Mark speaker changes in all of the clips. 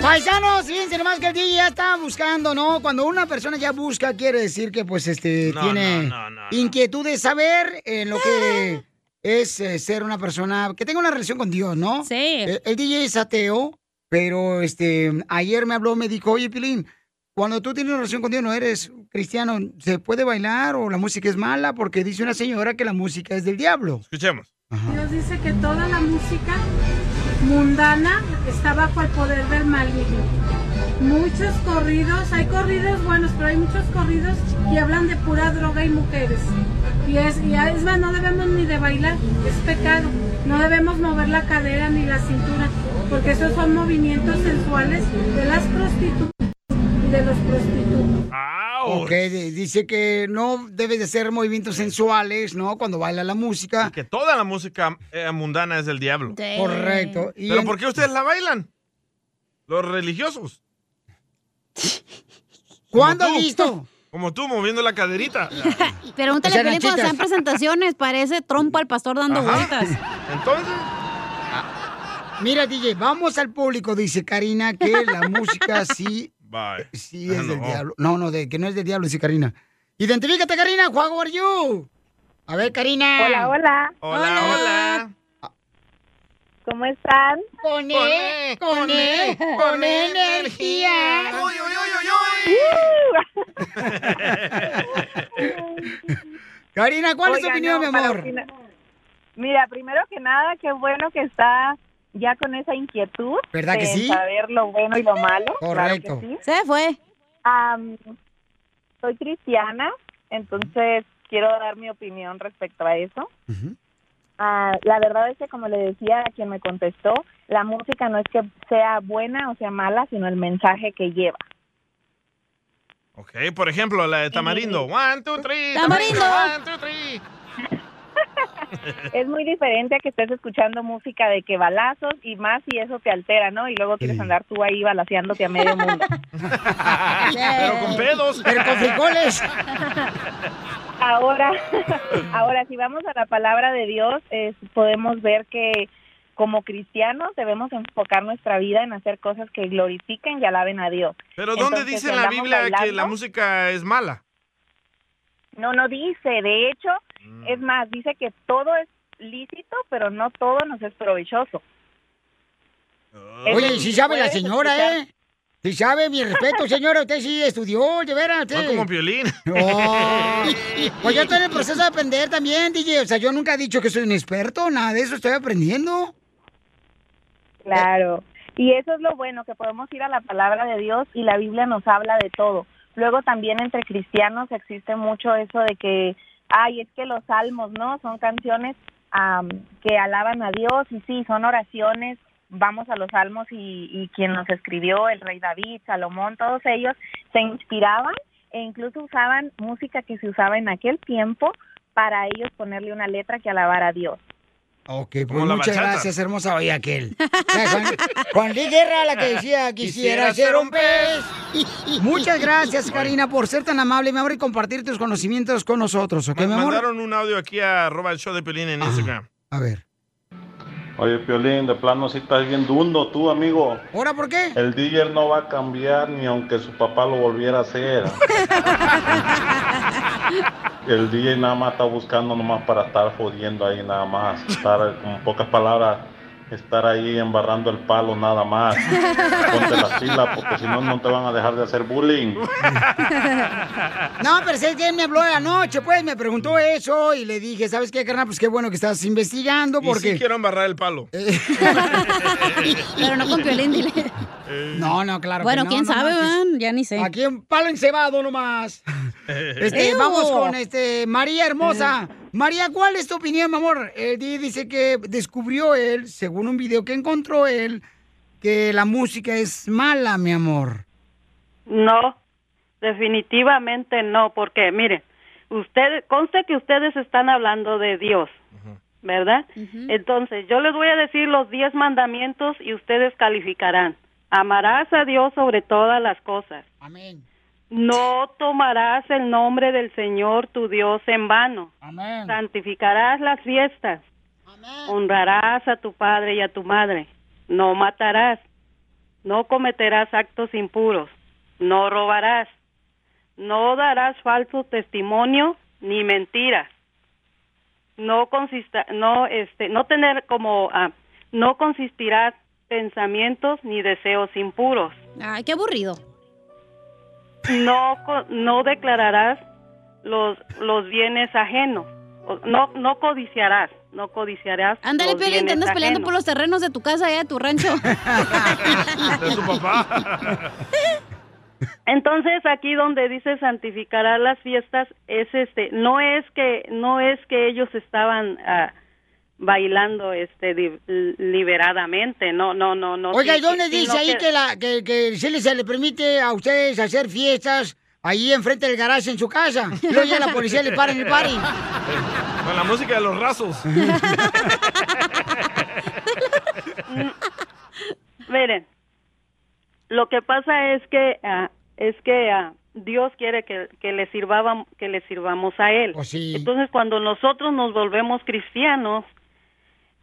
Speaker 1: Paisanos, fíjense nomás que el DJ ya está buscando, ¿no? Cuando una persona ya busca, quiere decir que, pues, este,
Speaker 2: No,
Speaker 1: tiene
Speaker 2: no, no, no, no.
Speaker 1: inquietud de saber en lo que es eh, ser una persona que tenga una relación con Dios, ¿no? Sí. El, el DJ es ateo, pero, este, ayer me habló, me dijo, oye, Pilín, cuando tú tienes una relación con Dios, no eres cristiano, ¿se puede bailar o la música es mala? Porque dice una señora que la música es del diablo.
Speaker 3: Escuchemos.
Speaker 4: Dios dice que toda la música mundana está bajo el poder del maligno. Muchos corridos, hay corridos buenos, pero hay muchos corridos que hablan de pura droga y mujeres. Y es, y es más, no debemos ni de bailar, es pecado. No debemos mover la cadera ni la cintura, porque esos son movimientos sensuales de las prostitutas y de los prostitutos.
Speaker 1: Ok, de- dice que no debes de hacer movimientos sensuales, ¿no? Cuando baila la música.
Speaker 3: Que toda la música eh, mundana es del diablo.
Speaker 1: Sí. Correcto. Y
Speaker 3: ¿Pero
Speaker 1: en-
Speaker 3: por qué ustedes la bailan? Los religiosos.
Speaker 1: ¿Cuándo has visto?
Speaker 3: Como tú, moviendo la caderita. O
Speaker 5: Pregúntale
Speaker 3: sea,
Speaker 5: a Piolín cuando
Speaker 3: nachitas.
Speaker 5: están presentaciones, parece trompa al pastor dando
Speaker 1: Ajá.
Speaker 5: vueltas.
Speaker 3: Entonces.
Speaker 1: Mira, DJ, vamos al público, dice Karina, que la música sí,
Speaker 3: Bye.
Speaker 1: sí es
Speaker 3: Ah,
Speaker 1: del
Speaker 3: no.
Speaker 1: diablo. No, no, de, que no es del diablo, dice Karina. Identifícate, Karina, how are you? A ver, Karina.
Speaker 6: Hola, hola.
Speaker 3: Hola, hola.
Speaker 6: ¿Cómo están?
Speaker 1: Con E, con E, con E energía. Karina, ¿cuál es tu
Speaker 6: Oiga,
Speaker 1: opinión,
Speaker 6: no,
Speaker 1: mi
Speaker 6: para
Speaker 1: amor?
Speaker 6: opinar- Mira, primero que nada, qué bueno que está ya con esa inquietud.
Speaker 1: ¿Verdad que
Speaker 6: de
Speaker 1: sí?
Speaker 6: Saber lo bueno y lo malo. claro que
Speaker 1: Correcto.
Speaker 6: sí.
Speaker 5: Se fue.
Speaker 6: Am, soy cristiana, entonces quiero dar mi opinión respecto a eso. Ah, la verdad es que, como le decía a quien me contestó, la música no es que sea buena o sea mala, sino el mensaje que lleva.
Speaker 3: Ok, por ejemplo, la de Tamarindo. One, two, three.
Speaker 6: Tamarindo.
Speaker 3: One, two, three.
Speaker 6: es muy diferente a que estés escuchando música de que balazos y más y eso te altera, ¿no? Y luego quieres andar tú ahí balaseándote a medio mundo.
Speaker 3: Pero con pedos.
Speaker 1: Pero con frijoles.
Speaker 6: Ahora, ahora si vamos a la palabra de Dios, es- podemos ver que como cristianos debemos enfocar nuestra vida en hacer cosas que glorifiquen y alaben a Dios.
Speaker 3: Pero ¿dónde
Speaker 6: Entonces,
Speaker 3: dice
Speaker 6: si
Speaker 3: en la
Speaker 6: andamos
Speaker 3: Biblia que la
Speaker 6: bailando-
Speaker 3: música es mala?
Speaker 6: No, no dice. De hecho, es más, dice que todo es lícito, pero no todo nos es provechoso.
Speaker 1: Oye, si sabe la
Speaker 6: Puedes
Speaker 1: señora,
Speaker 6: escuchar-
Speaker 1: ¿eh? Si sabe, mi respeto, señora, usted sí estudió, de veras.
Speaker 3: No
Speaker 1: usted.
Speaker 3: como violín.
Speaker 1: No. Pues yo estoy en el proceso de aprender también, DJ. O sea, yo nunca he dicho que soy un experto, nada de eso, estoy aprendiendo.
Speaker 6: Claro. Y eso es lo bueno, que podemos ir a la palabra de Dios y la Biblia nos habla de todo. Luego también entre cristianos existe mucho eso de que, ay, es que los salmos, ¿no? Son canciones am, que alaban a Dios y sí, son oraciones. Vamos a los salmos y, y quien los escribió, el rey David, Salomón, todos ellos se inspiraban e incluso usaban música que se usaba en aquel tiempo para ellos ponerle una letra que alabara a Dios.
Speaker 1: Ok, pues
Speaker 3: Como la
Speaker 1: muchas
Speaker 3: bachata.
Speaker 1: gracias, hermosa hoy aquel. O sea, Juan, Juan Luis Guerra, la que decía, quisiera, ser un pez. Muchas gracias, Karina, por ser tan amable, mi amor, y compartir tus conocimientos con nosotros, ¿ok, mi amor?
Speaker 3: Mandaron un audio aquí a arroba el show de Piolín en Instagram.
Speaker 1: A ver.
Speaker 7: Oye, Piolín, de plano sí estás bien dundo tú, amigo.
Speaker 1: ¿Ahora por qué?
Speaker 7: El DJ no va a cambiar ni aunque su papá lo volviera a hacer. El DJ nada más está buscando nomás para estar jodiendo ahí nada más. Estar con pocas palabras estar ahí embarrando el palo nada más. Ponte la fila porque si no, no te van a dejar de hacer bullying.
Speaker 1: No, pero es que él me habló anoche, pues me preguntó eso y le dije, ¿sabes qué, carnal? Pues qué bueno que estás investigando
Speaker 3: Y sí
Speaker 1: porque...
Speaker 3: quiero embarrar el palo.
Speaker 5: Pero no con Piolín, dile.
Speaker 3: Eh.
Speaker 1: No, no, claro. que
Speaker 5: Bueno,
Speaker 1: no,
Speaker 5: quién
Speaker 1: no
Speaker 5: sabe,
Speaker 1: manches.
Speaker 5: man, ya ni sé.
Speaker 1: Aquí un palo encebado nomás. Este,
Speaker 5: Ew.
Speaker 1: vamos con este María hermosa. María, ¿cuál es tu opinión, mi amor? El DJ dice que descubrió él, según un video que encontró él, que la música es mala, mi amor.
Speaker 8: No, definitivamente no, porque miren, usted, conste que ustedes están hablando de Dios, ¿verdad? Entonces, yo les voy a decir los diez mandamientos y ustedes calificarán. Amarás a Dios sobre todas las cosas.
Speaker 1: Amén.
Speaker 8: No tomarás el nombre del Señor tu Dios en vano.
Speaker 1: Amén.
Speaker 8: Santificarás las fiestas. Honrarás a tu padre y a tu madre. No matarás. No cometerás actos impuros. No robarás. No darás falso testimonio ni mentiras. No consista, no este, no tener como ah, no consistirás pensamientos ni deseos impuros.
Speaker 5: Ay, qué aburrido.
Speaker 8: No co- no declararás los los bienes ajenos. O- No no codiciarás, no codiciarás.
Speaker 5: Ándale,
Speaker 8: los
Speaker 5: Piolín, te
Speaker 8: bienes
Speaker 5: andas peleando
Speaker 8: ajenos.
Speaker 5: por los terrenos de tu casa, allá de tu rancho.
Speaker 3: De tu papá.
Speaker 8: Entonces aquí donde dice santificará las fiestas es este no es que no es que ellos estaban ah, bailando este di- liberadamente no no no no
Speaker 1: Oiga,
Speaker 8: sí,
Speaker 1: ¿y dónde
Speaker 8: sí,
Speaker 1: dice
Speaker 8: sino
Speaker 1: ahí que, la, que, que se, les, se le permite a ustedes hacer fiestas ahí enfrente del garaje en su casa? Y Luego ya la policía le para en el party.
Speaker 3: Con la música de los rasos.
Speaker 8: miren lo que pasa es que ah, es que ah, Dios quiere que, que le sirvamos que le sirvamos a él entonces cuando nosotros nos volvemos cristianos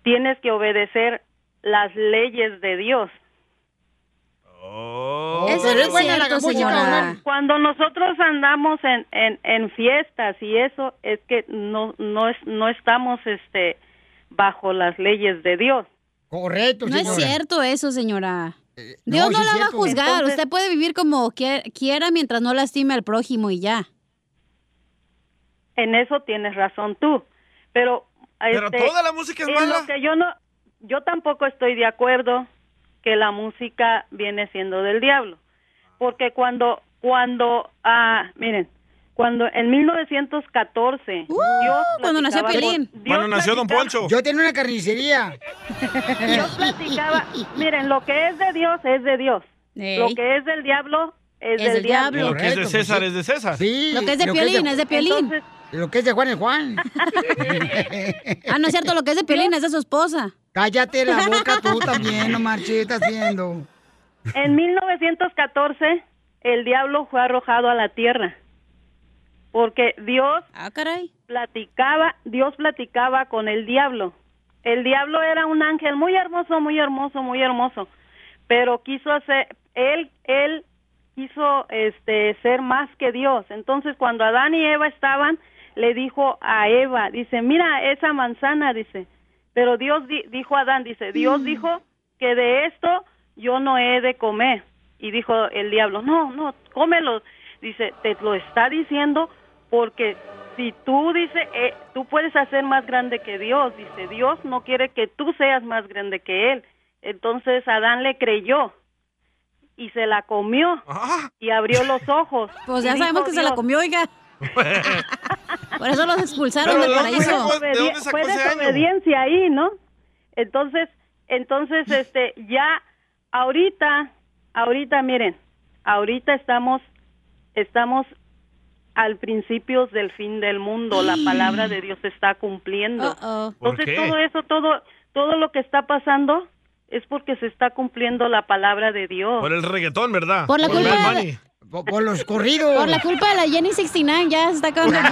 Speaker 8: tienes que obedecer las leyes de Dios
Speaker 1: Eso Pero no es es buena Oh. la cierto, música, señora. ¿o no?
Speaker 8: Cuando nosotros andamos en, en, en fiestas y eso es que no no es no estamos este bajo las leyes de Dios.
Speaker 1: Correcto,
Speaker 5: No es
Speaker 8: señora.
Speaker 5: cierto eso, señora.
Speaker 1: Eh,
Speaker 5: Dios
Speaker 8: no, sí
Speaker 5: no,
Speaker 8: es
Speaker 5: la va a
Speaker 8: cierto.
Speaker 5: juzgar.
Speaker 8: Entonces-
Speaker 5: Usted puede vivir como quie- quiera mientras no lastime al prójimo y ya.
Speaker 8: En eso tienes razón tú. Pero
Speaker 5: Pero
Speaker 8: este,
Speaker 5: toda la música es
Speaker 8: en
Speaker 5: mala.
Speaker 8: lo que yo no yo tampoco estoy de acuerdo que la música viene siendo del diablo. Porque cuando cuando ah miren, cuando en 1914 Dios
Speaker 5: Uh, cuando nació
Speaker 8: platicaba con-
Speaker 5: Pelín.
Speaker 8: Dios platicaba-
Speaker 1: Yo tenía una carnicería.
Speaker 8: Yo platicaba, miren, lo que es de Dios es de Dios.
Speaker 5: Ey.
Speaker 8: Lo que es del diablo es, del, diablo.
Speaker 3: Lo que es de César es de César.
Speaker 1: pues Sí.
Speaker 5: Lo que es de Piolín es de Piolín.
Speaker 8: Entonces-
Speaker 1: Lo que es de Juan es Juan.
Speaker 5: Ah, no es cierto, lo que es de Piolín es de su esposa.
Speaker 1: Cállate la boca tú también, no marches, estás viendo.
Speaker 8: En 1914, el diablo fue arrojado a la tierra. Porque Dios platicaba, Dios platicaba con el diablo. El diablo era un ángel muy hermoso, muy hermoso, muy hermoso, pero quiso hacer él él quiso este ser más que Dios. Entonces, cuando Adán y Eva estaban, le dijo a Eva, dice, "Mira esa manzana", dice. Pero Dios di- dijo a Adán, dice, "Dios dijo que de esto yo no he de comer." Y dijo el diablo, "No, no, cómelo." Dice, "Te lo está diciendo porque si tú dice, eh, tú puedes hacer más grande que Dios, dice Dios no quiere que tú seas más grande que él. Entonces Adán le creyó y se la comió y abrió los ojos.
Speaker 5: Pues
Speaker 8: Y
Speaker 5: ya
Speaker 8: dijo
Speaker 5: sabemos que se la
Speaker 8: Dios,
Speaker 5: comió, oiga. Por eso los expulsaron
Speaker 8: pero
Speaker 5: del
Speaker 8: ¿de dónde
Speaker 5: paraíso.
Speaker 8: sacó- de dónde sacó Fue ese año? desobediencia ahí, ¿no? Entonces, entonces, este, ya ahorita, ahorita, miren, ahorita estamos, estamos al principio del fin del mundo. La palabra de Dios se está cumpliendo.
Speaker 2: ¿Por
Speaker 8: Entonces,
Speaker 2: qué?
Speaker 8: todo eso, todo, todo lo que está pasando es porque se está cumpliendo la palabra de Dios.
Speaker 3: Por el reggaetón, ¿verdad?
Speaker 8: Por la
Speaker 3: Bad
Speaker 8: culpa de-
Speaker 3: Bunny.
Speaker 1: Por, por los corridos.
Speaker 5: Por la culpa de la Jenny 69 ya se está acabando. el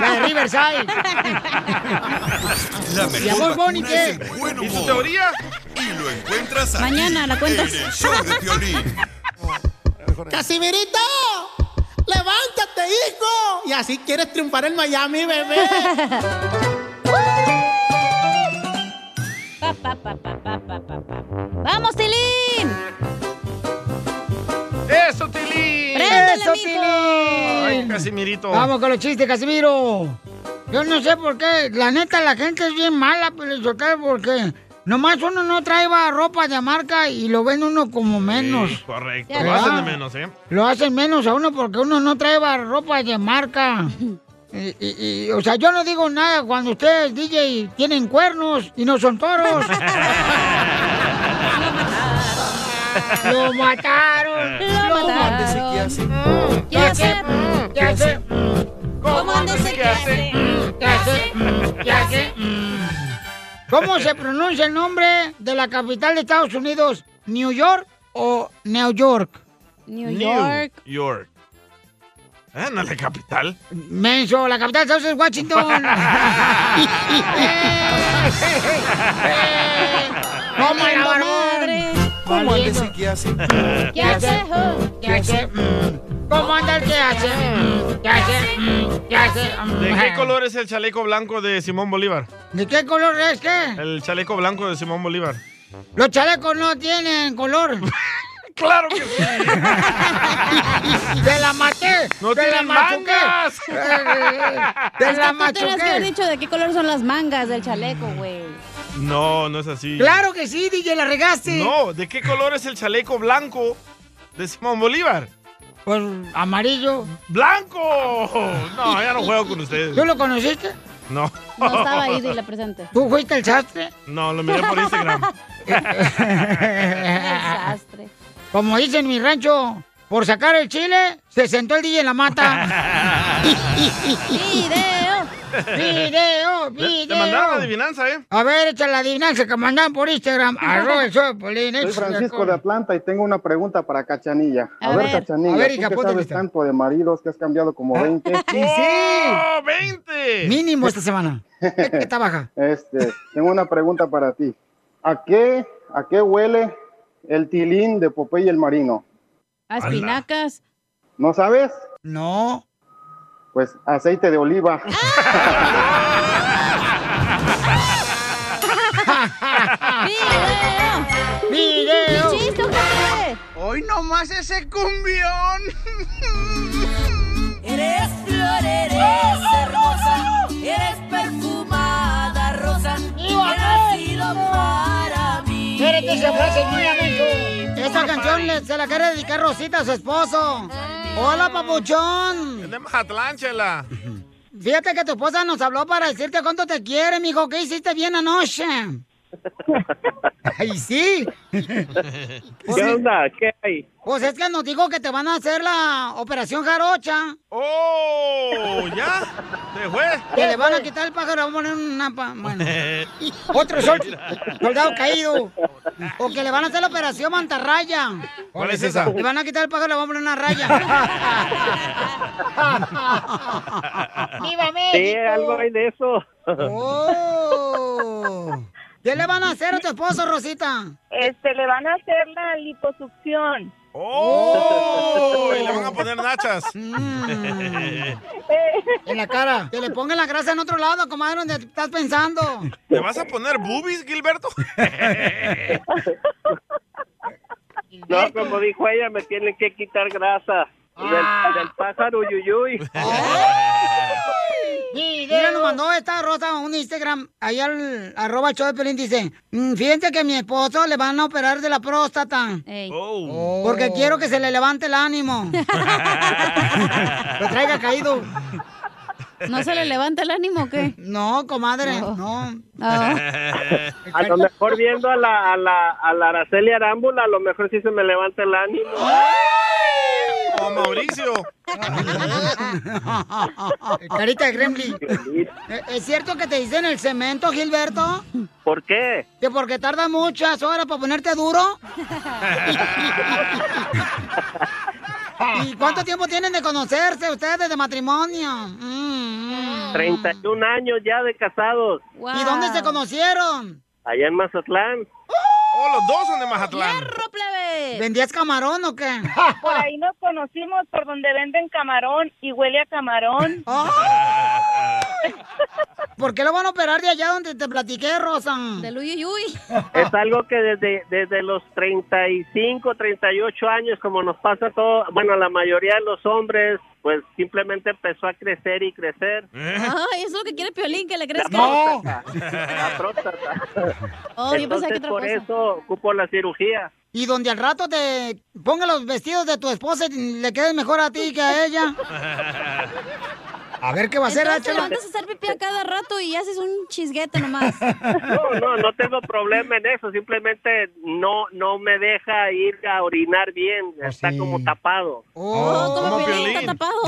Speaker 1: La de Riverside.
Speaker 9: La
Speaker 5: Y a
Speaker 9: mejor
Speaker 5: Bob Bunny,
Speaker 9: vacuna es
Speaker 5: ¿qué?
Speaker 9: el buen humor.
Speaker 3: teoría?
Speaker 9: Y lo encuentras aquí,
Speaker 5: Mañana la cuentas.
Speaker 9: En el show de Piolín.
Speaker 10: ¡Casimirito! ¡Levántate, hijo! Y así quieres triunfar en Miami, bebé.
Speaker 5: pa, pa, pa, pa, pa, pa, pa. ¡Vamos, Tilín!
Speaker 3: ¡Eso, Tilín!
Speaker 5: ¡Préndele,
Speaker 1: ¡Eso,
Speaker 5: mijo!
Speaker 3: Ay,
Speaker 1: Tilín!
Speaker 3: Casimirito.
Speaker 1: Vamos con los chistes, Casimiro. Yo no sé por qué. La neta, la gente es bien mala, Pelizotero, porque nomás uno no trae ropa de marca y lo ven uno como menos.
Speaker 3: Sí, correcto.
Speaker 1: Ya
Speaker 3: Lo hacen de
Speaker 1: va.
Speaker 3: menos, ¿eh?
Speaker 1: Lo hacen menos a uno porque uno no trae ropa de marca. Y, y- y, o sea, yo no digo nada cuando ustedes, DJ, tienen cuernos y no son toros. ¡Lo mataron! ¡Lo mataron! ¿Qué hace? ¿Qué hace? ¿Qué hace? Mm, ¿Cómo dice qué hace? Mm, ¿Qué hace?
Speaker 11: Mm,
Speaker 1: ¿Qué hace? Mm. ¿Cómo se pronuncia el nombre de la capital de Estados Unidos? ¿New York o New York?
Speaker 3: New York. Ah, no, la capital.
Speaker 1: Menso, la capital de Estados Unidos es Washington. ¡No me la madre!
Speaker 10: ¿Cómo
Speaker 1: anda
Speaker 10: andes y qué hace?
Speaker 1: ¿Qué hace? ¿Qué hace? mm. ¿Cómo anda el que hace? Mm, ¿Qué hace? ¿Qué hace?
Speaker 3: ¿De qué color es el chaleco blanco de Simón Bolívar?
Speaker 1: ¿De qué color es qué?
Speaker 3: El chaleco blanco de Simón Bolívar.
Speaker 1: Los chalecos no tienen color.
Speaker 3: ¡Claro que sí!
Speaker 1: ¡Te mm. la maté!
Speaker 3: ¡No
Speaker 1: ¡Te la
Speaker 3: tienen
Speaker 1: machuqué!
Speaker 3: mangas!
Speaker 1: ¡Te
Speaker 5: Es que
Speaker 1: la
Speaker 5: tú tienes que haber
Speaker 1: machuqué!
Speaker 5: dicho de qué color son las mangas del chaleco, güey.
Speaker 3: No, no es así.
Speaker 1: ¡Claro que sí, DJ, la regaste!
Speaker 3: No, ¿de qué color es el chaleco blanco de Simón Bolívar?
Speaker 1: Pues amarillo.
Speaker 3: ¡Blanco! No, ya no juego con ustedes.
Speaker 1: ¿Tú lo conociste?
Speaker 3: No.
Speaker 5: No estaba ahí de la presente.
Speaker 1: ¿Tú fuiste el sastre?
Speaker 3: No, lo miré por Instagram.
Speaker 5: Desastre.
Speaker 1: Como dicen en mi rancho, por sacar el chile, se sentó el DJ en la mata.
Speaker 5: ¡Video!
Speaker 1: ¡Video!
Speaker 3: Te-
Speaker 1: ¡Video!
Speaker 3: Te mandaron adivinanza, ¿eh?
Speaker 1: A ver, echa la adivinanza que mandan por Instagram. Arroba el show de Piolín,
Speaker 2: Soy
Speaker 1: échale
Speaker 2: Francisco
Speaker 1: alcohol.
Speaker 2: de Atlanta y tengo una pregunta para Cachanilla. A,
Speaker 1: A
Speaker 2: ver,
Speaker 1: ver.
Speaker 2: Cachanilla,
Speaker 1: A ver,
Speaker 2: ¿tú
Speaker 1: hija,
Speaker 2: qué
Speaker 1: ponte
Speaker 2: sabes
Speaker 1: lista. Ah.
Speaker 2: tanto de maridos que has cambiado como 20?
Speaker 1: ¡Y sí!
Speaker 3: ¡20!
Speaker 1: Mínimo esta semana. Está baja.
Speaker 2: Este, tengo una pregunta para ti. ¿A qué, a qué huele el tilín de Popeye el Marino?
Speaker 5: A espinacas.
Speaker 2: ¿No sabes?
Speaker 1: No.
Speaker 2: Pues aceite de oliva.
Speaker 5: ¡Video!
Speaker 1: ¡Video!
Speaker 5: ¡Chiste, ojete!
Speaker 10: Hoy nomás ese cumbión.
Speaker 11: Eres flor, eres hermosa, eres perfumada rosa, que
Speaker 1: ¡Viva
Speaker 11: has sido para mí.
Speaker 1: Espérate, esa frase es mía, menso. Esta canción le- se la quiere dedicar Rosita a su esposo. Hola, papuchón.
Speaker 3: De Mazatlán, chela.
Speaker 1: Fíjate que tu esposa nos habló para decirte cuánto te quiere, mijo. ¿Qué hiciste bien anoche? ¡Ay, sí!
Speaker 12: ¿Qué onda? ¿Qué hay?
Speaker 1: Pues es que nos dijo que te van a hacer la operación jarocha.
Speaker 3: ¡Oh! ¿Ya? ¿Te fue?
Speaker 1: Que le van a quitar el pájaro, vamos a poner una pa- bueno, otro sol- soldado caído. O que le van a hacer la operación mantarraya.
Speaker 3: ¿Cuál es esa?
Speaker 1: Le van a quitar el pájaro, le van a poner una raya. ¡Viva
Speaker 12: Sí,
Speaker 1: México!
Speaker 12: algo hay de eso.
Speaker 1: ¡Oh! ¿Qué le van a hacer a tu esposo, Rosita?
Speaker 6: Este, le van a hacer la liposucción.
Speaker 3: ¡Oh! Y le van a poner nachas.
Speaker 1: Mm. En la cara. Que le pongan la grasa en otro lado, comadre, donde estás pensando.
Speaker 3: ¿Te vas a poner boobies, Gilberto?
Speaker 12: No, como dijo ella, me tienen que quitar grasa.
Speaker 1: Ah.
Speaker 12: Del, del pájaro yuyuy.
Speaker 1: Oh. Mira, nos mandó esta rosa a un Instagram, ahí al arroba show de Pelín, dice, "Mm, fíjense que a mi esposo le van a operar de la próstata.
Speaker 3: Oh.
Speaker 1: Porque quiero que se le levante el ánimo. Lo traiga caído.
Speaker 5: ¿No se le levanta el ánimo o qué?
Speaker 1: No, comadre, no. Ah.
Speaker 12: A lo mejor viendo a la, a la, a la Araceli Arámbula, a lo mejor sí se me levanta el ánimo.
Speaker 3: ¡O Mauricio!
Speaker 1: Carita de Gremlin. ¿E- ¿Es cierto que te dicen el cemento, Gilberto?
Speaker 12: ¿Por qué?
Speaker 1: ¿Que porque tarda muchas horas para ponerte duro? ¿Y cuánto tiempo tienen de conocerse ustedes de matrimonio? Mm, mm.
Speaker 12: 31 años ya de casados.
Speaker 1: ¿Y dónde se conocieron?
Speaker 12: Allá en Mazatlán.
Speaker 3: ¡Oh, los dos son de Mazatlán!
Speaker 1: ¿Vendías camarón o qué?
Speaker 6: Por ahí nos conocimos, por donde venden camarón y huele a camarón.
Speaker 1: ¡Oh! ¿Por qué lo van a operar de allá donde te platiqué, Rosan? De Luis Yuy.
Speaker 12: Es algo que desde, desde los 35, 38 años, como nos pasa a todo, bueno, la mayoría de los hombres, pues simplemente empezó a crecer y crecer.
Speaker 5: Ay, eso es lo que quiere Piolín, que le crezca.
Speaker 12: No. La próstata.
Speaker 5: Oh, yo pensaba que
Speaker 12: Entonces,
Speaker 5: otra
Speaker 12: por
Speaker 5: cosa.
Speaker 12: eso ocupo la cirugía.
Speaker 1: Y donde al rato te ponga los vestidos de tu esposa y le queden mejor a ti que a ella. A ver qué va a hacer,
Speaker 5: Entonces,
Speaker 1: Áchela.
Speaker 5: levantas a hacer pipí a cada rato y haces un chisguete nomás.
Speaker 12: No, no, no tengo problema en eso, simplemente no no me deja ir a orinar bien, está como tapado.
Speaker 1: Oh, como Piolín, está tapado.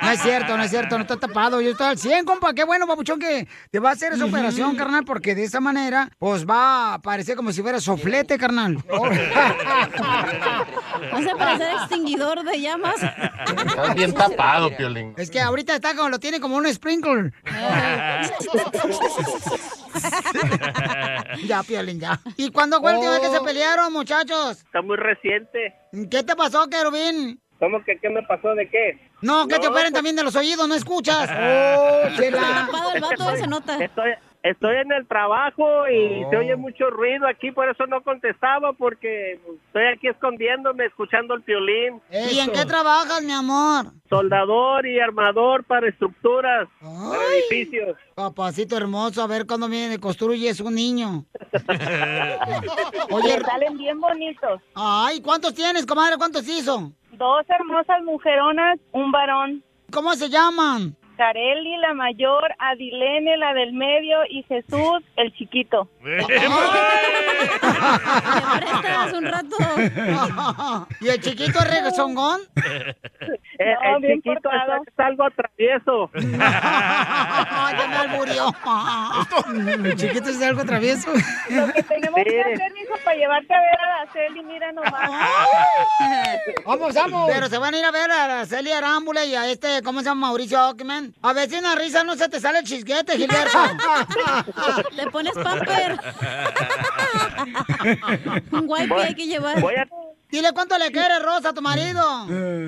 Speaker 1: No es cierto, no es cierto, no está tapado. Yo estoy al 100, compa. Qué bueno, papuchón, que te va a hacer esa operación, carnal, porque de esa manera, pues va a parecer como si fuera soflete, carnal.
Speaker 5: Vas a parecer extinguidor de llamas.
Speaker 7: Estás bien tapado, Piolín.
Speaker 1: Es que ahorita está como, lo tiene como un sprinkler. ya, Piolín, ya. ¿Y cuándo fue la última vez que se pelearon, muchachos?
Speaker 12: Oh. Está muy reciente.
Speaker 1: ¿Qué te pasó, Querubín?
Speaker 12: ¿Cómo que qué me pasó de qué?
Speaker 1: No, que te operen
Speaker 12: pues-
Speaker 1: también de los oídos, no escuchas. Oh, chela.
Speaker 12: Estoy, estoy en el trabajo
Speaker 1: Oh.
Speaker 12: y se oye mucho ruido aquí, por eso no contestaba, porque estoy aquí escondiéndome, escuchando el violín.
Speaker 1: ¿Y en qué trabajas, mi amor?
Speaker 12: Soldador y armador para estructuras, para
Speaker 1: Ay.
Speaker 12: edificios.
Speaker 1: Papacito hermoso, a ver cuándo viene, construyes un niño. Oye,
Speaker 6: Oye, salen bien bonitos.
Speaker 1: Ay, ¿cuántos tienes, comadre? ¿Cuántos hizo?
Speaker 6: Dos hermosas mujeronas, un varón.
Speaker 1: ¿Cómo se llaman?
Speaker 6: Carelli, la mayor, Adilene, la del medio, y Jesús, el chiquito.
Speaker 5: prestas un rato?
Speaker 1: ¿Y el chiquito es rezongón?
Speaker 12: Eh,
Speaker 1: No,
Speaker 12: el
Speaker 1: bien
Speaker 12: chiquito
Speaker 1: portado.
Speaker 12: es, es algo travieso.
Speaker 1: Ay, ya me alburió. El chiquito es algo travieso.
Speaker 6: Tenemos que hacer, mijo, para llevarte a ver a la Celi, mira nomás.
Speaker 12: ¡Ah!
Speaker 1: Vamos, vamos. Pero se van a ir a ver a Celia Arámbula y a este, ¿cómo se llama? Mauricio Ockman. A ver si en la risa no se te sale el chisguete, Gilberto.
Speaker 5: Le pones pamper. Un wipe hay que llevar.
Speaker 1: Dile cuánto le quieres, Rosa, a tu marido.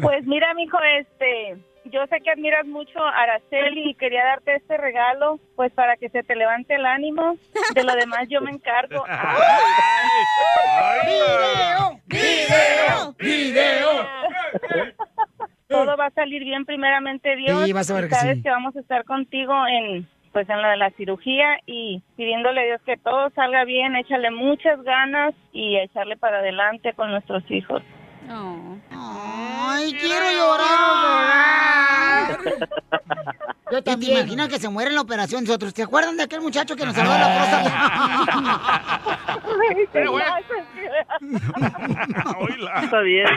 Speaker 6: Pues mira, mijo, este, yo sé que admiras mucho a Araceli y quería darte este regalo, pues para que se te levante el ánimo. De lo demás yo me encargo.
Speaker 11: ¡Video! ¡Video! ¡Video!
Speaker 6: Todo va a salir bien, primeramente Dios.
Speaker 11: Sí, vas a ver
Speaker 6: Y
Speaker 11: que
Speaker 6: sabes
Speaker 11: sí.
Speaker 6: que vamos a estar contigo en pues en la de la cirugía y pidiéndole a Dios que todo salga bien, échale muchas ganas y echarle para adelante con nuestros hijos.
Speaker 13: Oh.
Speaker 1: Ay, quiero llorar. Yo te imaginas que se muere en la operación de nosotros. ¿Te acuerdan de aquel muchacho que nos salvó la próstata?
Speaker 12: Está bien.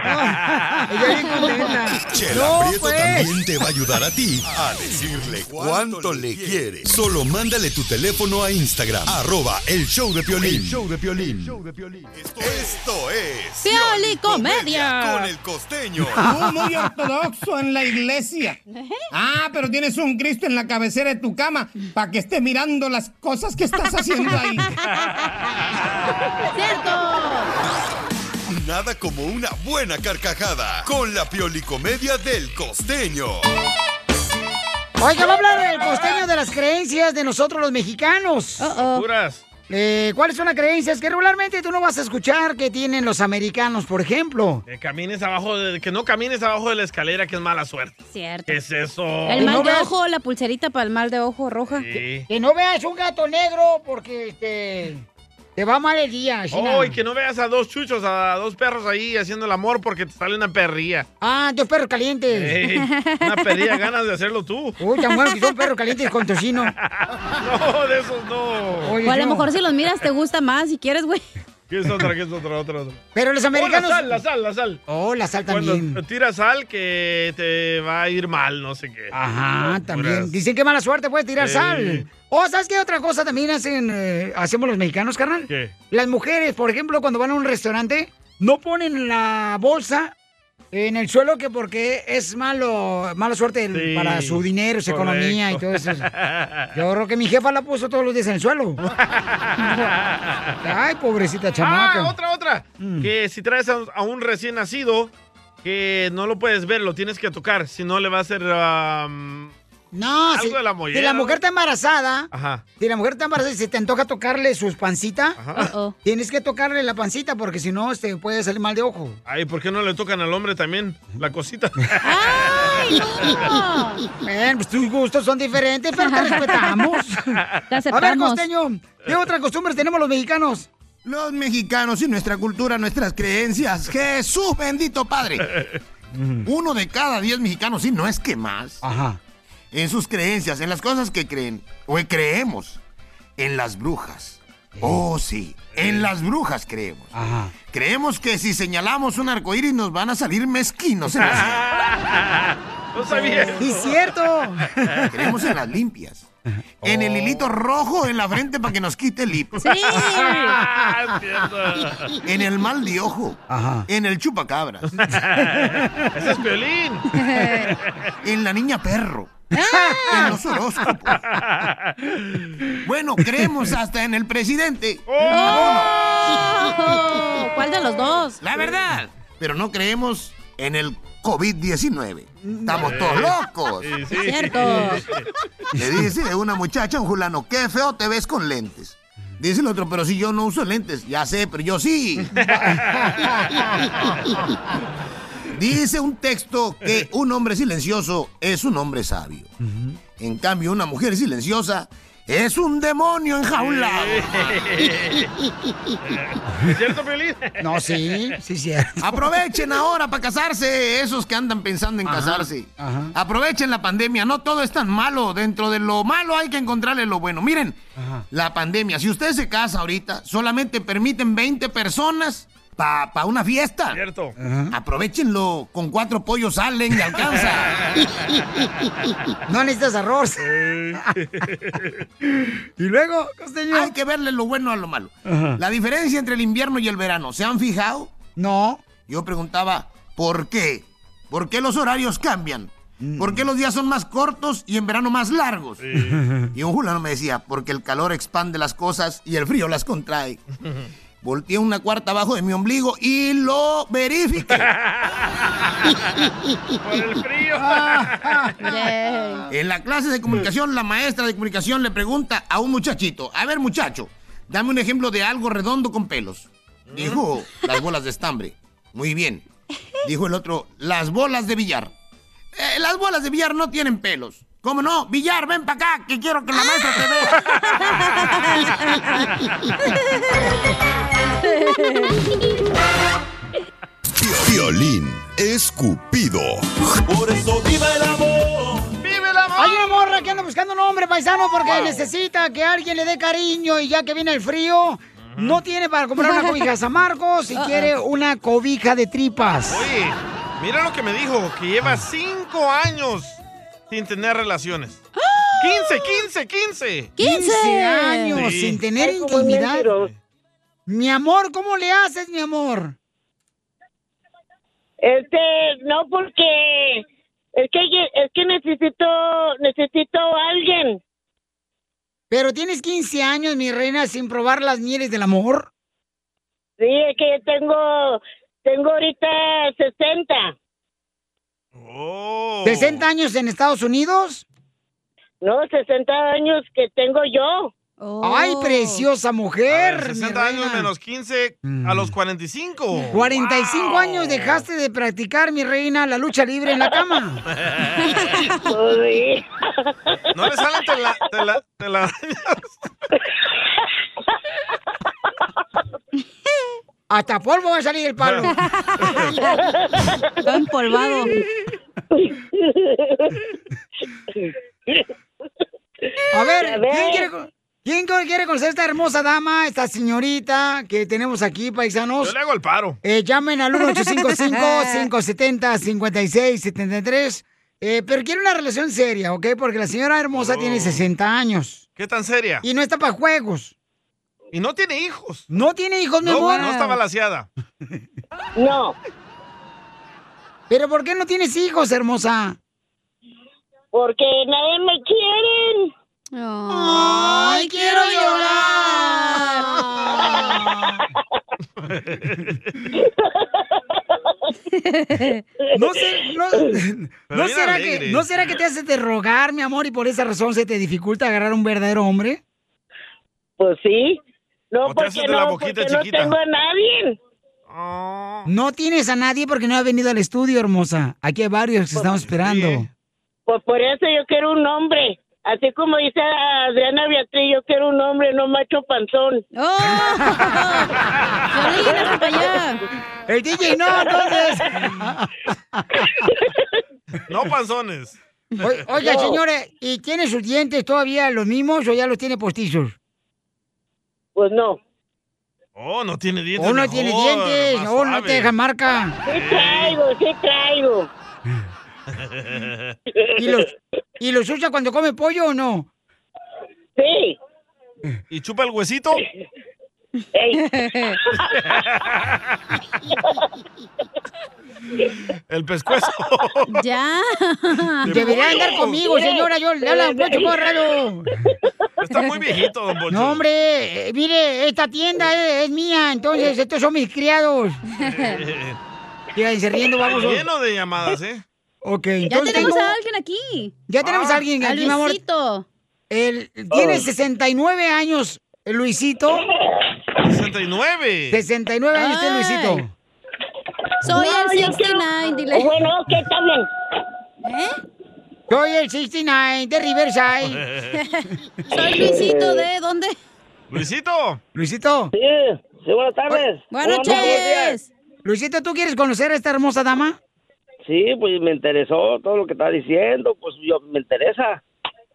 Speaker 9: Chela Prieto
Speaker 5: pues.
Speaker 9: también te va a ayudar a ti a decirle cuánto le quiere. Solo mándale tu teléfono a Instagram, arroba el show de Piolín.
Speaker 14: El
Speaker 9: show de Esto es...
Speaker 5: Pioli
Speaker 9: Con
Speaker 5: Comedia.
Speaker 9: el costeño.
Speaker 10: Tú muy ortodoxo en la iglesia.
Speaker 9: ¿Eh?
Speaker 10: Ah, pero tienes un Cristo en la cabecera de tu cama para que esté mirando las cosas que estás haciendo ahí.
Speaker 9: Nada como una buena carcajada con la piolicomedia del costeño.
Speaker 1: Oiga, va a hablar el costeño de las creencias de nosotros los mexicanos.
Speaker 3: Puras.
Speaker 1: Eh, ¿Cuáles son las creencias que regularmente tú no vas a escuchar que tienen los americanos, por ejemplo?
Speaker 3: Que camines abajo, de, que no camines abajo de la escalera, que es mala suerte.
Speaker 5: Cierto.
Speaker 3: ¿Qué es eso?
Speaker 5: El mal de ojo, la pulserita para el mal de ojo roja.
Speaker 3: Sí.
Speaker 1: Que no veas un gato negro porque este, te va mal el día. China.
Speaker 3: Oh, y que no veas a dos chuchos, a dos perros ahí haciendo el amor porque te sale una perría.
Speaker 1: Ah, dos perros calientes.
Speaker 3: Ey, una perría, ganas de hacerlo tú.
Speaker 1: Uy, tan bueno que son perros calientes con tocino.
Speaker 3: No, de esos no.
Speaker 5: o a lo mejor si los miras te gusta más si quieres, güey.
Speaker 3: ¿Qué es otra? ¿Qué es otra? Otra, otra.
Speaker 1: Pero los
Speaker 3: Oh,
Speaker 1: americanos-
Speaker 3: la sal, la sal, la sal.
Speaker 1: Oh, la sal también.
Speaker 3: Cuando tiras sal que te va a ir mal, no sé qué.
Speaker 1: Ajá, también.
Speaker 3: Puras.
Speaker 1: Dicen que mala suerte pues, puedes tirar
Speaker 3: Sí.
Speaker 1: sal. O, ¿sabes qué otra cosa también hacen, eh, hacemos los mexicanos, carnal?
Speaker 3: ¿Qué?
Speaker 1: Las mujeres, por ejemplo, cuando van a un restaurante, no ponen la bolsa en el suelo que porque es malo, mala suerte el-
Speaker 3: Sí,
Speaker 1: para su dinero, su
Speaker 3: correcto.
Speaker 1: economía y todo eso. Yo creo que mi jefa la puso todos los días en el suelo. Ay, pobrecita chamaca.
Speaker 3: Ah, otra, otra. Que si traes a, a un recién nacido, que no lo puedes ver, lo tienes que tocar, si no le va a hacer am,
Speaker 1: No,
Speaker 3: Algo
Speaker 1: si,
Speaker 3: de la
Speaker 1: si
Speaker 3: mollera,
Speaker 1: la mujer está embarazada,
Speaker 3: Ajá.
Speaker 1: si la mujer está embarazada y se te antoja tocarle sus pancita, tienes que tocarle la pancita porque si no te puede salir mal de ojo.
Speaker 3: Ay, ¿por qué no le tocan al hombre también la cosita?
Speaker 1: Ven, pues tus gustos son diferentes, pero te respetamos. A ver,
Speaker 10: aceptamos.
Speaker 1: costeño, ¿qué otras costumbres tenemos los mexicanos?
Speaker 10: Los mexicanos y nuestra cultura, nuestras creencias. Jesús bendito Padre. Uno de cada diez mexicanos, y no es que más.
Speaker 1: Ajá.
Speaker 10: En sus creencias, en las cosas que creen, o que creemos, en las brujas. Oh, sí, en las brujas creemos.
Speaker 1: Ajá.
Speaker 10: Creemos que si señalamos un arcoíris nos van a salir mezquinos. En
Speaker 3: No sabía eso.
Speaker 10: ¡Es
Speaker 1: cierto!
Speaker 10: Creemos en las limpias. En el hilito rojo en la frente para que nos quite el hipo.
Speaker 11: Sí. Ah, cierto.
Speaker 10: en el mal de ojo. En el chupacabras.
Speaker 11: Ese es
Speaker 10: violín. en la niña perro.
Speaker 5: Ah.
Speaker 10: en los horóscopos. bueno, creemos hasta en el presidente.
Speaker 5: ¡Oh! ¿Cuál de los dos?
Speaker 10: La verdad. Pero no creemos en el COVID-19. Estamos todos locos.
Speaker 5: Cierto.
Speaker 10: Le dice una muchacha a un fulano, qué feo te ves con lentes. Dice el otro, pero si yo no uso lentes, ya sé, pero yo sí. dice un texto que un hombre silencioso es un hombre sabio. En cambio, una mujer silenciosa es un demonio enjaulado.
Speaker 3: ¿Es cierto, Piolín?
Speaker 1: No, sí, sí, cierto.
Speaker 10: Aprovechen ahora para casarse, esos que andan pensando en casarse.
Speaker 1: Ajá.
Speaker 10: Aprovechen la pandemia, no todo es tan malo. Dentro de lo malo hay que encontrarle lo bueno. Miren, la pandemia, si usted se casa ahorita, solamente permiten 20 personas para una fiesta. Cierto. Aprovechenlo, con cuatro pollos salen y alcanza.
Speaker 1: No necesitas arroz.
Speaker 10: y luego, Hay que verle lo bueno a lo malo.
Speaker 11: Ajá.
Speaker 10: La diferencia entre el invierno y el verano, ¿se han fijado?
Speaker 1: No.
Speaker 10: Yo preguntaba, ¿por qué? ¿Por qué los horarios cambian?
Speaker 1: Mm.
Speaker 10: ¿Por qué los días son más cortos y en verano más largos? Y un fulano me decía, porque el calor expande las cosas y el frío las contrae. Volteé una cuarta abajo de mi ombligo y lo verifiqué. Por el frío. En la clase de comunicación, la maestra de comunicación le pregunta a un muchachito, a ver muchacho, dame un ejemplo de algo redondo con pelos. Dijo, las bolas de estambre. Muy bien. Dijo el otro, las bolas de billar. "Eh, las bolas de billar no tienen pelos. ¿Cómo no? Billar, ven para acá, que quiero que la maestra te vea.
Speaker 9: Violín escupido. Por eso viva el amor.
Speaker 1: ¡Vive la Hay una morra que anda buscando un hombre paisano porque necesita que alguien le dé cariño y ya que viene el frío, no tiene para comprar una cobija a San Marcos y
Speaker 5: Ah,
Speaker 3: Uh-uh.
Speaker 1: quiere una cobija de tripas. Ah.
Speaker 3: Oye, mira lo que me dijo, que lleva cinco años sin tener relaciones.
Speaker 1: Ah.
Speaker 3: 15, 15, 15.
Speaker 1: 15 años
Speaker 3: Sí.
Speaker 1: sin tener intimidad. Mi amor, ¿cómo le haces, mi amor?
Speaker 14: Este, no porque es que ye- es que necesito necesito a alguien.
Speaker 1: Pero tienes 15 años, mi reina, sin probar las mieles del amor.
Speaker 14: Sí, es que tengo tengo ahorita 60.
Speaker 3: Oh.
Speaker 1: 60 años en Estados Unidos.
Speaker 14: No, 60 años que tengo yo.
Speaker 1: Ay, preciosa mujer.
Speaker 3: A ver,
Speaker 1: mi
Speaker 3: 60 años
Speaker 1: reina.
Speaker 3: menos 15 a los 45.
Speaker 1: 45 años dejaste de practicar, mi reina, la lucha libre en la cama.
Speaker 3: no le salen te la, te la, te la-
Speaker 1: Hasta polvo va a salir el palo. Está empolvado. A ver, ¿quién quiere, con- quién co- quiere conocer a esta hermosa dama, esta señorita que tenemos aquí, paisanos?
Speaker 3: Yo le hago el paro.
Speaker 1: Eh, llamen al 1-855-570-5673. Eh, pero quiere una relación seria, ¿ok? Porque la señora hermosa tiene 60 años.
Speaker 3: ¿Qué tan seria?
Speaker 1: Y no está para juegos.
Speaker 3: Y no tiene hijos.
Speaker 1: No tiene hijos, mi
Speaker 3: No,
Speaker 1: amor.
Speaker 3: no está balaseada.
Speaker 14: No.
Speaker 1: ¿Pero por qué no tienes hijos, hermosa?
Speaker 14: Porque nadie me quiere.
Speaker 11: Ay, quiero llorar.
Speaker 1: No sé, no,
Speaker 3: Pero
Speaker 1: ¿no
Speaker 3: bien
Speaker 1: será
Speaker 3: alegre.
Speaker 1: que, ¿No será que te hace de rogar, mi amor, y por esa razón se te dificulta agarrar un verdadero hombre?
Speaker 14: Pues sí. No,
Speaker 1: O te haces
Speaker 14: porque
Speaker 1: de
Speaker 14: no,
Speaker 1: la boquita
Speaker 14: porque
Speaker 1: chiquita. Ah.
Speaker 14: no tengo a nadie.
Speaker 1: No tienes a nadie porque no ha venido al estudio, hermosa. Aquí hay varios que estamos esperando.
Speaker 14: Pues por eso yo quiero un hombre. Así como dice Adriana Beatriz, yo quiero un hombre, no macho panzón.
Speaker 1: Oh. El DJ no, entonces.
Speaker 3: No panzones.
Speaker 1: O- oiga,
Speaker 3: No.
Speaker 1: señora, ¿y tiene sus dientes todavía los mismos o ya los tiene postizos?
Speaker 14: Pues no.
Speaker 3: Oh, no tiene dientes.
Speaker 1: O no tiene dientes, o no te deja marca.
Speaker 14: Sí traigo, sí traigo.
Speaker 1: ¿Y los, ¿Y los usa cuando come pollo o no?
Speaker 14: Sí.
Speaker 3: ¿Y chupa el huesito? El pescuezo.
Speaker 5: Ya.
Speaker 1: Debería andar conmigo, señora. Yo le hablo a Poncho Corrado.
Speaker 3: Está muy viejito, don Poncho.
Speaker 1: No, hombre, eh, mire, esta tienda eh, es, es mía, entonces estos son mis criados. Fíjense riendo, vamos.
Speaker 3: Está Lleno de llamadas, ¿eh?
Speaker 1: Ok,
Speaker 5: Ya
Speaker 1: entonces
Speaker 5: tenemos
Speaker 1: tengo-
Speaker 5: a alguien aquí.
Speaker 1: Ya tenemos a alguien
Speaker 5: Ah, A
Speaker 1: aquí, mi amor.
Speaker 5: Luisito.
Speaker 1: Él tiene
Speaker 5: Oh.
Speaker 1: 69 años, eh, Luisito.
Speaker 3: 69.
Speaker 1: 69 años tiene Luisito.
Speaker 5: Soy
Speaker 14: No, yo
Speaker 5: el
Speaker 14: quiero-
Speaker 5: 69, dile. ¿Eh?
Speaker 14: Bueno, ¿qué también?
Speaker 1: Soy el 69 de Riverside.
Speaker 5: Soy Luisito de dónde?
Speaker 3: Luisito.
Speaker 1: Luisito.
Speaker 14: Sí, sí, buenas tardes.
Speaker 5: Buenas noches.
Speaker 1: Luisito, ¿tú quieres conocer a esta hermosa dama?
Speaker 14: Sí, pues me interesó todo lo que está diciendo, pues yo me interesa.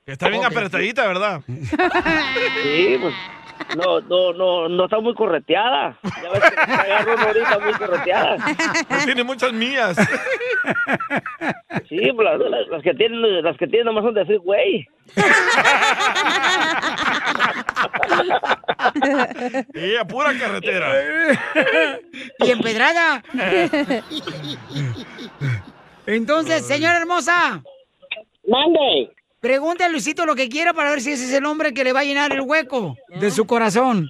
Speaker 3: Está bien apretadita, ¿verdad?
Speaker 14: Sí, pues no, no, no, no está muy correteada. Ya ves que te agarro una ahorita muy correteada.
Speaker 3: tiene muchas mías.
Speaker 14: Sí, pues las, las- las que tienen, las que tienen nomás son de freeway.
Speaker 3: Y a pura carretera.
Speaker 1: Y empedrada. Entonces, señora hermosa.
Speaker 14: Mande.
Speaker 1: Pregunte a Luisito lo que quiera para ver si ese es el hombre que le va a llenar el hueco de su corazón.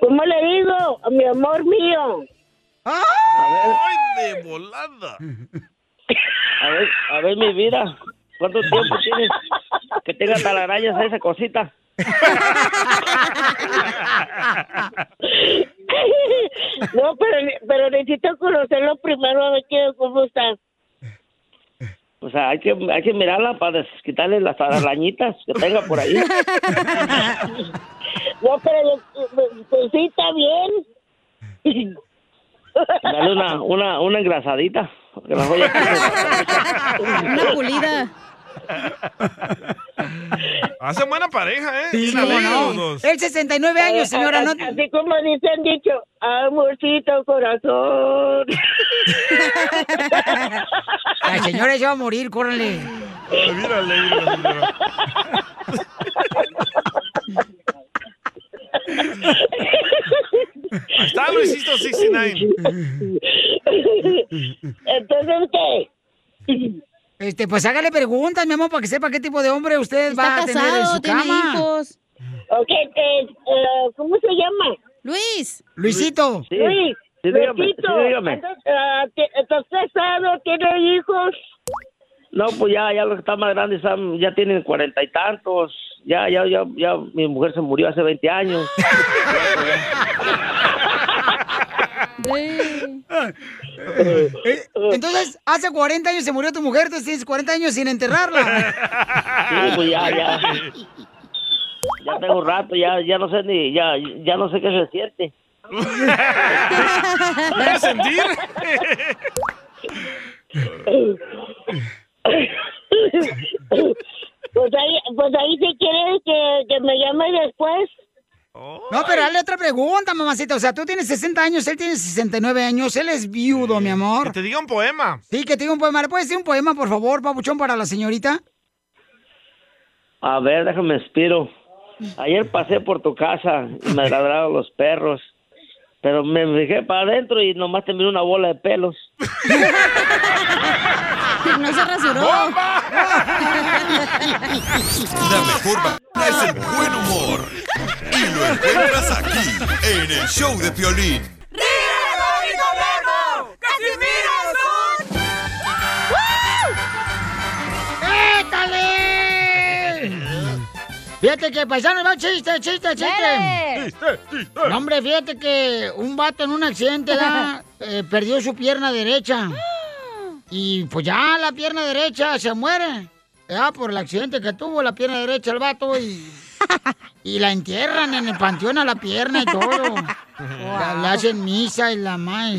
Speaker 14: ¿Cómo le digo? A mi amor mío.
Speaker 3: ¡Ay, de volada!
Speaker 14: A ver, a ver mi vida. ¿Cuánto tiempo tienes que tenga talarañas a esa cosita? No, pero, pero necesito conocerlo primero a ver qué, cómo está. O sea, hay que, hay que mirarla para des- quitarle las arañitas que tenga por ahí. No, pero pues sí, está bien. Dale una, una, una engrasadita. porque la joya-
Speaker 5: Una pulida.
Speaker 3: Hacen buena pareja, ¿eh?
Speaker 14: Sí,
Speaker 3: Bien
Speaker 14: cómo
Speaker 3: alegres
Speaker 14: no.
Speaker 3: los dos.
Speaker 1: El 69
Speaker 14: años, señora. No... Eh, Así como dicen dicho, amorcito corazón.
Speaker 1: La señora ya va a morir, córrele.
Speaker 3: Ahí está Luisito 69.
Speaker 14: Entonces, ¿qué?
Speaker 1: Este, pues hágale preguntas, mi amor, para que sepa qué tipo de hombre usted va a tener en su cama.
Speaker 14: Ok, eh, eh, ¿cómo se llama?
Speaker 5: Luis.
Speaker 1: Luisito.
Speaker 14: Sí, Luis.
Speaker 1: sí, dígame,
Speaker 14: Luisito.
Speaker 1: sí, dígame.
Speaker 14: Entonces, ah, ti- ¿Estás casado? ¿Tiene hijos? No, pues ya, ya los que están más grandes están- ya tienen cuarenta y tantos. Ya, ya, ya, ya, mi mujer se murió hace 20 años.
Speaker 1: Eh, Entonces, hace 40 años se murió tu mujer, entonces tienes 40 años sin enterrarla.
Speaker 14: Sí, pues ya, ya. Ya tengo rato, ya, ya no sé ni, ya, ya no sé qué se siente.
Speaker 11: ¿Voy a sentir?
Speaker 14: Pues ahí, pues ahí si quieres que, Eh, que me llame después.
Speaker 1: No, pero dale otra pregunta, mamacita. O sea, tú tienes 60 años, él tiene 69 años, él es viudo, mi amor. Que
Speaker 3: te diga un poema.
Speaker 1: Sí, que te diga un poema. ¿Le puedes decir un poema, por favor, papuchón, para la señorita?
Speaker 14: A ver, déjame inspiro. Ayer pasé por tu casa y me ladraron los perros. Pero me fijé para adentro y nomás te miré una bola de pelos.
Speaker 5: No se rasuró.
Speaker 9: La mejor vacuna es el buen humor. Y lo encuentras aquí, en el show de Piolín.
Speaker 11: ¡Tírame, Casimiro!
Speaker 1: Fíjate que paisano, va chiste, chiste, chiste. No, hombre, fíjate que un vato en un accidente da, eh, perdió su pierna derecha. Y pues ya la pierna derecha se muere. Ya por el accidente que tuvo la pierna derecha el vato y, y la entierran en el panteón a la pierna y todo. La- Le hacen misa y la más.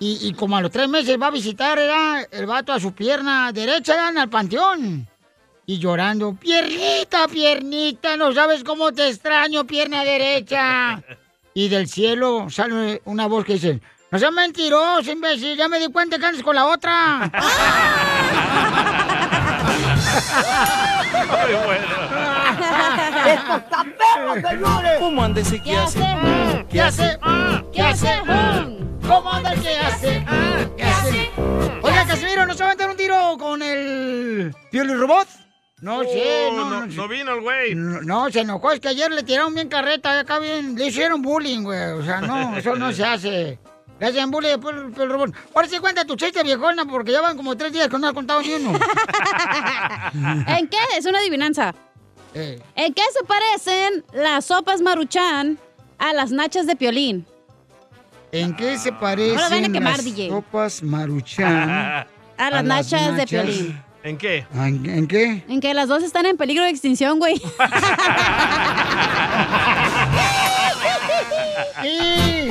Speaker 1: Y, y como a los tres meses va a visitar ¿verdad? el vato a su pierna derecha ¿verdad? al panteón. Y llorando, piernita, piernita, no sabes cómo te extraño, pierna derecha. Y del cielo sale una voz que dice, no seas mentiroso, imbécil, ya me di cuenta que andas con la otra.
Speaker 3: Ah,
Speaker 11: ¡Esto está perro, señores! ¿Cómo anda ese que hace?
Speaker 1: ¿Qué hace? ¿Qué hace? ¿Cómo anda el que hace? ¿Qué hace? Oiga, Casimiro, ¿no se va a meter un tiro con el Pioli Robot? No sé,
Speaker 3: Oh,
Speaker 1: no,
Speaker 3: no,
Speaker 1: no sé.
Speaker 3: no vino el güey.
Speaker 1: No, no, se enojó, es que ayer le tiraron bien carreta, y acá bien, le hicieron bullying, güey. O sea, no, eso no se hace. Le hacen bullying después el, el robot. Ahora sí cuenta tu chiste, viejona, porque ya van como tres días que no has contado ni uno.
Speaker 5: ¿En qué? Es una adivinanza. ¿En qué se parecen las sopas maruchan a las nachas de piolín?
Speaker 1: ¿En qué se
Speaker 5: Ahora van a
Speaker 1: parecen
Speaker 5: quemar,
Speaker 1: las
Speaker 5: DJ.
Speaker 1: sopas maruchan?
Speaker 5: A las nachas de Piolín.
Speaker 3: ¿En qué?
Speaker 1: ¿En, en qué?
Speaker 5: En que las dos están en peligro de extinción, güey.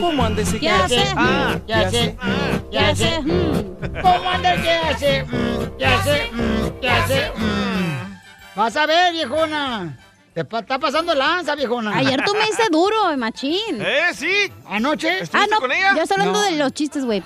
Speaker 11: ¿Cómo anda ese que hace? Ah,
Speaker 1: Ya sé, ya sé. ¿Cómo anda el que hace? Mm, Ya sé, mm, ya sé. mm. Vas a ver, viejona. Te pa- está pasando lanza, viejona.
Speaker 5: Ayer tú me hice duro, machín.
Speaker 3: ¿Eh? ¿Sí?
Speaker 1: ¿Anoche?
Speaker 5: Ah, no,
Speaker 3: con ella? Ah.
Speaker 5: yo estoy hablando
Speaker 3: No.
Speaker 5: de los chistes, güey.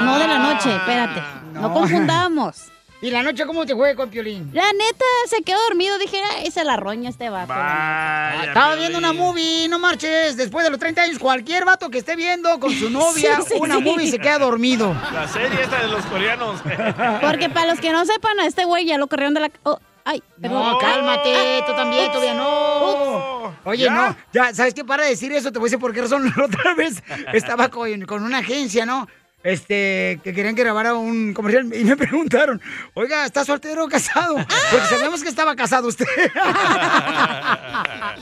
Speaker 5: No de la noche, espérate. No, confundamos.
Speaker 1: ¿Y la noche cómo te fue con Piolín?
Speaker 5: La neta, se quedó dormido. Dije, "Ay, se la roña este vato.
Speaker 1: Ah, Estaba viendo una movie, no marches. Después de los 30 años, cualquier vato que esté viendo con su novia
Speaker 5: Sí, sí,
Speaker 1: una
Speaker 5: sí.
Speaker 1: movie se queda dormido.
Speaker 3: La serie esta de los coreanos.
Speaker 5: Porque para los que no sepan, a este güey ya lo corrieron de la... oh, ay, perdón.
Speaker 1: No, cálmate, tú también, todavía no. Oye,
Speaker 5: ¿Ya?
Speaker 1: no, ya, ¿sabes qué? Para de decir eso, te voy a decir por qué razón. La otra vez estaba con, con una agencia, ¿no? Este, que querían que grabara un comercial y me preguntaron, oiga, ¿está soltero o casado?
Speaker 5: Ah.
Speaker 1: Porque sabemos que estaba casado usted.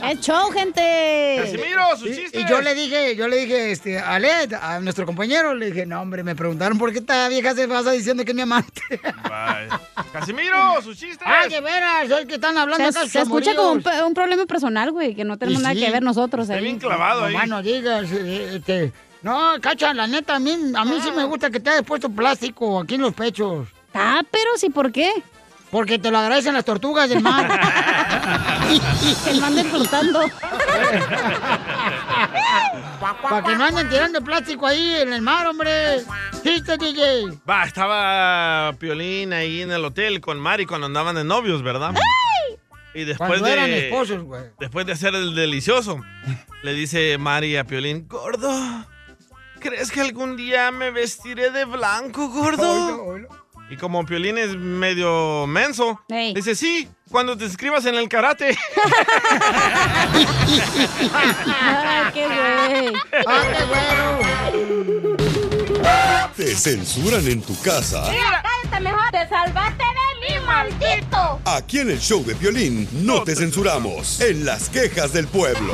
Speaker 5: ¡Es show, gente!
Speaker 3: ¡Casimiro, sus
Speaker 1: Y-
Speaker 3: chistes!
Speaker 1: Y yo le dije, yo le dije, este, a Led, a nuestro compañero, le dije, no, hombre, me preguntaron por qué esta vieja se pasa diciendo que es mi amante.
Speaker 3: Vaya. Casimiro, sus chistes.
Speaker 1: Ay, de veras, es que están hablando
Speaker 5: se,
Speaker 1: acá.
Speaker 5: se escucha como un, pe- un problema personal, güey, que no tenemos
Speaker 1: Y
Speaker 5: nada
Speaker 1: sí.
Speaker 5: que ver nosotros. eh.
Speaker 1: Está
Speaker 5: ahí.
Speaker 1: bien clavado ahí. Nomás no digas, eh, este, no, cacha, la neta, a mí, a mí sí me gusta que te hayas puesto plástico aquí en los pechos.
Speaker 5: Ah, pero sí, ¿por qué?
Speaker 1: Porque te lo agradecen las tortugas del mar.
Speaker 5: Se manden flotando.
Speaker 1: Para que no anden tirando plástico ahí en el mar, hombre. Chiste, DJ.
Speaker 3: Va, estaba Piolín ahí en el hotel con Mari cuando andaban de novios, ¿verdad?
Speaker 11: Ah.
Speaker 3: Y después
Speaker 1: Cuando
Speaker 3: de,
Speaker 1: eran esposos, güey.
Speaker 3: después de hacer el delicioso, le dice Mari a Piolín, gordo, ¿crees que algún día me vestiré de blanco, gordo? Y como Piolín es medio menso, dice, sí, cuando te inscribas en el karate.
Speaker 5: ¡Ay, qué güey!
Speaker 1: ¡Ay, qué güero!
Speaker 9: Te censuran en tu casa.
Speaker 11: Mira, cállate mejor. Te salvaste de mí, maldito.
Speaker 9: Aquí en el show de violín no te censuramos. En las quejas del pueblo.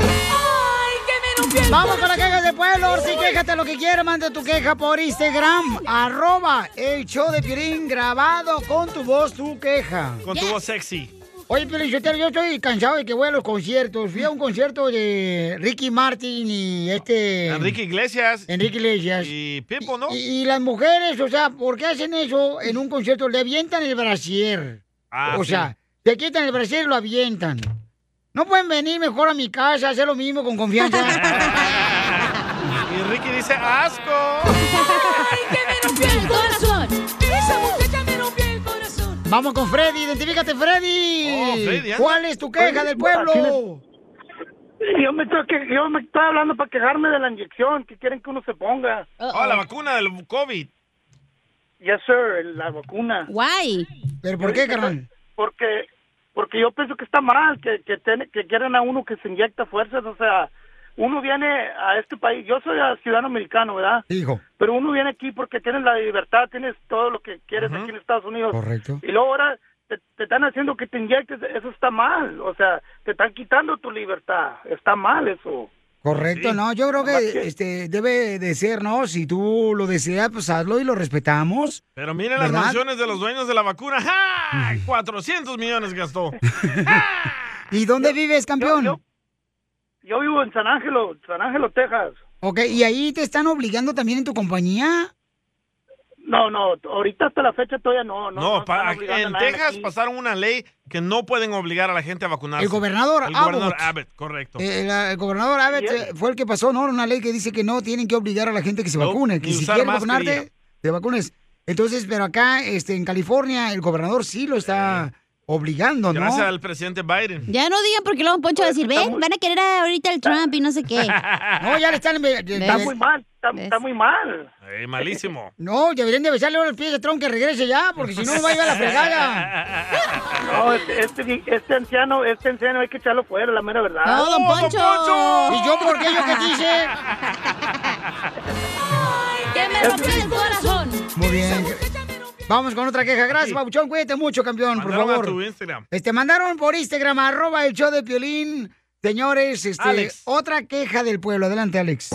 Speaker 1: Vamos con la queja de pueblo, ahora sí, quéjate lo que quieras, manda tu queja por Instagram, arroba el show de Piolín grabado con tu voz, tu queja.
Speaker 3: Con tu voz sexy.
Speaker 1: Oye, Piolín, Sotelo, yo estoy cansado de que voy a los conciertos. Fui a un concierto de Ricky Martin y este...
Speaker 3: Enrique Iglesias.
Speaker 1: Enrique Iglesias.
Speaker 3: Y Pipo, ¿no?
Speaker 1: Y, y las mujeres, o sea, ¿por qué hacen eso en un concierto? Le avientan el brasier.
Speaker 3: Ah,
Speaker 1: o
Speaker 3: sí.
Speaker 1: sea, te quitan el brasier y lo avientan. No pueden venir mejor a mi casa, hacer lo mismo con confianza.
Speaker 3: Y Ricky dice, "Ah". asco.
Speaker 5: el corazón!
Speaker 11: Esa muchacha me rompió el corazón.
Speaker 1: Vamos con Freddy, identifícate Freddy.
Speaker 11: Oh, Freddy, anda.
Speaker 1: ¿Cuál es tu queja del pueblo?
Speaker 15: Yo me, estoy, que- yo me estoy hablando para quejarme de la inyección que quieren que uno se ponga.
Speaker 3: Oh, la vacuna del COVID.
Speaker 15: Yes, sir, la vacuna.
Speaker 5: Guay.
Speaker 1: ¿Pero por qué, carnal?
Speaker 15: Porque, porque yo pienso que está mal, que, que, tiene- que quieren a uno que se inyecta fuerzas. O sea, uno viene a este país, yo soy ah, ciudadano americano, ¿verdad?
Speaker 1: Hijo.
Speaker 15: Pero uno viene aquí porque tienes la libertad, tienes todo lo que quieres aquí en Estados Unidos.
Speaker 1: Correcto.
Speaker 15: Y luego ahora
Speaker 16: te, te están haciendo que te inyectes, eso está mal. O sea, te están quitando tu libertad. Está mal eso.
Speaker 1: Correcto, no, yo creo que este debe de ser, ¿no? Si tú lo deseas, pues hazlo y lo respetamos.
Speaker 3: Pero miren las
Speaker 1: ¿Verdad?
Speaker 3: mansiones de los dueños de la vacuna. ¡Ja! 400 millones gastó.
Speaker 1: ¿Y dónde vives, campeón?
Speaker 16: Yo vivo en San Ángelo, San Ángelo, Texas.
Speaker 1: Ok, ¿y ahí te están obligando también en tu compañía?
Speaker 16: No, no, ahorita hasta la fecha todavía no. No,
Speaker 3: No,
Speaker 16: no
Speaker 3: para-
Speaker 16: están obligando a
Speaker 3: en
Speaker 16: nadie
Speaker 3: Texas
Speaker 16: aquí.
Speaker 3: pasaron una ley que no pueden obligar a la gente a vacunarse.
Speaker 1: El gobernador
Speaker 3: El gobernador
Speaker 1: Abbott.
Speaker 3: Abbott, correcto.
Speaker 1: Eh, la- el gobernador Abbott eh, fue el que pasó, ¿no? Una ley que dice que no tienen que obligar a la gente que se
Speaker 3: No,
Speaker 1: vacune, que
Speaker 3: ni
Speaker 1: si
Speaker 3: usar
Speaker 1: quieres
Speaker 3: mascarilla.
Speaker 1: vacunarte, te vacunes. Entonces, pero acá, este, en California, el gobernador sí lo está obligando, ¿no?
Speaker 3: Gracias al presidente Biden.
Speaker 5: Ya no digan porque luego Poncho va a decir, ven, van a querer ahorita el Trump y no sé qué.
Speaker 3: No,
Speaker 1: ya le están...
Speaker 3: Está muy
Speaker 16: mal, está, muy mal.
Speaker 3: Eh, malísimo.
Speaker 1: No, deberían de besarle ahora el pie de Trump que regrese ya, porque si no, no va a ir a la fregada.
Speaker 16: No, este, este, este anciano, este anciano hay que echarlo fuera, la mera verdad.
Speaker 1: ¿Y yo por qué? ¿Yo qué quise?
Speaker 17: ¡Que me rompió el corazón!
Speaker 1: Muy bien. Vamos con otra queja. Gracias, Babuchón. Cuídate mucho, campeón, por
Speaker 3: Mandaron a
Speaker 1: favor.
Speaker 3: tu Instagram.
Speaker 1: Este, mandaron por Instagram, arroba el show de Piolín. Señores, este,
Speaker 18: Alex.
Speaker 1: otra queja del pueblo. Adelante, Alex.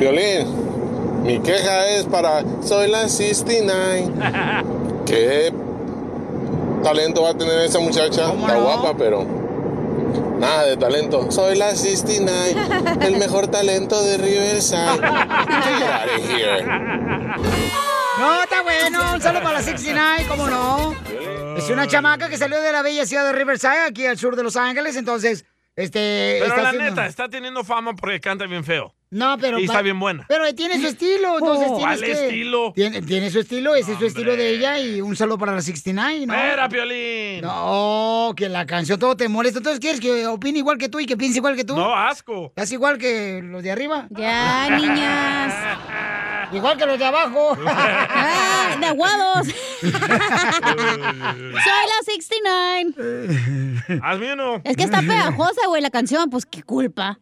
Speaker 18: Violín, mi queja es para Soy la 69. Qué talento va a tener esa muchacha. Está guapa, pero nada de talento. Soy la 69, el mejor talento de Riverside. Get out of here.
Speaker 1: No, está bueno. Un saludo para la 69, cómo no. Es una chamaca que salió de la bella ciudad de Riverside, aquí al sur de Los Ángeles. Entonces, este.
Speaker 3: Pero
Speaker 1: está
Speaker 3: la
Speaker 1: haciendo-
Speaker 3: neta, está teniendo fama porque canta bien feo.
Speaker 1: No, pero.
Speaker 3: Y está
Speaker 1: pa-
Speaker 3: bien buena.
Speaker 1: Pero tiene su estilo, entonces
Speaker 3: Oh,
Speaker 1: tienes
Speaker 3: ¿cuál
Speaker 1: que-
Speaker 3: estilo?
Speaker 1: Tiene, tiene su estilo, ese es su estilo de ella y un saludo para la 69, ¿no?
Speaker 3: Espera, Piolín.
Speaker 1: No, que la canción todo te molesta. Entonces, ¿quieres que opine igual que tú y que piense igual que tú?
Speaker 3: No, asco.
Speaker 1: ¿Estás igual que los de arriba? Ya, niñas. igual que los de abajo.
Speaker 5: Ah, de aguados. Soy la 69.
Speaker 3: Hazme uno.
Speaker 5: Es que está pegajosa, güey, la canción. Pues qué culpa.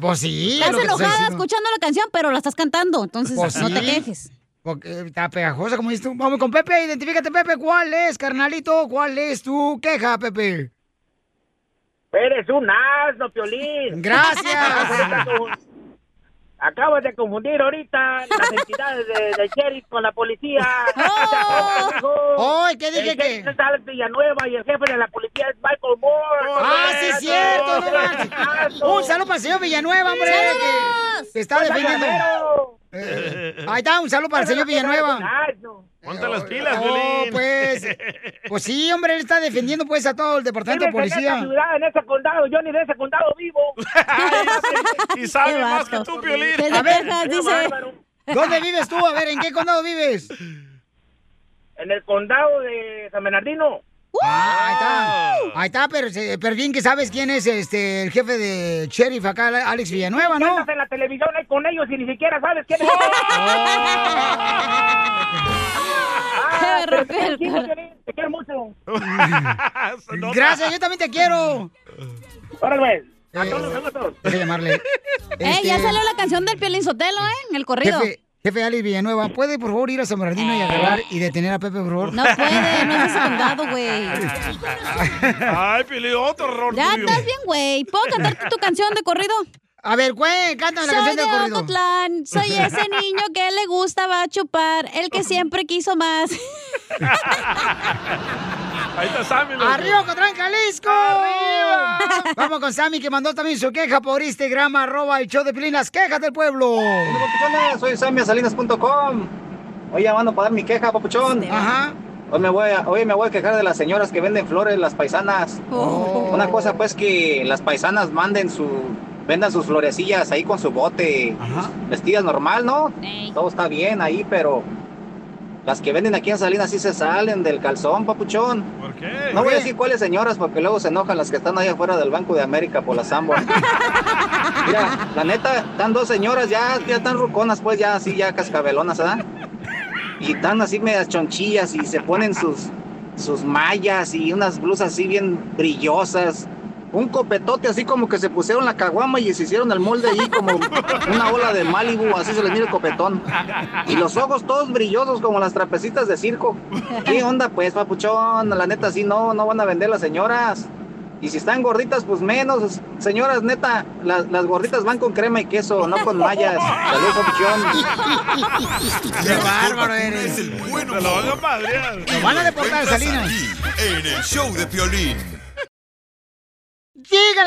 Speaker 1: Pues sí.
Speaker 5: Estás
Speaker 1: lo que te estoy
Speaker 5: enojada
Speaker 1: diciendo.
Speaker 5: escuchando la canción, pero la estás cantando. Entonces
Speaker 1: Pues
Speaker 5: no te
Speaker 1: sí.
Speaker 5: quejes.
Speaker 1: Porque está pegajosa, como dices tú. Vamos con Pepe, identifícate, Pepe. ¿Cuál es, carnalito? ¿Cuál es tu queja, Pepe?
Speaker 19: Eres un asno, Piolín.
Speaker 1: Gracias.
Speaker 19: Acabas de confundir ahorita las entidades de, de sheriff con la policía.
Speaker 1: ¡Ay, qué dije
Speaker 19: el
Speaker 1: que?
Speaker 19: sheriff es Alex Villanueva y el jefe de la policía es Michael Moore.
Speaker 1: ¡Ah, sí es cierto! no marches. Un saludo para el señor Villanueva, hombre. que se está
Speaker 19: ¡Vaya
Speaker 1: defendiendo.
Speaker 19: guerrero!
Speaker 1: Eh, ahí está, un saludo para el señor Villanueva.
Speaker 3: Ponte las pilas,
Speaker 1: Oh,
Speaker 3: Piolín.
Speaker 1: pues, pues sí, hombre, él está defendiendo pues a todo el departamento de
Speaker 19: Vives En
Speaker 1: policía.
Speaker 19: esa ciudad, en ese condado, yo ni de ese condado vivo.
Speaker 3: y sabe más que tú, Piolín.
Speaker 1: A ver, ¿dónde vives tú? A ver, ¿en qué condado vives?
Speaker 19: En el condado de San Bernardino.
Speaker 1: Ah, ahí está. Ahí está, pero, se- pero bien que sabes quién es este el jefe de sheriff acá, Alex Villanueva, ¿no?
Speaker 19: Andas en la televisión ahí con ellos y ni siquiera sabes quién es.
Speaker 1: Oh.
Speaker 19: Ah, pero te quiero, Piolín, te quiero mucho.
Speaker 1: Gracias, yo también te quiero.
Speaker 19: Órale,
Speaker 1: a
Speaker 19: todos, a todos.
Speaker 1: Déjame llamarle.
Speaker 5: Eh, ya
Speaker 1: Este-
Speaker 5: salió la canción del Piolín Sotelo, ¿eh? En el corrido.
Speaker 1: Jefe, jefe Alex Villanueva, ¿puede por favor ir a San Bernardino y agarrar y detener a Pepe, por favor?
Speaker 5: No puede, no es ese condado, güey.
Speaker 3: Ay, Piolín, otro error
Speaker 5: Ya
Speaker 3: tuyo.
Speaker 5: estás bien, güey. ¿Puedo cantarte tu canción de corrido?
Speaker 1: A ver, güey, cántame la canción de
Speaker 5: Soy de
Speaker 1: corrido.
Speaker 5: Ocotlán, soy ese niño que le gustaba chupar, el que siempre quiso más.
Speaker 3: Ahí está Sammy. loco.
Speaker 1: ¡Arriba, Ocotlán, Jalisco! Vamos con Sammy, que mandó también su queja por Instagram, arroba el show de Pilín, las quejas del pueblo.
Speaker 2: Soy samiasalinas.com. Hoy llamando para dar mi queja, papuchón.
Speaker 1: Ajá.
Speaker 2: Hoy me, voy a, hoy me voy a quejar de las señoras que venden flores, las paisanas. Una cosa pues que las paisanas manden su, vendan sus florecillas ahí con su bote, vestidas normal, ¿no? Todo está bien ahí, pero las que venden aquí en Salinas sí se salen del calzón, papuchón.
Speaker 3: ¿Por qué?
Speaker 2: No voy a decir cuáles señoras porque luego se enojan las que están ahí afuera del Banco de América por las ambas. Mira, la neta, están dos señoras ya, ya están ruconas, pues ya así, ya cascabelonas, ¿verdad? Y están así medias chonchillas y se ponen sus, sus mallas y unas blusas así bien brillosas.
Speaker 20: un copetote así como que se pusieron la caguama y se hicieron el molde ahí como una ola de Malibu, así se les mira el copetón. Y los ojos todos brillosos como las trapecitas de circo. ¿Qué onda pues, papuchón? La neta sí no, no van a vender las señoras. Y si están gorditas, pues menos. Señoras, neta, las, las gorditas van con crema y queso, no con mallas. Saludos, papuchón.
Speaker 1: ¡Qué bárbaro
Speaker 9: Es
Speaker 1: eres!
Speaker 9: el bueno.
Speaker 3: Te lo van a madrear.
Speaker 9: Y
Speaker 1: van a
Speaker 9: lo
Speaker 1: deportar,
Speaker 9: encuentras
Speaker 1: Salinas.
Speaker 9: aquí, En el show de Piolín.
Speaker 1: Llegan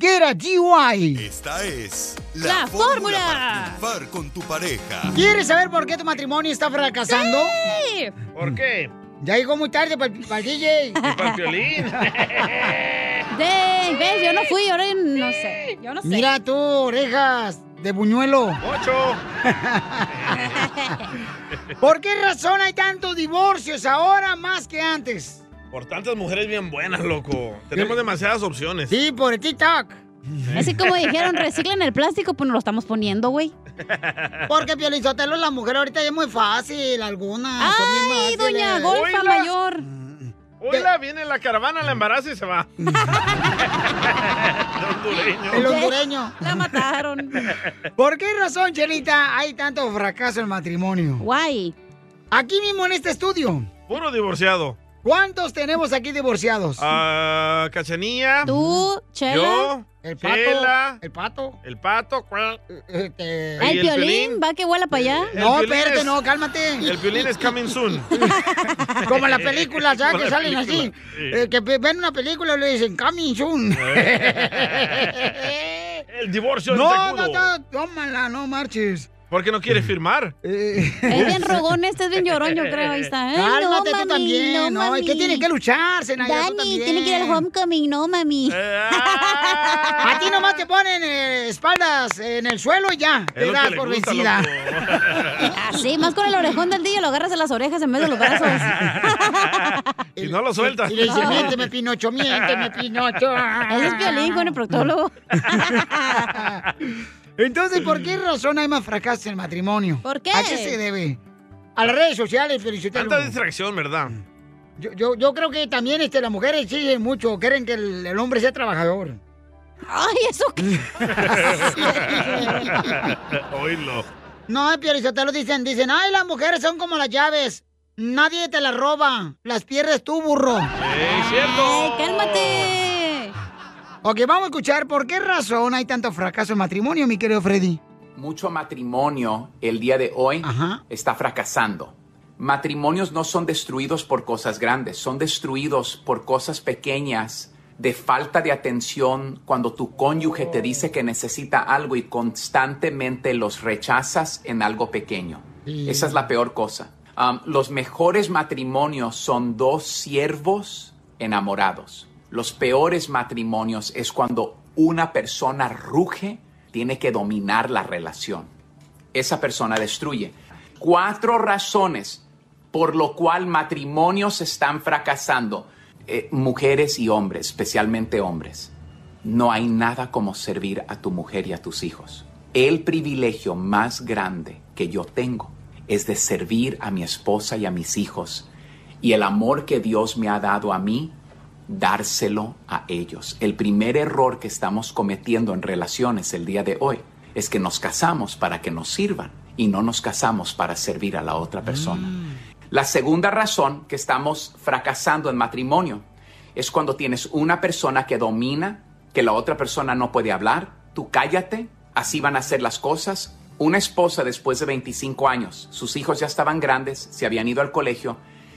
Speaker 1: Get a GUI.
Speaker 9: Esta es la, fórmula para triunfar con tu pareja.
Speaker 1: ¿Quieres saber por qué tu matrimonio está fracasando?
Speaker 5: Sí.
Speaker 3: ¿Por qué?
Speaker 1: Ya llegó muy tarde para el DJ.
Speaker 3: Para el Piolín.
Speaker 5: De, ¿Ves? Eh, Yo no fui, ahora yo no sé. Yo no sé.
Speaker 1: Mira tú, orejas de buñuelo.
Speaker 3: ¡Ocho!
Speaker 1: ¿Por qué razón hay tantos divorcios ahora más que antes?
Speaker 3: Por tantas mujeres bien buenas, loco. Tenemos demasiadas opciones.
Speaker 1: Sí, por el TikTok.
Speaker 5: Así como dijeron, reciclen el plástico, pues nos lo estamos poniendo, güey.
Speaker 1: Porque Piolizotelo, la mujer ahorita ya es muy fácil, algunas.
Speaker 5: Ay, doña Golfa Mayor.
Speaker 3: Hola, viene la caravana, la embaraza y se va.
Speaker 1: El hondureño.
Speaker 5: La mataron.
Speaker 1: ¿Por qué razón, Chelita, hay tanto fracaso en el matrimonio?
Speaker 5: Guay.
Speaker 1: Aquí mismo en este estudio,
Speaker 3: Puro divorciado.
Speaker 1: ¿cuántos tenemos aquí divorciados?
Speaker 3: Ah, Cachanilla.
Speaker 5: Tú, Chela.
Speaker 3: Yo.
Speaker 1: El pato.
Speaker 3: Chela.
Speaker 1: El pato. Este,
Speaker 3: El pato. cuá.
Speaker 5: Ay,
Speaker 3: Y
Speaker 5: el violín, va que vuela para allá.
Speaker 3: El No, Piolín espérate, es-
Speaker 1: no, cálmate.
Speaker 3: El violín es coming soon.
Speaker 1: Como en las películas, ya
Speaker 3: Como
Speaker 1: que
Speaker 3: la
Speaker 1: salen así.
Speaker 3: película.
Speaker 1: Eh, que pe- ven una película y le dicen, coming soon.
Speaker 3: Eh. El divorcio es
Speaker 1: no,
Speaker 3: tejudo.
Speaker 1: no, no, tómala, no marches. Mm. Eh.
Speaker 3: ¿Por qué no quieres firmar?
Speaker 5: Es bien rogón, este es bien llorón, yo creo, ahí está. Ay,
Speaker 1: Cálmate
Speaker 5: no,
Speaker 1: tú
Speaker 5: mami,
Speaker 1: también,
Speaker 5: no,
Speaker 1: ¿no? ¿Y qué
Speaker 5: mami.
Speaker 1: tiene que luchar, Zenaida? Tú
Speaker 5: Dani,
Speaker 1: también.
Speaker 5: tiene que ir al homecoming, no, mami.
Speaker 3: Eh, ah.
Speaker 1: A ti nomás te ponen eh, espaldas en el suelo y ya. Te das por vencida.
Speaker 5: Así, más con el orejón del día, lo agarras en las orejas en vez de los brazos.
Speaker 3: Y no lo sueltas.
Speaker 1: Y le dice, miénteme, Pinocho, miénteme, Pinocho.
Speaker 5: Ese es violín con el proctólogo.
Speaker 1: Entonces, ¿por qué razón hay más fracaso en el matrimonio?
Speaker 5: ¿Por qué?
Speaker 1: ¿A qué se debe? A las redes sociales, felicitarlo.
Speaker 3: Tanta distracción, ¿verdad?
Speaker 1: Yo, yo, yo creo que también este, las mujeres exigen mucho, quieren que el, el hombre sea trabajador.
Speaker 5: Ay, eso qué.
Speaker 3: Oílo.
Speaker 1: No, lo dicen, dicen, ay, las mujeres son como las llaves. Nadie te las roba, las pierdes tú, burro.
Speaker 3: Es cierto.
Speaker 5: cálmate.
Speaker 1: Ok, vamos a escuchar por qué razón hay tanto fracaso en matrimonio, mi querido Freddy.
Speaker 21: mucho matrimonio el día de hoy está fracasando. Matrimonios no son destruidos por cosas grandes, son destruidos por cosas pequeñas de falta de atención cuando tu cónyuge te dice que necesita algo y constantemente los rechazas en algo pequeño.
Speaker 22: Sí.
Speaker 21: Esa es la peor cosa. Um, los mejores matrimonios son dos siervos enamorados. Los peores matrimonios es cuando una persona ruge, tiene que dominar la relación. Esa persona destruye. Cuatro razones por lo cual matrimonios están fracasando. Eh, mujeres y hombres, especialmente hombres. No hay nada como servir a tu mujer y a tus hijos. El privilegio más grande que yo tengo es de servir a mi esposa y a mis hijos. Y el amor que Dios me ha dado a mí, dárselo a ellos. El primer error que estamos cometiendo en relaciones el día de hoy es que nos casamos para que nos sirvan y no nos casamos para servir a la otra persona. La segunda razón que estamos fracasando en matrimonio es cuando tienes una persona que domina, que la otra persona no puede hablar, tú cállate, así van a ser las cosas. Una esposa después de 25 años, sus hijos ya estaban grandes, se habían ido al colegio,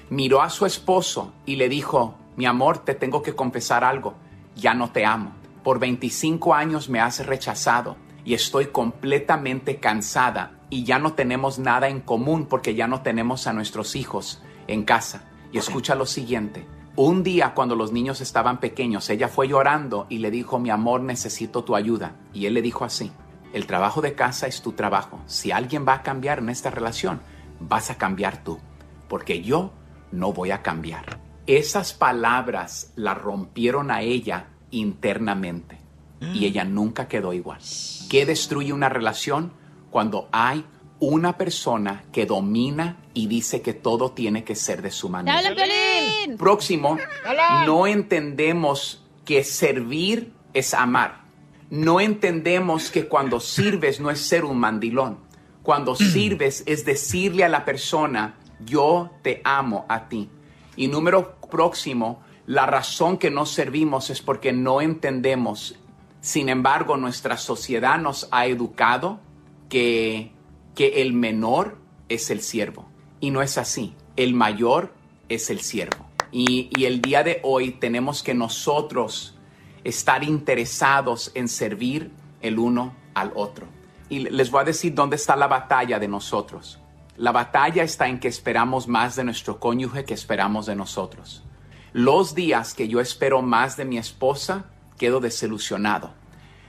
Speaker 21: miró a su esposo y le dijo, mi amor, te tengo que confesar algo, ya no te amo. Por 25 años me has rechazado y estoy completamente cansada y ya no tenemos nada en común porque ya no tenemos a nuestros hijos en casa. Y escucha lo siguiente, Un día cuando los niños estaban pequeños, ella fue llorando y le dijo, mi amor, necesito tu ayuda. Y él le dijo así, el trabajo de casa es tu trabajo. Si alguien va a cambiar en esta relación, vas a cambiar tú, porque yo no voy a cambiar. Esas palabras la rompieron a ella internamente y ella nunca quedó igual. ¿Qué destruye una relación? Cuando hay una persona que domina y dice que todo tiene que ser de su
Speaker 5: ¡Te
Speaker 21: manera.
Speaker 5: hablan, Piolín!
Speaker 21: Próximo,
Speaker 5: Dale.
Speaker 21: no entendemos que servir es amar. No entendemos que cuando sirves no es ser un mandilón. Cuando sirves es decirle a la persona, yo te amo a ti. Y número próximo, la razón que no servimos es porque no entendemos. Sin embargo, nuestra sociedad nos ha educado que, que el menor es el siervo. Y no es así. El mayor es el siervo. Y, y el día de hoy tenemos que nosotros estar interesados en servir el uno al otro. Y les voy a decir dónde está la batalla de nosotros. La batalla está en que esperamos más de nuestro cónyuge que esperamos de nosotros. Los días que yo espero más de mi esposa, quedo desilusionado.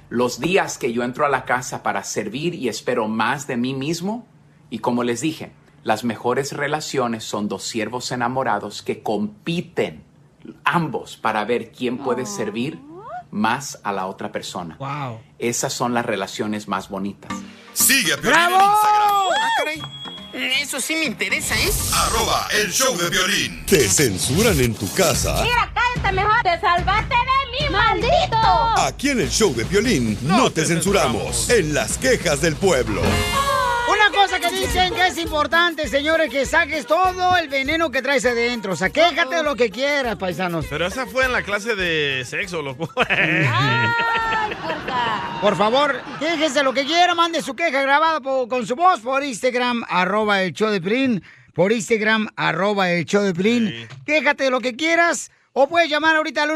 Speaker 21: Los días que yo entro a la casa para servir y espero más de mí mismo, y como les dije, las mejores relaciones son dos siervos enamorados que compiten ambos para ver quién puede servir más a la otra persona. Esas son las relaciones más bonitas.
Speaker 9: Sigue a Piolín
Speaker 21: ¡Bravo!
Speaker 9: en Instagram.
Speaker 22: Eso sí me interesa, ¿eh?
Speaker 9: Arroba el show de violín. ¿Te censuran en tu casa?
Speaker 11: Mira, cállate mejor. Te salvaste de mí, maldito.
Speaker 9: Aquí en el show de violín no, te, censuramos. En las quejas del pueblo.
Speaker 1: Una cosa que dicen que es importante, señores, que saques todo el veneno que traes adentro. O sea, quéjate de lo que quieras, paisanos.
Speaker 3: Pero esa fue en la clase de sexo, loco.
Speaker 1: Por favor, quéjese lo que quiera, mande su queja grabada po- con su voz por Instagram, arroba el show de Pilín, por Instagram, arroba el show de Pilín. Quéjate de lo que quieras o puedes llamar ahorita al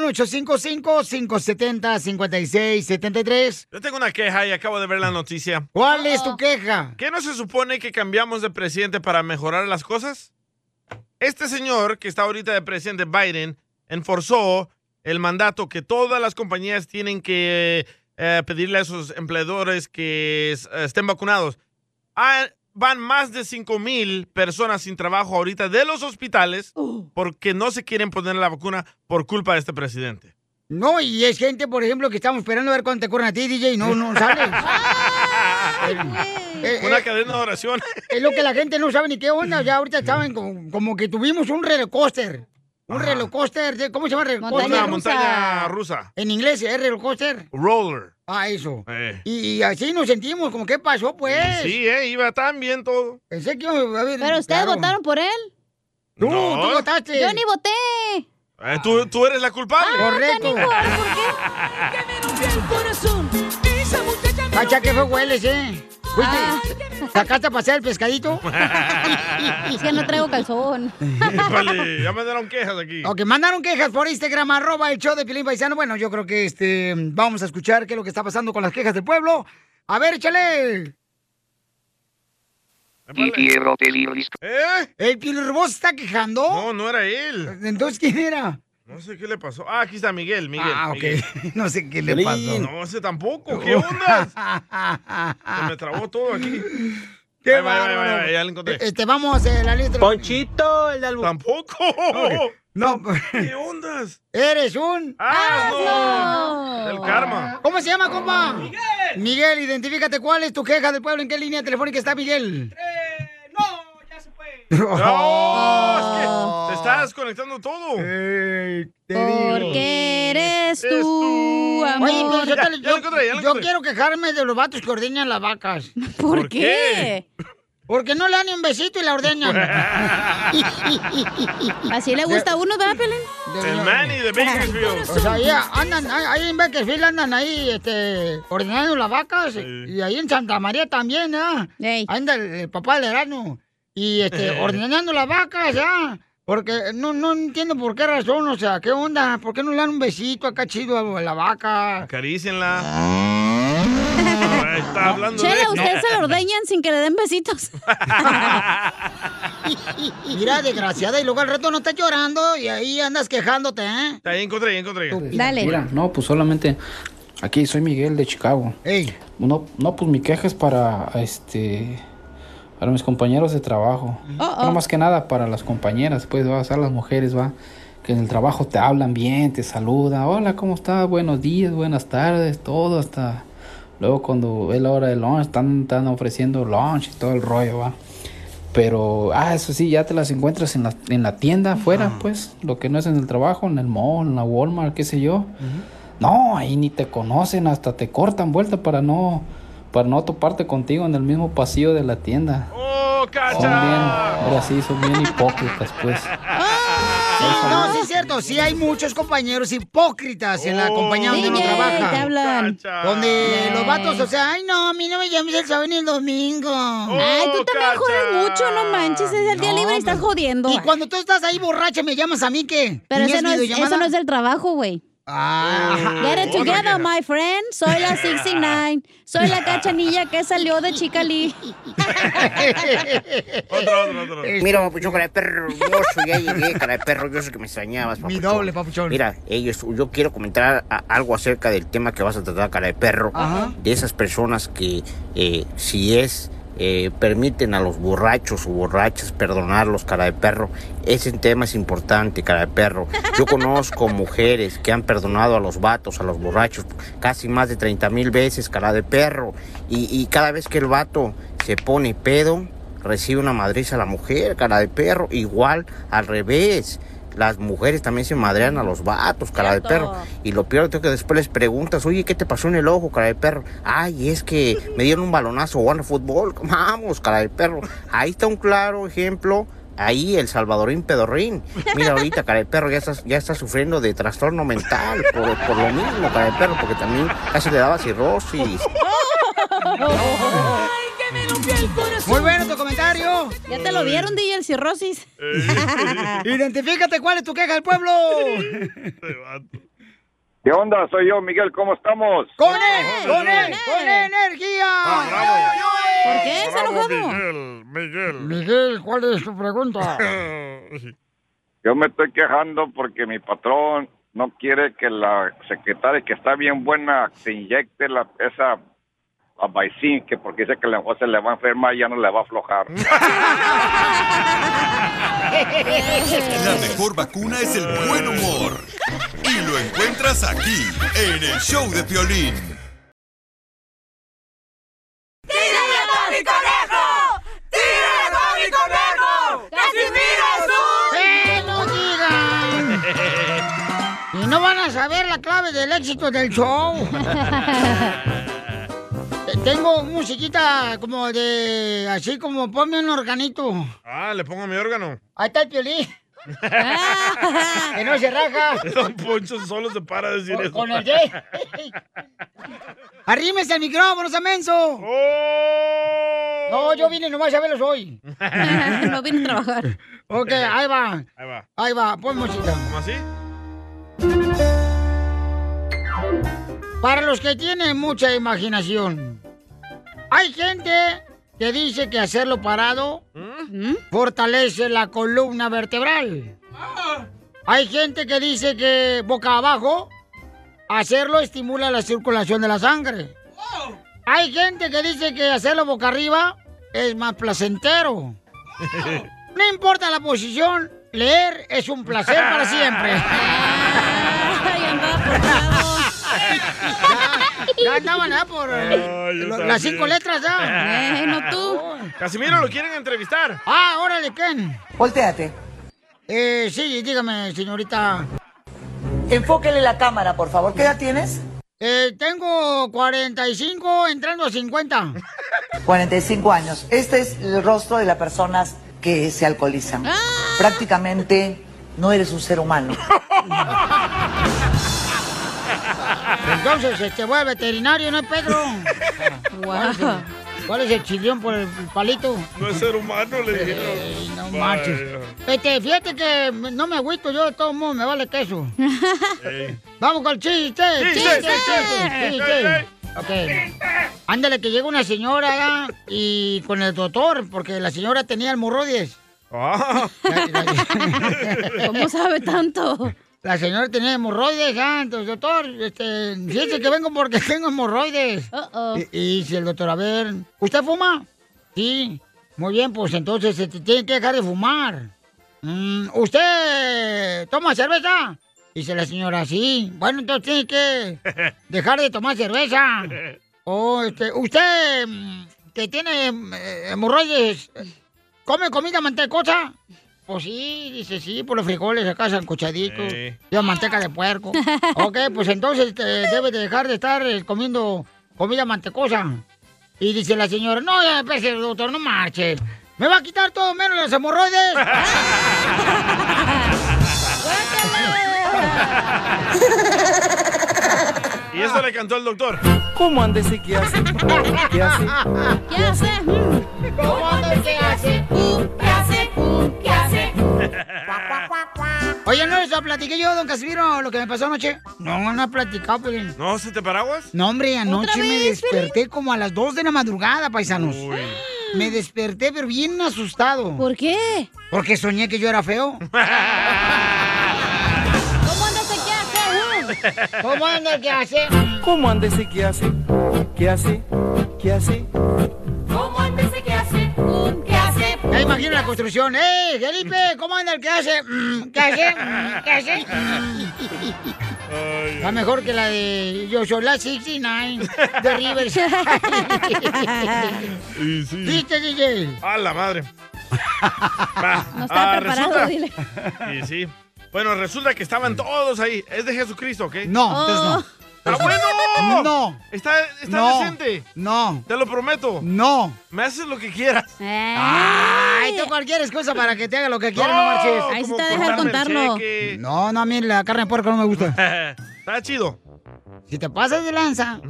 Speaker 1: 1855-570-5673.
Speaker 3: Yo tengo una queja y acabo de ver la noticia.
Speaker 1: ¿Cuál es tu queja?
Speaker 3: ¿Qué no se supone que cambiamos de presidente para mejorar las cosas? Este señor que está ahorita de presidente Biden enforzó el mandato que todas las compañías tienen que eh, pedirle a sus empleadores que es- eh, estén vacunados. Ah, van más de 5 mil personas sin trabajo ahorita de los hospitales porque no se quieren poner la vacuna por culpa de este presidente.
Speaker 1: No, y es gente, por ejemplo, que estamos esperando a ver cuándo te corren a ti, DJ, y no, no sale. Eh,
Speaker 3: Una
Speaker 1: eh,
Speaker 3: cadena de oración.
Speaker 1: Es lo que la gente no sabe ni qué onda. Ya ahorita estaban como, como que tuvimos un roller coaster. Un roller coaster. de- ¿Cómo se llama? roller coaster?
Speaker 3: Una montaña rusa.
Speaker 1: En inglés es roller coaster.
Speaker 3: Roller.
Speaker 1: Ah, eso.
Speaker 3: Eh.
Speaker 1: Y, y así nos sentimos, como qué pasó, pues.
Speaker 3: Sí, eh, iba tan bien todo.
Speaker 1: Pensé que iba a haber-
Speaker 5: Pero ustedes
Speaker 1: claro.
Speaker 5: votaron por él.
Speaker 3: Tú, No. tú votaste.
Speaker 5: Yo ni voté.
Speaker 3: Eh, tú, tú eres la
Speaker 1: Ah,
Speaker 3: culpable.
Speaker 1: Correcto. Cacha, que fue hueles, ¿eh? Fuiste-
Speaker 5: Ah.
Speaker 1: ¿Sacaste a pasear el pescadito?
Speaker 5: Es que no traigo calzón.
Speaker 3: Vale, ya me dieron quejas aquí.
Speaker 1: Ok, mandaron quejas por Instagram, arroba el show de Pilín Paisano. Bueno, yo creo que este vamos a escuchar qué es lo que está pasando con las quejas del pueblo. A ver, échale.
Speaker 3: ¿Eh?
Speaker 1: ¿El Pilirrobos está quejando?
Speaker 3: No, no era él.
Speaker 1: Entonces, ¿quién era?
Speaker 3: No sé qué le pasó. Ah, aquí está Miguel, Miguel.
Speaker 1: Ah, ok.
Speaker 3: Miguel.
Speaker 1: no sé qué le
Speaker 3: Piolín.
Speaker 1: pasó.
Speaker 3: No sé tampoco. ¿Qué onda? Se me trabó todo aquí.
Speaker 1: Qué
Speaker 3: Ahí va, ahí va, ahí va,
Speaker 1: bárbaro.
Speaker 3: Ya lo encontré.
Speaker 1: Este, vamos a la lista.
Speaker 3: Ponchito, el del... Tampoco.
Speaker 1: Ok. No.
Speaker 3: ¿Qué ondas?
Speaker 1: Eres un...
Speaker 3: ¡Asno! El karma.
Speaker 1: ¿Cómo se llama, compa? Miguel. Miguel, identifícate cuál es tu queja del pueblo, en qué línea telefónica está Miguel.
Speaker 3: No, es que te está desconectando todo.
Speaker 1: Eh,
Speaker 5: Porque eres tú, amor.
Speaker 1: Oye, pero yo, te- yo-
Speaker 5: pues, lo
Speaker 1: yo
Speaker 5: encontré.
Speaker 1: quiero quejarme de los vatos que ordeñan las vacas.
Speaker 5: ¿Por ¿Por qué?
Speaker 1: Porque no le dan ni un besito y la ordeñan.
Speaker 5: Así le gusta a uno, ¿verdad, Pelín?
Speaker 3: El Manny de Bakersfield.
Speaker 1: O sea, ahí andan, ahí- ahí en Bakersfield andan ahí, este, ordenando las vacas. Y ahí en Santa María también, ¿ah? Anda el, el papá del Erasmo. Y, este, ordenando las vacas, ¿ah? Porque no, no entiendo por qué razón, o sea, ¿qué onda? ¿Por qué no le dan un besito acá chido a la vaca?
Speaker 3: Acarícienla. Ah, Está hablando de
Speaker 5: Chela, ustedes se lo ordeñan sin que le den besitos.
Speaker 1: Mira, desgraciada, y luego al rato no estás llorando y ahí andas quejándote, ¿eh?
Speaker 3: Está ahí, encontré, ahí encontré.
Speaker 23: Mira, no, pues solamente aquí soy Miguel de Chicago. No, no, pues mi queja es para este para mis compañeros de trabajo.
Speaker 5: Oh,
Speaker 23: No
Speaker 5: oh.
Speaker 23: más que nada para las compañeras, pues va, o sea, las mujeres va que en el trabajo te hablan bien, te saludan, hola, ¿cómo estás? Buenos días, buenas tardes, todo hasta luego cuando es la hora de lunch, están, están ofreciendo lunch y todo el rollo, va. Pero, ah, eso sí, ya te las encuentras en la, en la tienda afuera, pues, lo que no es en el trabajo, en el mall, en la Walmart, qué sé yo. No, ahí ni te conocen, hasta te cortan vuelta para no para no toparte contigo en el mismo pasillo de la tienda.
Speaker 3: ¡Oh,
Speaker 23: Son bien, ahora sí, son bien hipócritas, pues.
Speaker 5: ¡Ah!
Speaker 1: Sí, no, sí es cierto. Sí hay muchos compañeros hipócritas en la compañía donde uno
Speaker 5: DJ,
Speaker 1: trabaja.
Speaker 5: te hablan.
Speaker 1: Donde
Speaker 5: Yay.
Speaker 1: los vatos, o sea, ay, no, a mí no me llames el sábado ni el domingo.
Speaker 5: Ay, tú también jodes mucho, no manches, es el día libre y estás jodiendo.
Speaker 1: Y cuando tú estás ahí borracha, me llamas a mí, ¿qué?
Speaker 5: Pero
Speaker 1: ¿Ni
Speaker 5: ese no es-
Speaker 1: videollamada?
Speaker 5: eso no es del trabajo, güey.
Speaker 1: Ah,
Speaker 5: Get it together, my friend. Soy la 69. Soy la cachanilla que salió de Chicali.
Speaker 3: otro, otro, otro.
Speaker 1: Este,
Speaker 24: Mira, papuchón, cara de perro, yo soy ya llegué, cara de perro, yo sé que me extrañabas, papuchón.
Speaker 1: doble, papuchón.
Speaker 24: Mira, ellos, yo quiero comentar a- algo acerca del tema que vas a tratar, cara de perro.
Speaker 1: Ajá.
Speaker 24: De esas personas que, eh, si es, eh, permiten a los borrachos o borrachas perdonarlos, cara de perro. Ese tema es importante, cara de perro. Yo conozco mujeres que han perdonado a los vatos, a los borrachos, casi más de 30 mil veces, cara de perro. Y, y cada vez que el vato se pone pedo, recibe una madriza a la mujer, cara de perro. Igual al revés. Las mujeres también se madrean a los vatos, cara de perro. Y lo peor es que después les preguntas, oye, ¿qué te pasó en el ojo, cara de perro? Ay, es que me dieron un balonazo jugando fútbol. Vamos, cara de perro. Ahí está un claro ejemplo. Ahí el salvadorín pedorrín. Mira ahorita, cara de perro, ya está, ya está sufriendo de trastorno mental por, por lo mismo, cara de perro, porque también casi le daba cirrosis.
Speaker 5: Oh.
Speaker 1: Muy bueno tu comentario.
Speaker 5: Ya te lo vieron, DJ, el cirrosis.
Speaker 1: Identifícate cuál es tu queja del pueblo.
Speaker 25: Este ¿Qué onda? Soy yo, Miguel. ¿Cómo estamos?
Speaker 1: ¡Con él! ¡Con él! Ah, ¡Con energía! ¿Por qué? ¿Se
Speaker 25: Miguel, Miguel.
Speaker 1: Miguel, ¿cuál es tu pregunta?
Speaker 25: Yo me estoy quejando porque mi patrón no quiere que la secretaria, que está bien buena, se inyecte la, esa vaicín, que porque dice que la mujer se le va a enfermar y ya no le va a aflojar.
Speaker 9: La mejor vacuna es el buen humor. Y lo encuentras aquí, en el show de Piolín.
Speaker 11: a mi conejo! ¡Tírame a mi conejo!
Speaker 1: ¡Que no digan! Y no van a saber la clave del éxito del show. Eh, Tengo musiquita como de... Así como ponme un organito.
Speaker 3: Ah, le pongo mi órgano.
Speaker 1: Ahí está el piolín. que no se raja.
Speaker 3: Don Poncho solo se para de decir
Speaker 1: Con-
Speaker 3: eso.
Speaker 1: con el J. Arrímese al micrófono, Samenso. No, yo vine nomás a verlos hoy.
Speaker 5: no vine a trabajar.
Speaker 1: Ok, ahí va.
Speaker 3: Ahí va.
Speaker 1: Ahí va, pon música.
Speaker 3: ¿Cómo así?
Speaker 1: Para los que tienen mucha imaginación, hay gente que dice que hacerlo parado fortalece la columna vertebral. Hay gente que dice que boca abajo hacerlo estimula la circulación de la sangre. Hay gente que dice que hacerlo boca arriba es más placentero. No importa la posición, leer es un placer para siempre. Ya- Ya andaban, ¿ah? Por eh,
Speaker 3: Ay, yo
Speaker 1: lo-
Speaker 3: también.
Speaker 1: las cinco letras, ¿ah?
Speaker 3: Bueno,
Speaker 1: tú.
Speaker 3: Casimiro, lo quieren entrevistar.
Speaker 1: Ah, órale, Ken.
Speaker 13: Volteate.
Speaker 1: Eh, sí, dígame, señorita.
Speaker 13: Enfóquele la cámara, por favor. ¿Qué edad tienes?
Speaker 1: Eh, tengo 45 entrando a 50.
Speaker 13: 45 años. Este es el rostro de las personas que se alcoholizan.
Speaker 20: Ah.
Speaker 13: Prácticamente no eres un ser humano.
Speaker 1: Entonces, este, voy al veterinario, ¿no es Pedro? ¿Cuál es el- ¿Cuál es el chillón por el palito?
Speaker 3: No es ser humano, le dijeron.
Speaker 1: no
Speaker 3: Vaya.
Speaker 1: marches. Este, fíjate que no me agüito yo, de todos modos me vale queso.
Speaker 3: Ey.
Speaker 1: Vamos con el chiste.
Speaker 11: Chiste, chiste,
Speaker 1: chiste. Ok. Ándale, que llega una señora ¿verdad? y con el doctor, porque la señora tenía hemorroides.
Speaker 5: ¿Cómo sabe tanto?
Speaker 1: La señora tenía hemorroides antes, doctor. Este, fíjese que vengo porque tengo hemorroides. Y, y dice el doctor, a ver, ¿usted fuma? Sí. Muy bien, pues entonces este, tiene que dejar de fumar. Mm, ¿Usted toma cerveza? Dice la señora, sí. Bueno, entonces tiene que dejar de tomar cerveza. O, este, ¿usted mm, que tiene eh, hemorroides come comida mantecosa? Pues sí, dice sí, por los frijoles acá sancochaditos.
Speaker 19: Sí.
Speaker 1: Yo manteca de puerco. ok, pues entonces este, debe de dejar de estar eh, comiendo comida mantecosa. Y dice la señora, no, ya, espérese, doctor, no marche. Me va a quitar todo menos los hemorroides.
Speaker 3: Y eso le cantó el doctor.
Speaker 26: ¿Cómo andes y qué hace? ¿Qué hace?
Speaker 5: ¿Qué hace?
Speaker 19: ¿Cómo andas? ¿Qué hace?
Speaker 1: ¿Qué hace? ¿Qué hace? Oye, ¿no les platiqué yo, don Casimiro, lo que me pasó anoche? No, no he platicado, Pelín.
Speaker 3: ¿No se te paraguas?
Speaker 1: No, hombre, anoche me
Speaker 3: vez,
Speaker 1: desperté como a las 2 de la madrugada, paisanos. Me desperté, pero bien asustado. ¿Por qué? Porque soñé que yo era feo.
Speaker 5: ¿Cómo andas y qué hace?
Speaker 1: ¿Cómo andas? ¿Qué hace?
Speaker 26: ¿Cómo andes y qué hace? ¿Qué hace? ¿Qué hace?
Speaker 19: ¿Cómo andas? ¿Qué hace? ¿Qué hace?
Speaker 1: Ya imagino la construcción. ¡Ey, Felipe! ¿Cómo anda el que hace? Mm, ¿Qué hace? Mm, ¿Qué hace? Está mejor que la de Yo soy la 69 de Rivers.
Speaker 3: Y sí.
Speaker 1: ¿Viste, DJ?
Speaker 3: ¡A la madre! Ah,
Speaker 5: No estaba preparado, dile.
Speaker 3: Y sí. Bueno, resulta que estaban todos ahí. Es de Jesucristo, ¿ok?
Speaker 1: No, entonces
Speaker 3: no. ¡Está Oh. bueno!
Speaker 1: No.
Speaker 3: Está, está
Speaker 1: No.
Speaker 3: decente.
Speaker 1: No.
Speaker 3: Te lo prometo.
Speaker 1: No.
Speaker 3: Me haces lo que quieras.
Speaker 1: Ay, tú cualquier excusa para que te haga lo que quieras, no,
Speaker 3: No,
Speaker 1: marches.
Speaker 3: Ahí sí te como deja cortarme el contarlo. cheque.
Speaker 1: No, no, a mí la carne de puerco no me gusta.
Speaker 3: está chido.
Speaker 1: Si te pasas de lanza.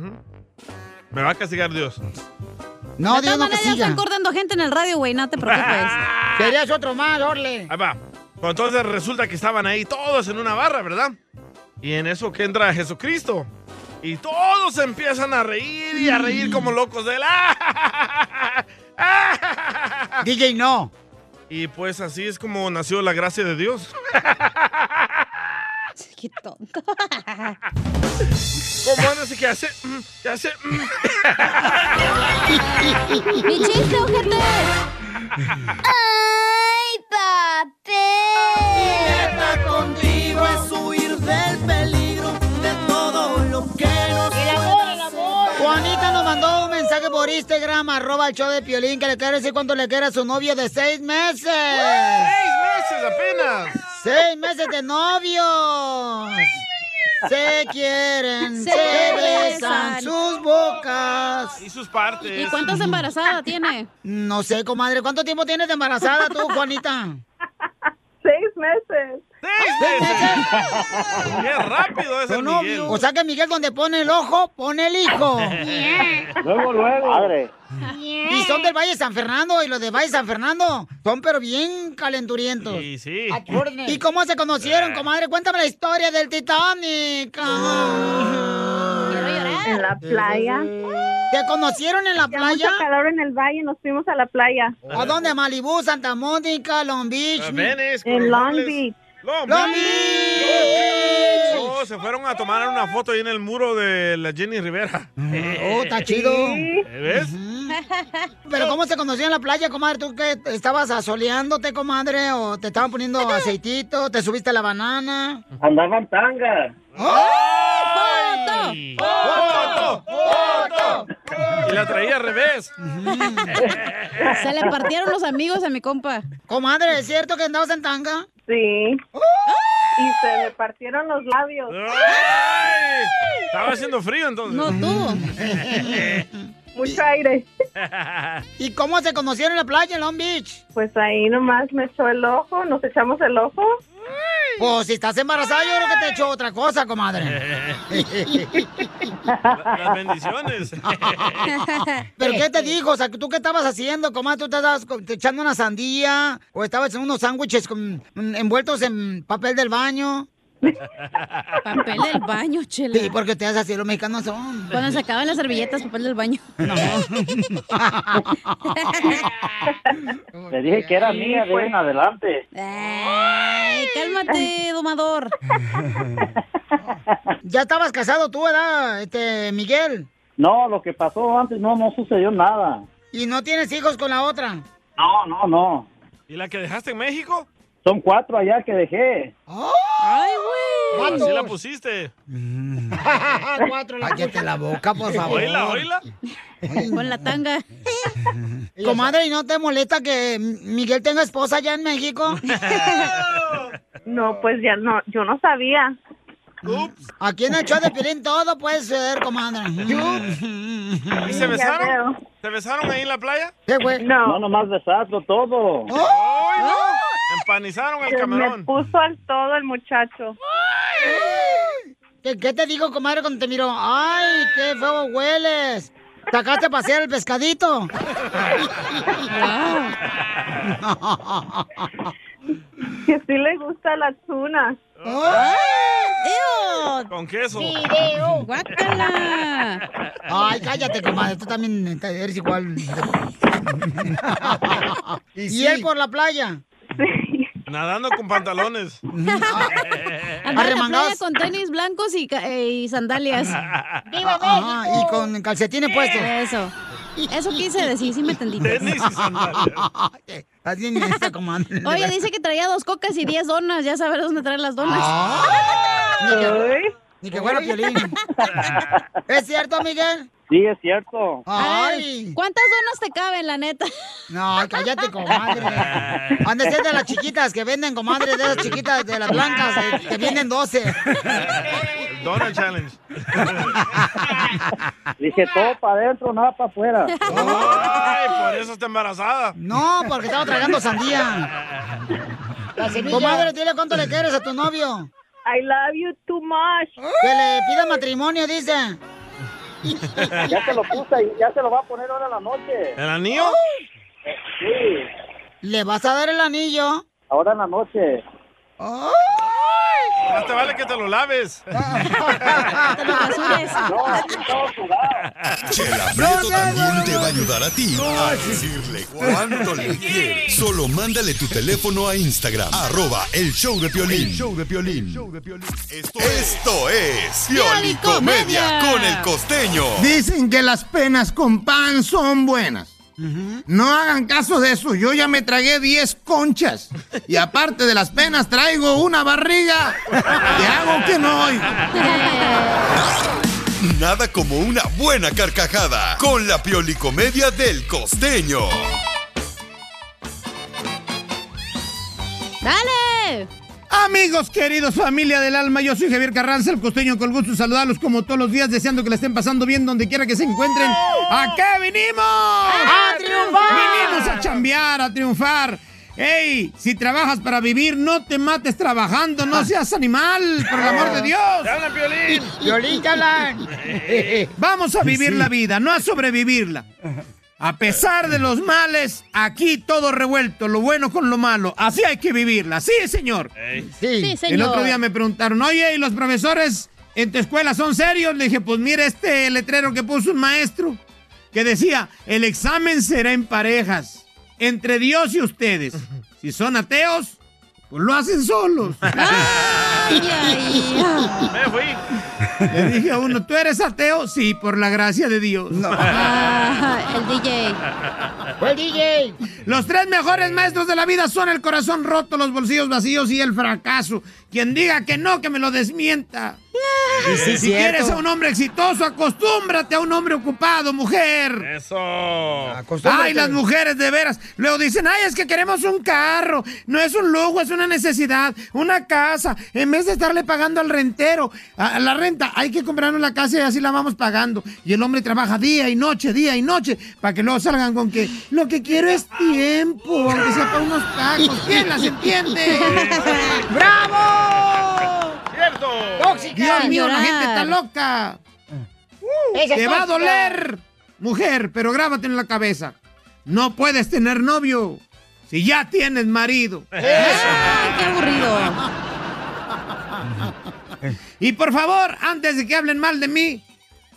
Speaker 3: Me va a castigar Dios.
Speaker 1: No,
Speaker 5: De
Speaker 1: Dios no
Speaker 5: todas maneras, ya
Speaker 1: castiga.
Speaker 5: están cortando gente en el radio, güey. No te preocupes.
Speaker 1: Querías otro más, Orle.
Speaker 3: Ahí va. Bueno, entonces resulta que estaban ahí todos en una barra, ¿verdad? Y en eso que entra Jesucristo. Y todos empiezan a reír y a reír como locos de la...
Speaker 1: DJ no.
Speaker 3: Y pues así es como nació la gracia de Dios.
Speaker 5: Qué tonto.
Speaker 3: ¿Cómo andas y qué hace? Mm, ¿Qué hace? Mm.
Speaker 5: ¡Mi chiste, ojete!
Speaker 19: ¡Ay, papel! Mi meta contigo es huir del peligro de todo lo que nos ¡El amor, el amor!
Speaker 1: Juanita nos mandó un mensaje por Instagram, arroba el show de Piolín, que le quiere decir cuánto le quiere a su novio de seis meses. ¡Seis
Speaker 3: meses apenas!
Speaker 1: ¡Seis meses de novios! Se quieren, se,
Speaker 5: Se
Speaker 1: besan
Speaker 5: besan.
Speaker 1: sus bocas.
Speaker 3: Y sus partes.
Speaker 5: ¿Y cuántas embarazadas tiene?
Speaker 1: No sé, comadre. ¿Cuánto tiempo tienes de embarazada tú, Juanita?
Speaker 6: Seis meses.
Speaker 3: ¡Seis meses! ¡Qué rápido es el Miguel!
Speaker 1: O sea que Miguel, donde pone el ojo, pone el hijo.
Speaker 3: Luego, luego. Padre.
Speaker 1: Y son del Valle de San Fernando y los de Valle de San Fernando son pero bien calenturientos.
Speaker 3: Sí, sí. Ah.
Speaker 1: ¿Y cómo se conocieron, comadre? Cuéntame la historia del Titanic.
Speaker 6: En la playa.
Speaker 1: ¿Te conocieron en la
Speaker 6: Hacía
Speaker 1: playa?
Speaker 6: mucho calor en el valle, nos fuimos a la playa.
Speaker 1: ¿A dónde? Malibu, Santa Mónica, Long Beach.
Speaker 3: A Venice,
Speaker 6: En Long
Speaker 3: Corrales.
Speaker 6: Beach.
Speaker 3: Long
Speaker 1: Long
Speaker 3: Beach. Oh, se fueron a tomar una foto ahí en el muro de la Jenny Rivera.
Speaker 5: Mm.
Speaker 1: Oh, está chido.
Speaker 3: ¿Eh, ¿Ves?
Speaker 1: ¿Pero cómo se conocieron en la playa, comadre? ¿Tú qué? ¿Estabas asoleándote, comadre? ¿O te estaban poniendo aceitito? ¿Te subiste a la banana?
Speaker 19: Andaban tangas.
Speaker 1: ¡Ay!
Speaker 3: ¡Foto! ¡Foto! Y la traía al revés.
Speaker 1: Mm.
Speaker 5: Se le partieron los amigos a mi compa.
Speaker 1: Comadre, ¿es cierto que andabas en tanga? ¡Oh!
Speaker 6: Sí. Y se me partieron los labios.
Speaker 1: Ah.
Speaker 3: Estaba haciendo frío entonces.
Speaker 6: No,
Speaker 3: tú.
Speaker 6: Mucho aire.
Speaker 1: ¿Y cómo se conocieron en la playa en Long Beach?
Speaker 6: Pues ahí nomás me echó el ojo, nos echamos el ojo.
Speaker 1: Pues si estás embarazada, yo creo que te echó otra cosa, comadre.
Speaker 3: Las bendiciones.
Speaker 1: ¿Pero qué te dijo? O sea, ¿tú qué estabas haciendo, comadre? ¿Tú estabas co- te echando una sandía? ¿O estabas haciendo unos sándwiches con- mm, envueltos en papel del baño?
Speaker 5: Papel del baño, chela.
Speaker 1: Sí, porque ustedes así los mexicanos son.
Speaker 5: Cuando se acaban las servilletas, papel del baño.
Speaker 12: Le dije que era mía de ahí en adelante.
Speaker 5: Ay, cálmate, ¡Eh! domador.
Speaker 1: ¿Ya estabas casado tú, verdad, este, Miguel?
Speaker 12: No, lo que pasó antes no, no sucedió nada.
Speaker 1: ¿Y no tienes hijos con la otra?
Speaker 12: No, no, no.
Speaker 3: ¿Y la que dejaste en México?
Speaker 12: Son cuatro allá que dejé.
Speaker 1: ¡Oh! ¡Ay, güey!
Speaker 3: Así la pusiste.
Speaker 1: Cuatro la Cállate la boca, por favor.
Speaker 3: Oíla, oíla.
Speaker 5: Con la tanga.
Speaker 1: Comadre, ¿y no te molesta que Miguel tenga esposa allá en México?
Speaker 11: No, pues ya no, yo no sabía.
Speaker 1: Aquí en el show de Pirín todo puede ser, comadre.
Speaker 3: ¿Y se besaron? ¿Se besaron ahí en la playa?
Speaker 1: ¿Qué, güey?
Speaker 12: No. No, nomás besarlo todo.
Speaker 11: Oh,
Speaker 3: ¡Ay, no! Empanizaron el
Speaker 11: ¡Ah! Se me
Speaker 3: camarón.
Speaker 11: puso al todo el muchacho.
Speaker 1: ¿Qué, qué te digo, comadre, cuando te miro? ¡Ay, qué feo hueles! ¿Sacaste a pasear el pescadito?
Speaker 11: Que sí le gusta la tuna.
Speaker 3: Ah. Con queso.
Speaker 5: Video. ¡Guácala!
Speaker 1: Ay, cállate, comadre. Tú también eres igual. ¿Y, él por la playa?
Speaker 3: Nadando con pantalones.
Speaker 5: Andaba en la playa con tenis blancos y, ca- eh, y sandalias.
Speaker 3: ¡Viva
Speaker 1: Ajá, y con calcetines puestos.
Speaker 5: Eso. Eso quise decir, sí me entendiste.
Speaker 1: Tenis y Así ni esta, comadre.
Speaker 5: Oye, dice que traía dos cocas y diez donas. Ya sabes dónde traer las donas.
Speaker 1: Ah, Ni que, ni que fuera Piolín. ¿Es cierto, Miguel?
Speaker 12: Sí, es cierto.
Speaker 5: A ver,
Speaker 1: Ay.
Speaker 5: ¿Cuántas donas te caben, la neta?
Speaker 1: No, cállate, comadre. Han de ser de las chiquitas que venden, comadre, de las chiquitas, de las blancas, eh, que vienen 12.
Speaker 3: El Donald Challenge.
Speaker 12: Dije todo para adentro, nada para afuera.
Speaker 3: Ay, por eso está embarazada.
Speaker 1: Oh. No, porque estaba tragando sandía. Comadre, dile cuánto le quieres a tu novio. I love you too much. Que le pida matrimonio, dice.
Speaker 12: Ya se lo puse y ya se lo va a poner ahora en la noche.
Speaker 3: ¿El anillo?
Speaker 12: Sí,
Speaker 1: ¿Le vas a dar el anillo?
Speaker 12: ahora en la noche.
Speaker 3: Más te vale que te lo laves.
Speaker 9: Chela Prieto también te va a ayudar a ti a decirle cuánto le quieres. Solo mándale tu teléfono a Instagram, arroba el show de Piolín. Esto es Pioli Comedia con el costeño.
Speaker 27: Dicen que las penas con pan son buenas. No hagan caso de eso. Yo ya me tragué 10 conchas. Y aparte de las penas, traigo una barriga. ¿Qué hago que no oigo?
Speaker 9: Nada como una buena carcajada con la Pioli Comedia del costeño.
Speaker 5: ¡Dale!
Speaker 27: Amigos, queridos, familia del alma, yo soy Javier Carranza, el costeño, con el gusto de saludarlos como todos los días, deseando que la estén pasando bien donde quiera que se encuentren. ¡Acá vinimos! ¡A
Speaker 28: triunfar!
Speaker 27: Vinimos a chambear, a triunfar. ¡Ey! Si trabajas para vivir, no te mates trabajando, no seas animal, por el amor de Dios.
Speaker 3: ¡Te hablan, Piolín!
Speaker 27: Violín, te hablan. Vamos a vivir la vida, no a sobrevivirla. A pesar de los males, aquí todo revuelto, lo bueno con lo malo. Así hay que vivirla, sí, señor.
Speaker 1: Sí.
Speaker 5: Sí, señor.
Speaker 27: El otro día me preguntaron, oye, ¿y los profesores en tu escuela son serios? Le dije, pues mira este letrero que puso un maestro que decía, el examen será en parejas, entre Dios y ustedes. Si son ateos, pues lo hacen solos.
Speaker 3: Me fui.
Speaker 27: Le dije a uno, ¿tú eres ateo? Sí, por la gracia de Dios.
Speaker 5: Ah, el DJ.
Speaker 3: Pues,
Speaker 27: Fue el DJ. Los tres mejores maestros de la vida son el corazón roto, los bolsillos vacíos y el fracaso. Quien diga que no, que me lo desmienta.
Speaker 3: Sí, sí,
Speaker 27: si
Speaker 3: cierto.
Speaker 27: quieres a un hombre exitoso, acostúmbrate a un hombre ocupado, mujer.
Speaker 3: Eso.
Speaker 27: Ay, las mujeres, de veras. Luego dicen, ay, es que queremos un carro. No es un lujo, es una necesidad. Una casa. En vez de estarle pagando al rentero, a a la renta, hay que comprarnos la casa y así la vamos pagando. Y el hombre trabaja día y noche, día y noche, para que luego salgan con que lo que quiero es tiempo, aunque sea para unos tacos. ¿Quién las entiende?
Speaker 1: ¡Bravo!
Speaker 3: ¡Cierto!
Speaker 27: Dios mío, la gente está loca. Uh. Te va a doler, mujer, pero grábate en la cabeza. No puedes tener novio si ya tienes marido.
Speaker 5: ¡Qué aburrido!
Speaker 3: Ah,
Speaker 27: Y por favor, antes de que hablen mal de mí,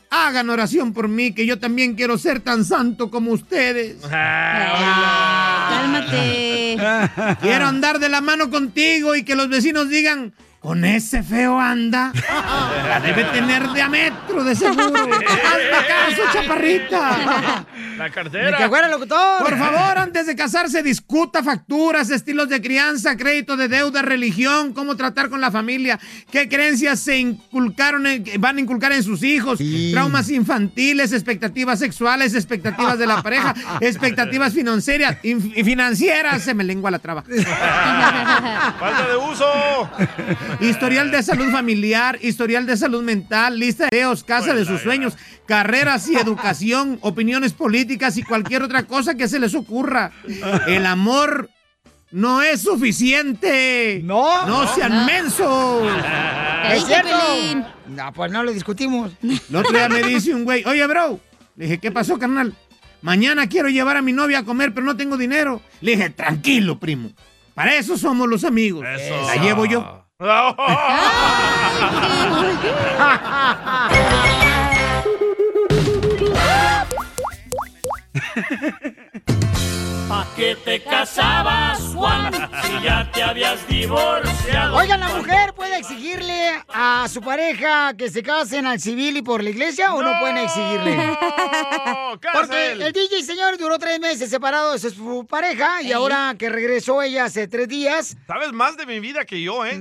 Speaker 27: hagan oración por mí, que yo también quiero ser tan santo como ustedes.
Speaker 5: Cálmate.
Speaker 27: Quiero andar de la mano contigo y que los vecinos digan, con ese feo anda, la debe tener de a metro de seguro. Hazme caso, chaparrita.
Speaker 3: La
Speaker 27: Me
Speaker 3: cartera.
Speaker 27: que fuera locutor. Por favor, antes de casarse, discuta facturas, estilos de crianza, crédito de deuda, religión, cómo tratar con la familia, qué creencias se inculcaron, en- van a inculcar en sus hijos, traumas infantiles, expectativas sexuales, expectativas de la pareja, expectativas financieras, in- y financieras, se me lengua la traba.
Speaker 3: Falta de uso.
Speaker 27: Historial de salud familiar, historial de salud mental, lista de deseos,
Speaker 3: Pues
Speaker 27: casa de sus sueños, carreras y educación, opiniones políticas y cualquier otra cosa que se les ocurra. El amor no es suficiente. No. No sean
Speaker 1: No.
Speaker 27: mensos.
Speaker 1: Te Es dije, cierto. Pelín. No, pues no lo discutimos.
Speaker 27: El otro día me dice un güey, oye, bro. Le dije, ¿qué pasó, carnal? Mañana quiero llevar a mi novia a comer, pero no tengo dinero. Le dije, tranquilo, primo. Para eso somos los amigos. La llevo yo.
Speaker 19: ¿Pa qué te casabas, Juan, si ya te habías divorciado?
Speaker 1: Oigan, la mujer puede exigirle a su pareja que se casen al civil y por la iglesia o no, pueden exigirle. Porque el DJ señor duró tres meses separado de su pareja y
Speaker 3: Ey.
Speaker 1: ahora que regresó ella hace tres días.
Speaker 3: Sabes más de mi vida que yo, ¿eh?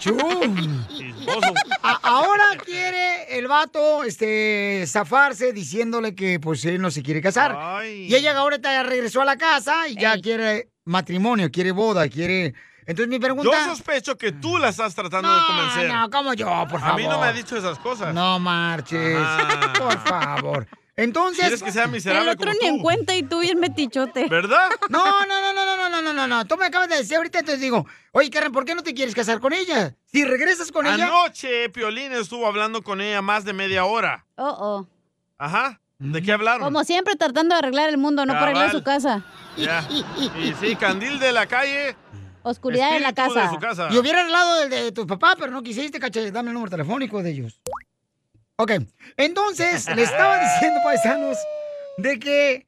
Speaker 3: Chismoso.
Speaker 1: a- ahora quiere el vato este zafarse diciéndole que pues él no se quiere casar. Y ella ahora ya regresó a la casa y ya quiere matrimonio, quiere boda, quiere. Entonces mi pregunta.
Speaker 3: Yo sospecho que tú la estás tratando de convencer.
Speaker 1: no, ¿cómo yo? Por
Speaker 3: A mí no
Speaker 1: favor.
Speaker 3: me ha dicho esas cosas.
Speaker 1: No marches.
Speaker 3: Ah.
Speaker 1: Por favor. Entonces.
Speaker 3: ¿Quieres que sea miserable
Speaker 5: El otro ni en cuenta y tú bien metichote.
Speaker 3: ¿Verdad?
Speaker 1: No, no, no, no, no, no, no, no, no, no. Tú me acabas de decir ahorita, entonces digo, oye, Karen, ¿por qué no te quieres casar con ella? Si regresas
Speaker 3: Ah,
Speaker 1: con ella.
Speaker 3: Anoche Piolín estuvo hablando con ella más de media hora.
Speaker 5: Oh,
Speaker 3: Ajá. ¿De
Speaker 1: Mm.
Speaker 3: qué
Speaker 5: oh.
Speaker 3: hablaron?
Speaker 5: Como siempre, tratando de arreglar el mundo, no para arreglar
Speaker 3: Cabal.
Speaker 5: su casa.
Speaker 3: Ya. Y sí, candil de la calle.
Speaker 5: Oscuridad en la
Speaker 3: Espíritu
Speaker 5: casa.
Speaker 3: de su casa.
Speaker 1: Y hubiera hablado del de tu papá, pero no quisiste, caché. Dame el número telefónico de ellos. Ok. Entonces, le estaba diciendo, paisanos, de que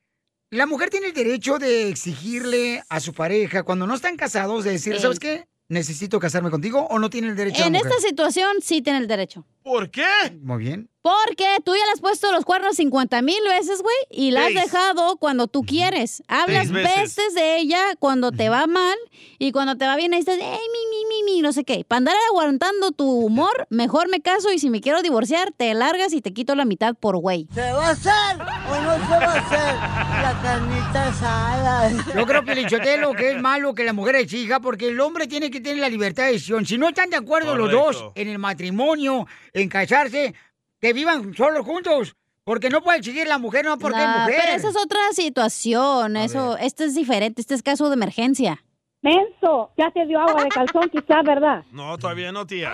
Speaker 1: la mujer tiene el derecho de exigirle a su pareja, cuando no están casados, de decir,
Speaker 5: Ey.
Speaker 1: ¿sabes qué? ¿Necesito casarme contigo o no tiene el derecho
Speaker 5: En
Speaker 1: la
Speaker 5: esta
Speaker 1: mujer?
Speaker 5: situación sí tiene el derecho.
Speaker 3: ¿Por qué?
Speaker 1: Muy bien.
Speaker 5: Porque tú ya le has puesto los cuernos 50 mil veces, güey, y la has
Speaker 1: Seis.
Speaker 5: dejado cuando tú quieres. Hablas
Speaker 1: Seis veces.
Speaker 5: veces de ella cuando te va mal y cuando te va bien ahí estás, ey, mi, mi, mi, mi, no sé qué. Para andar aguantando tu humor, mejor me caso y si me quiero divorciar, te largas y te quito la mitad por güey.
Speaker 19: ¿Se va a hacer o no se va a hacer la carnita asada?
Speaker 1: Yo creo, Pelichotelo, que es malo que la mujer exija porque el hombre tiene que tener la libertad de decisión. Si no están de acuerdo los
Speaker 19: Correcto.
Speaker 1: dos en el matrimonio, en casarse, que vivan solos juntos. Porque no puede exigir la mujer, no porque es
Speaker 5: Nah,
Speaker 1: mujer.
Speaker 5: Ah, Pero esa es otra situación, eso, este es diferente, este es caso de emergencia.
Speaker 6: Menso, ya te dio agua de calzón, quizás, ¿verdad?
Speaker 3: No, todavía no, tía.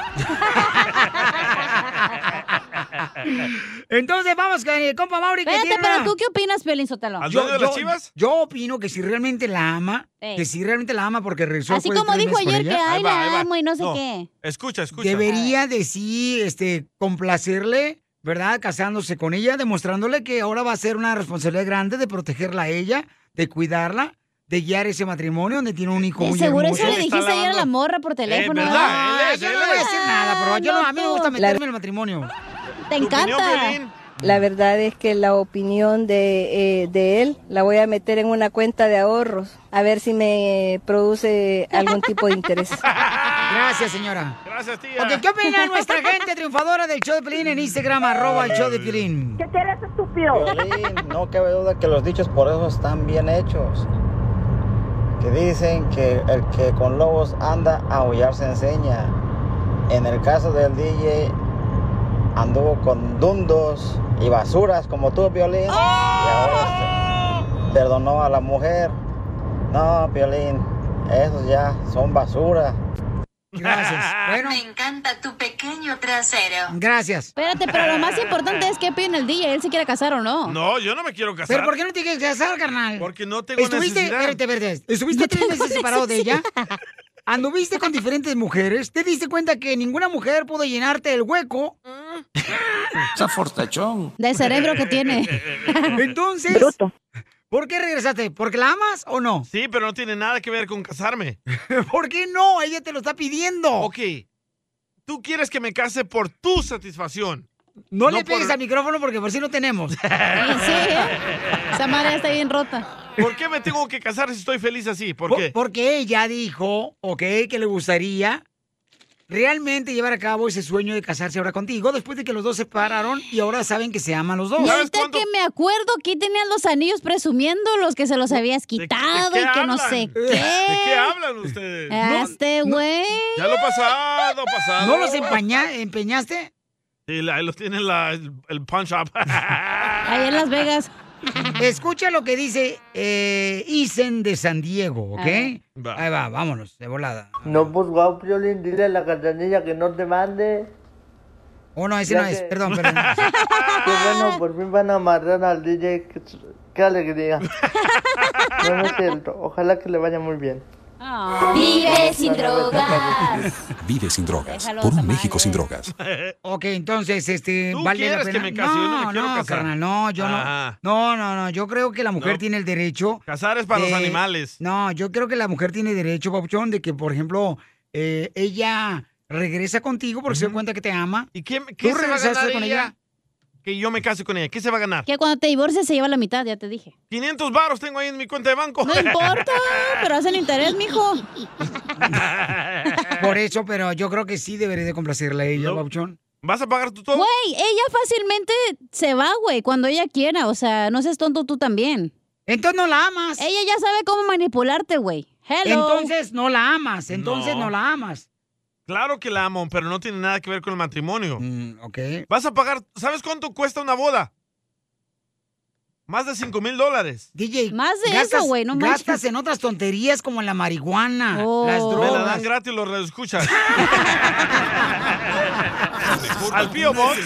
Speaker 1: Entonces vamos con el compa Mauri. que
Speaker 5: Espérate,
Speaker 1: tiene
Speaker 5: pero
Speaker 1: una-
Speaker 5: ¿tú qué opinas, Piolín Sotelo?
Speaker 1: yo opino que si realmente la ama,
Speaker 5: Ey.
Speaker 1: que si realmente la ama porque regresó
Speaker 5: Así
Speaker 1: después de
Speaker 5: como
Speaker 1: tres
Speaker 5: dijo
Speaker 1: meses con
Speaker 5: ayer que,
Speaker 1: ella,
Speaker 5: ay, la amo y no sé qué.
Speaker 3: Escucha, escucha.
Speaker 1: debería de sí este, complacerle, ¿verdad? Casándose con ella, demostrándole que ahora va a ser una responsabilidad grande de protegerla a ella, de cuidarla, de guiar ese matrimonio donde tiene un hijo
Speaker 5: De
Speaker 1: muy
Speaker 5: seguro
Speaker 1: hermoso.
Speaker 5: eso le dijiste ayer a la morra
Speaker 3: Eh,
Speaker 5: por teléfono.
Speaker 1: Ah,
Speaker 5: ¿verdad?
Speaker 1: yo no le voy a decir nada, pero yo no, a mí no me gusta
Speaker 5: La-
Speaker 1: meterme en el matrimonio.
Speaker 5: Te encanta.
Speaker 7: La verdad es que la opinión de, eh, de él la voy a meter en una cuenta de ahorros, a ver si me produce algún tipo de interés.
Speaker 1: Gracias, señora.
Speaker 3: Gracias, tía.
Speaker 1: Ok, ¿qué opina nuestra gente triunfadora del show de Pilín en Instagram, arroba el show de Pilín? ¿Qué
Speaker 6: eres estúpido?
Speaker 2: Piolín, no cabe duda que los dichos por eso están bien hechos. Que dicen que el que con lobos anda a aullar se enseña. En el caso del DJ anduvo con dundos y basuras como tú, Piolín. Y ahora este, perdonó a la mujer. No, Piolín, esos ya son basura.
Speaker 1: Gracias.
Speaker 7: Me encanta tu pequeño trasero.
Speaker 1: Gracias.
Speaker 5: Espérate, pero lo más importante es qué opina el DJ, él se quiere casar o no.
Speaker 3: No, yo no me quiero casar.
Speaker 1: ¿Pero por qué no te quieres casar, carnal?
Speaker 3: Porque no tengo
Speaker 1: Estuviste,
Speaker 3: necesidad.
Speaker 1: espérate, espérate, estuviste tres meses separado de ella. anduviste con diferentes mujeres, te diste cuenta que ninguna mujer pudo llenarte el hueco.
Speaker 10: Esa fortachón.
Speaker 5: Del cerebro que tiene.
Speaker 1: Entonces, ¿por qué regresaste? ¿Porque la amas o no?
Speaker 3: Sí, pero no tiene nada que ver con casarme.
Speaker 1: ¿Por qué no? Ella te lo está pidiendo.
Speaker 3: Ok. Tú quieres que me case por tu satisfacción.
Speaker 1: No, le
Speaker 3: por-
Speaker 1: pegues al micrófono porque por si no tenemos.
Speaker 5: Sí, ¿eh? Esa madre está bien rota.
Speaker 3: ¿Por qué me tengo que casar si estoy feliz así? ¿Por
Speaker 1: Po-
Speaker 3: qué?
Speaker 1: Porque ella dijo, ok, que le gustaría realmente llevar a cabo ese sueño de casarse ahora contigo después de que los dos se pararon y ahora saben que se aman los dos.
Speaker 5: Ahorita que me acuerdo que tenían los anillos presumiendo los que se los habías quitado y que no sé
Speaker 3: ¿De qué
Speaker 5: qué.
Speaker 3: hablan ustedes?
Speaker 5: A Este güey.
Speaker 3: Ya lo pasado, pasado.
Speaker 1: ¿No los empaña- empeñaste?
Speaker 3: Sí, la- ahí los tiene la- el punch up.
Speaker 5: Ahí en Las Vegas.
Speaker 1: Escucha lo que dice eh, Isen de San Diego, ¿ok?
Speaker 12: A ver.
Speaker 1: Ahí va, vámonos, de volada.
Speaker 12: No, por favor, Piolín, dile a la cachanilla que no te mande.
Speaker 1: Oh, no, ese
Speaker 12: Ya
Speaker 1: no es,
Speaker 12: que-
Speaker 1: perdón, perdón.
Speaker 12: Qué bueno, por fin van a amarrar al DJ. Qué, qué alegría. bueno, es cierto. Ojalá que le vaya muy bien.
Speaker 19: Ah. Vive sin
Speaker 12: drogas.
Speaker 14: Vive sin drogas.
Speaker 1: Déjalo,
Speaker 14: Por un México sin drogas.
Speaker 1: Ok, entonces, este,
Speaker 3: Tú
Speaker 1: ¿vale la
Speaker 3: quieres
Speaker 1: pena?
Speaker 3: que me case, yo no me quiero casar.
Speaker 1: carnal, no, yo
Speaker 3: Ah.
Speaker 1: no. No, no, no, yo creo que la mujer
Speaker 3: No.
Speaker 1: tiene el derecho.
Speaker 3: Casar es para los animales.
Speaker 1: No, yo creo que la mujer tiene derecho, papuchón, de que, por ejemplo, eh, ella regresa contigo porque se da cuenta que te ama.
Speaker 3: ¿Y qué, ¿Qué se va a ganar
Speaker 1: con
Speaker 3: ella? Que yo me case con ella. ¿Qué se va a ganar?
Speaker 5: Que cuando te divorcias se lleva la mitad, ya te dije.
Speaker 3: 500 baros tengo ahí en mi cuenta de banco.
Speaker 5: No importa, pero hacen interés, mijo.
Speaker 3: Eh.
Speaker 1: Por eso, pero yo creo que sí debería de complacerla a ella, papuchón.
Speaker 3: ¿Vas a pagar tú todo?
Speaker 5: Güey, ella fácilmente se va, güey, cuando ella quiera. O sea, no seas tonto tú también.
Speaker 1: Entonces no la amas.
Speaker 5: Ella ya sabe cómo manipularte, güey. Hello.
Speaker 1: Entonces no la amas, entonces
Speaker 3: No.
Speaker 1: no, la amas.
Speaker 3: Claro que la amo, pero no tiene nada que ver con el matrimonio.
Speaker 1: Mm, ok.
Speaker 3: Vas a pagar, ¿sabes cuánto cuesta una boda? Más de 5 mil dólares.
Speaker 1: DJ,
Speaker 5: Más de
Speaker 1: gastas-
Speaker 5: eso, güey, no manches. Oh,
Speaker 1: Gastas en otras tonterías como en la marihuana, las
Speaker 3: Me la
Speaker 1: drogas.
Speaker 3: dan gratis los radioescuchas. Al Pío Box.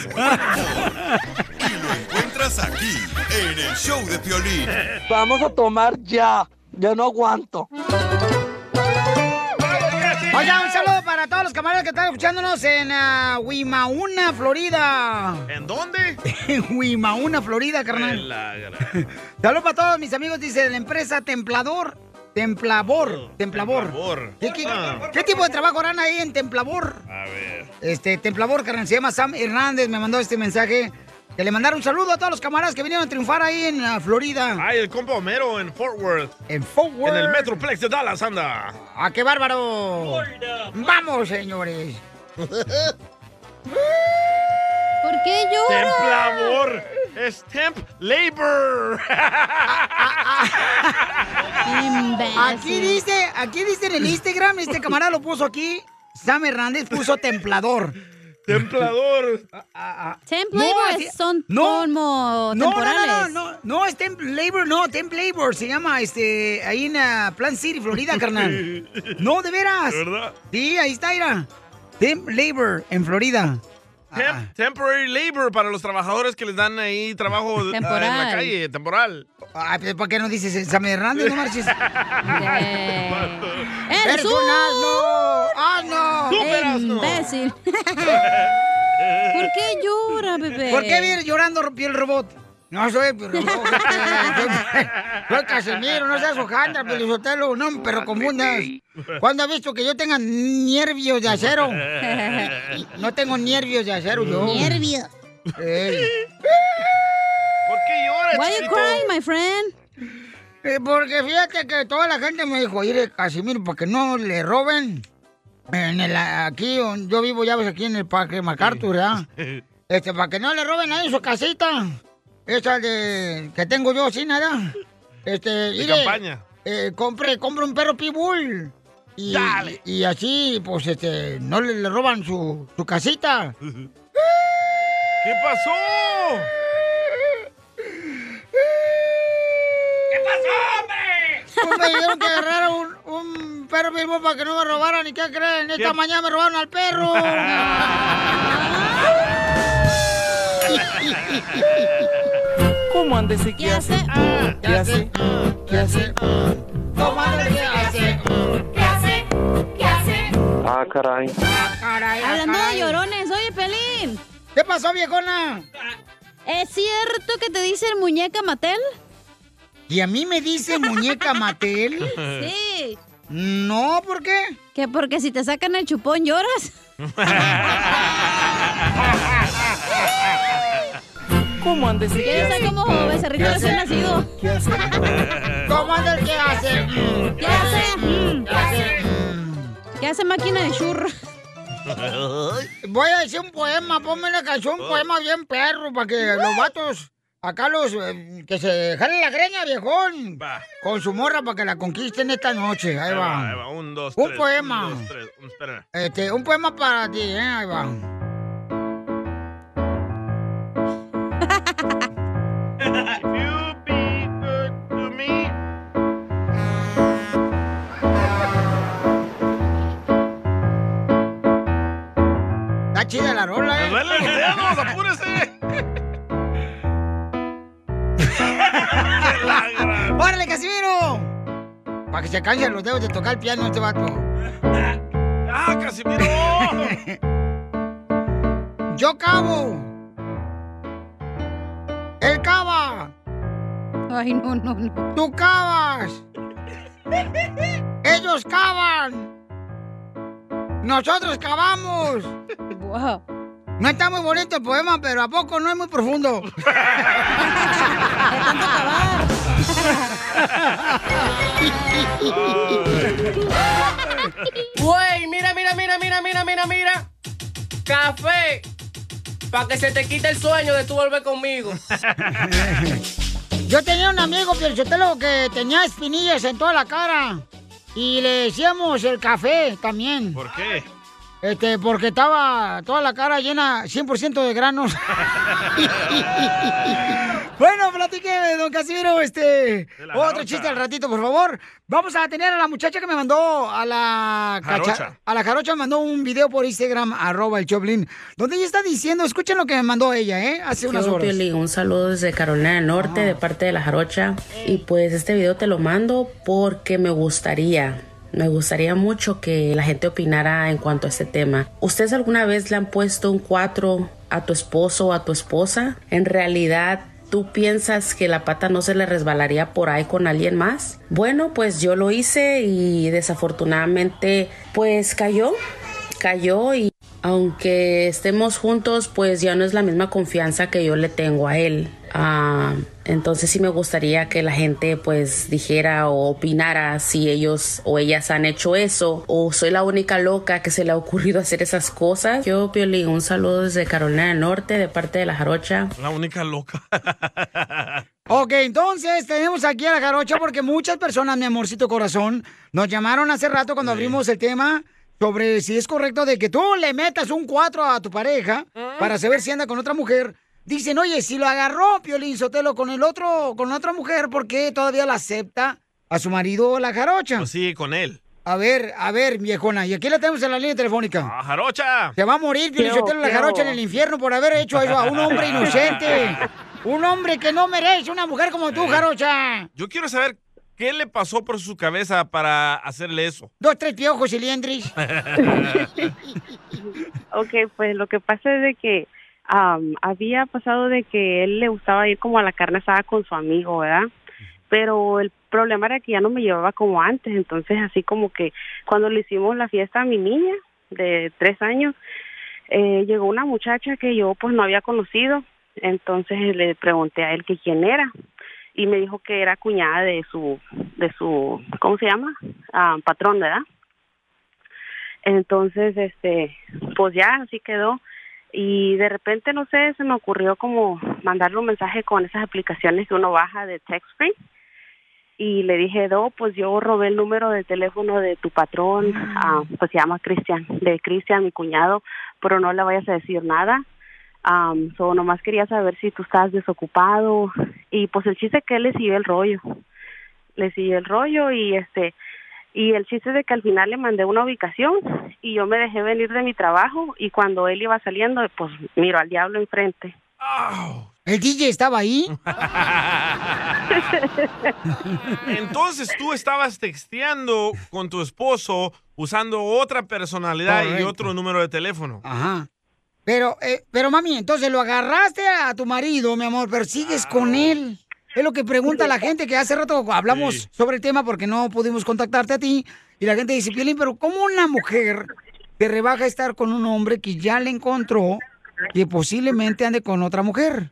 Speaker 9: Encuentras aquí, en el show de Piolín.
Speaker 19: Vamos a tomar ya. Ya no aguanto.
Speaker 1: Oiga, un saludo para todos los camaradas que están escuchándonos en ah, Wimauna, Florida.
Speaker 3: ¿En dónde?
Speaker 1: En Wimauna, Florida, carnal. Saludos para todos mis amigos, dice, de la empresa Templador.
Speaker 3: Oh,
Speaker 1: Templavor, Templavor.
Speaker 3: Templavor.
Speaker 1: ¿Qué, qué-
Speaker 3: Ah.
Speaker 1: qué tipo de trabajo harán ahí en Templavor?
Speaker 3: A ver.
Speaker 1: Este, Templavor, carnal, se llama Sam Hernández, me mandó este mensaje. Que le mandaron un saludo a todos los camaradas que vinieron a triunfar ahí en ah, Florida.
Speaker 3: Ay, el compa Homero en Fort Worth.
Speaker 1: En Fort
Speaker 3: En el Metroplex de Dallas, anda.
Speaker 1: ¡Ah, qué bárbaro! ¡Vamos, señores!
Speaker 5: ¿Por qué llora?
Speaker 3: Templavor. Es Temp Labor.
Speaker 1: Aquí dice, aquí dice en el Instagram, este camarada lo puso aquí. Sam Hernández puso templador. Ah,
Speaker 3: Templador.
Speaker 5: Temp labor
Speaker 1: así-
Speaker 5: son como
Speaker 1: no, No,
Speaker 5: temporales.
Speaker 1: no, no, no, no, es temp labor, no, temp labor, se llama, este, ahí en ah, Plant City, Florida, carnal. No, de veras.
Speaker 3: ¿De verdad?
Speaker 1: Sí, ahí está, era. Temp labor en Florida. Ah.
Speaker 3: Temp- temporary labor para los trabajadores que les dan ahí trabajo ah, en la
Speaker 1: Temporal.
Speaker 3: calle, temporal.
Speaker 1: Ay, pues, ¿por qué no dices eh, Sam Hernández? No marches. ¡Eres un asno! ¡Asno!
Speaker 5: ¡Súper asno! Imbécil. ¿Por qué llora, bebé?
Speaker 1: ¿Por qué viene llorando piel robot? No soy piel robot. soy, soy Casimiro, no seas hojandra, Pelizotelo. No, pero confundas. ¿Cuándo has visto que yo tenga nervios de acero? No tengo nervios de acero yo.
Speaker 5: Nervio.
Speaker 1: Ey.
Speaker 3: ¿Por qué lloras,
Speaker 5: Why you
Speaker 1: chiquito?
Speaker 5: crying, my friend?
Speaker 1: Eh, Porque fíjate que toda la gente me dijo, ir Casimiro, para que no le roben. En el, aquí, donde yo vivo, ya ves, aquí en el parque MacArthur, ¿verdad? Este, para que no le roben ahí su casita. Esa de que tengo yo sin nada. Este, mire,
Speaker 3: campaña.
Speaker 1: eh, compre, compre un perro pitbull. Y,
Speaker 3: Dale.
Speaker 1: y así, pues, este, no le, le roban su, su casita.
Speaker 3: ¿Qué pasó?
Speaker 19: ¿Qué pasó, hombre?
Speaker 1: Pues me dijeron que agarrara un, un perro pitbull para que no me robaran. ¿Y qué creen? Esta
Speaker 19: ¿Qué?
Speaker 1: mañana me robaron al perro.
Speaker 19: ¿Cómo andes y qué hace? ¿Qué hace? ¿Qué hace? ¿Cómo andes y qué hace? ¿Qué hace? ¿Qué hace?
Speaker 15: Ah, caray.
Speaker 5: Hablando de llorones, oye, Pelín.
Speaker 1: Ah, ¿Qué pasó, viejona?
Speaker 5: ¿Es cierto que te dicen muñeca Matel?
Speaker 1: ¿Y a mí me dice muñeca Matel?
Speaker 5: Sí.
Speaker 1: No, ¿por qué?
Speaker 5: Que porque si te sacan el chupón lloras.
Speaker 19: ¿Cómo andes?
Speaker 5: ¿Qué
Speaker 19: ¿Qué
Speaker 5: hace?
Speaker 19: hace?
Speaker 5: ¿Cómo becerrito
Speaker 19: ¿Qué
Speaker 5: recién
Speaker 19: hace?
Speaker 5: nacido?
Speaker 19: ¿Qué hace?
Speaker 1: ¿Cómo anda el que hace? Mm,
Speaker 5: ¿Qué hace? Mm, ¿Qué hace? ¿Qué hace máquina de churro?
Speaker 1: Voy a decir un poema, ponme la canción,
Speaker 3: Oh.
Speaker 1: un poema bien perro, para que los vatos, acá los, eh, que se jalen la greña, viejón, con su morra para que la conquisten esta noche, ahí va.
Speaker 3: ahí va. Un, dos,
Speaker 1: Un
Speaker 3: tres.
Speaker 1: poema.
Speaker 3: Un, dos, tres. Un- espera. Mm.
Speaker 1: Este, un poema para ti, ¿eh? Ahí va. Está chida la rola, ¿eh?
Speaker 19: Me duelen los dedos,
Speaker 3: apúrese!
Speaker 1: ¡Órale, Casimiro! Para que se cansen los dedos de tocar el piano este vato.
Speaker 3: ¡Ah, Casimiro!
Speaker 1: Yo cabo. El cava.
Speaker 5: Ay, no, no, no.
Speaker 1: Tú cavas. Ellos cavan. Nosotros cavamos. No está muy bonito el poema, pero a poco no es muy profundo.
Speaker 19: Güey, mira, mira, mira, mira, mira, mira, mira. Café. Para que se te quite el sueño de tú volver conmigo.
Speaker 1: Yo tenía un amigo, Pielchotelo, que tenía espinillas en toda la cara. Y le decíamos el café también.
Speaker 3: ¿Por qué?
Speaker 1: Este, porque estaba toda la cara llena 100% de granos. bueno, platíqueme, don Casimiro, este,
Speaker 19: la
Speaker 1: otro
Speaker 19: jarocha.
Speaker 1: chiste al ratito, por favor. Vamos a tener a la muchacha que me mandó a la
Speaker 19: Jarocha.
Speaker 1: cacha- a la jarocha me mandó un video por Instagram, arroba el Choplin, donde ella está diciendo, escuchen lo que me mandó ella, ¿eh? Hace unas
Speaker 29: ¿Qué hubo,
Speaker 1: horas. Ah.
Speaker 29: Piolín? Un saludo desde Carolina del Norte de parte de la Jarocha. Y pues este video te lo mando porque me gustaría, me gustaría mucho que la gente opinara en cuanto a este tema. ¿Ustedes alguna vez le han puesto un 4 a tu esposo o a tu esposa? En realidad... ¿Tú piensas que la pata no se le resbalaría por ahí con alguien más? Bueno, pues yo lo hice y desafortunadamente pues cayó cayó y aunque estemos juntos, pues ya no es la misma confianza que yo le tengo a él. Ah, entonces sí me gustaría que la gente pues dijera o opinara si ellos o ellas han hecho eso o soy la única loca que se le ha ocurrido hacer esas cosas. Yo, Piolín, un saludo desde Carolina del Norte de parte de la Jarocha.
Speaker 3: La única loca.
Speaker 1: Ok, entonces tenemos aquí a la jarocha porque muchas personas, mi amorcito corazón, nos llamaron hace rato cuando abrimos el tema sobre si es correcto de que tú le metas un 4 a tu pareja para saber si anda con otra mujer. Dicen, oye, si lo agarró Piolín Sotelo con el otro, con otra mujer, ¿por qué todavía la acepta a su marido la jarocha? Pues
Speaker 3: sí, con él.
Speaker 1: A ver, a ver, viejona, y aquí la tenemos en la línea telefónica.
Speaker 3: ¡Ah, jarocha!
Speaker 1: Se va a morir Piolín
Speaker 3: Qué
Speaker 1: Sotelo la
Speaker 3: qué
Speaker 1: jarocha en
Speaker 3: hago.
Speaker 1: el infierno por haber hecho eso a un hombre inocente. Un hombre que no merece una mujer como tú, jarocha.
Speaker 3: Yo quiero saber qué le pasó por su cabeza para hacerle eso.
Speaker 1: Dos, tres piojos, cilindris.
Speaker 20: Ok, pues lo que pasa es de que am, había pasado de que él le gustaba ir como a la carne asada con su amigo, ¿verdad? Pero el problema era que ya no me llevaba como antes, entonces así como que cuando le hicimos la fiesta a mi niña de tres años, eh, llegó una muchacha que yo pues no había conocido, entonces le pregunté a él que quién era y me dijo que era cuñada de su, de su, ¿cómo se llama? Ah, patrón, ¿verdad? Entonces, este, pues ya así quedó. Y de repente, no sé, se me ocurrió como mandarle un mensaje con esas aplicaciones que uno baja de text free. Y le dije, no, pues yo robé el número de teléfono de tu patrón, ah, pues se llama Cristian, de Cristian, mi cuñado, pero no le vayas a decir nada. Am, so, nomás quería saber si tú estás desocupado. Y pues el chiste es que él le siguió el rollo. Le siguió el rollo y este, y el chiste es de que al final le mandé una ubicación y yo me dejé venir de mi trabajo y cuando él iba saliendo, pues miro al diablo enfrente.
Speaker 1: ¿El DJ estaba ahí?
Speaker 3: Entonces tú estabas texteando con tu esposo usando otra personalidad y
Speaker 1: Correcto.
Speaker 3: otro número de teléfono.
Speaker 1: Ajá. Pero, eh, pero mami, entonces lo agarraste a tu marido, mi amor, pero sigues con él. Es lo que pregunta la gente, que hace rato hablamos
Speaker 3: Sí.
Speaker 1: sobre el tema porque no pudimos contactarte a ti. Y la gente dice, Piolín, pero ¿cómo una mujer te rebaja estar con un hombre que ya le encontró que posiblemente ande con otra mujer?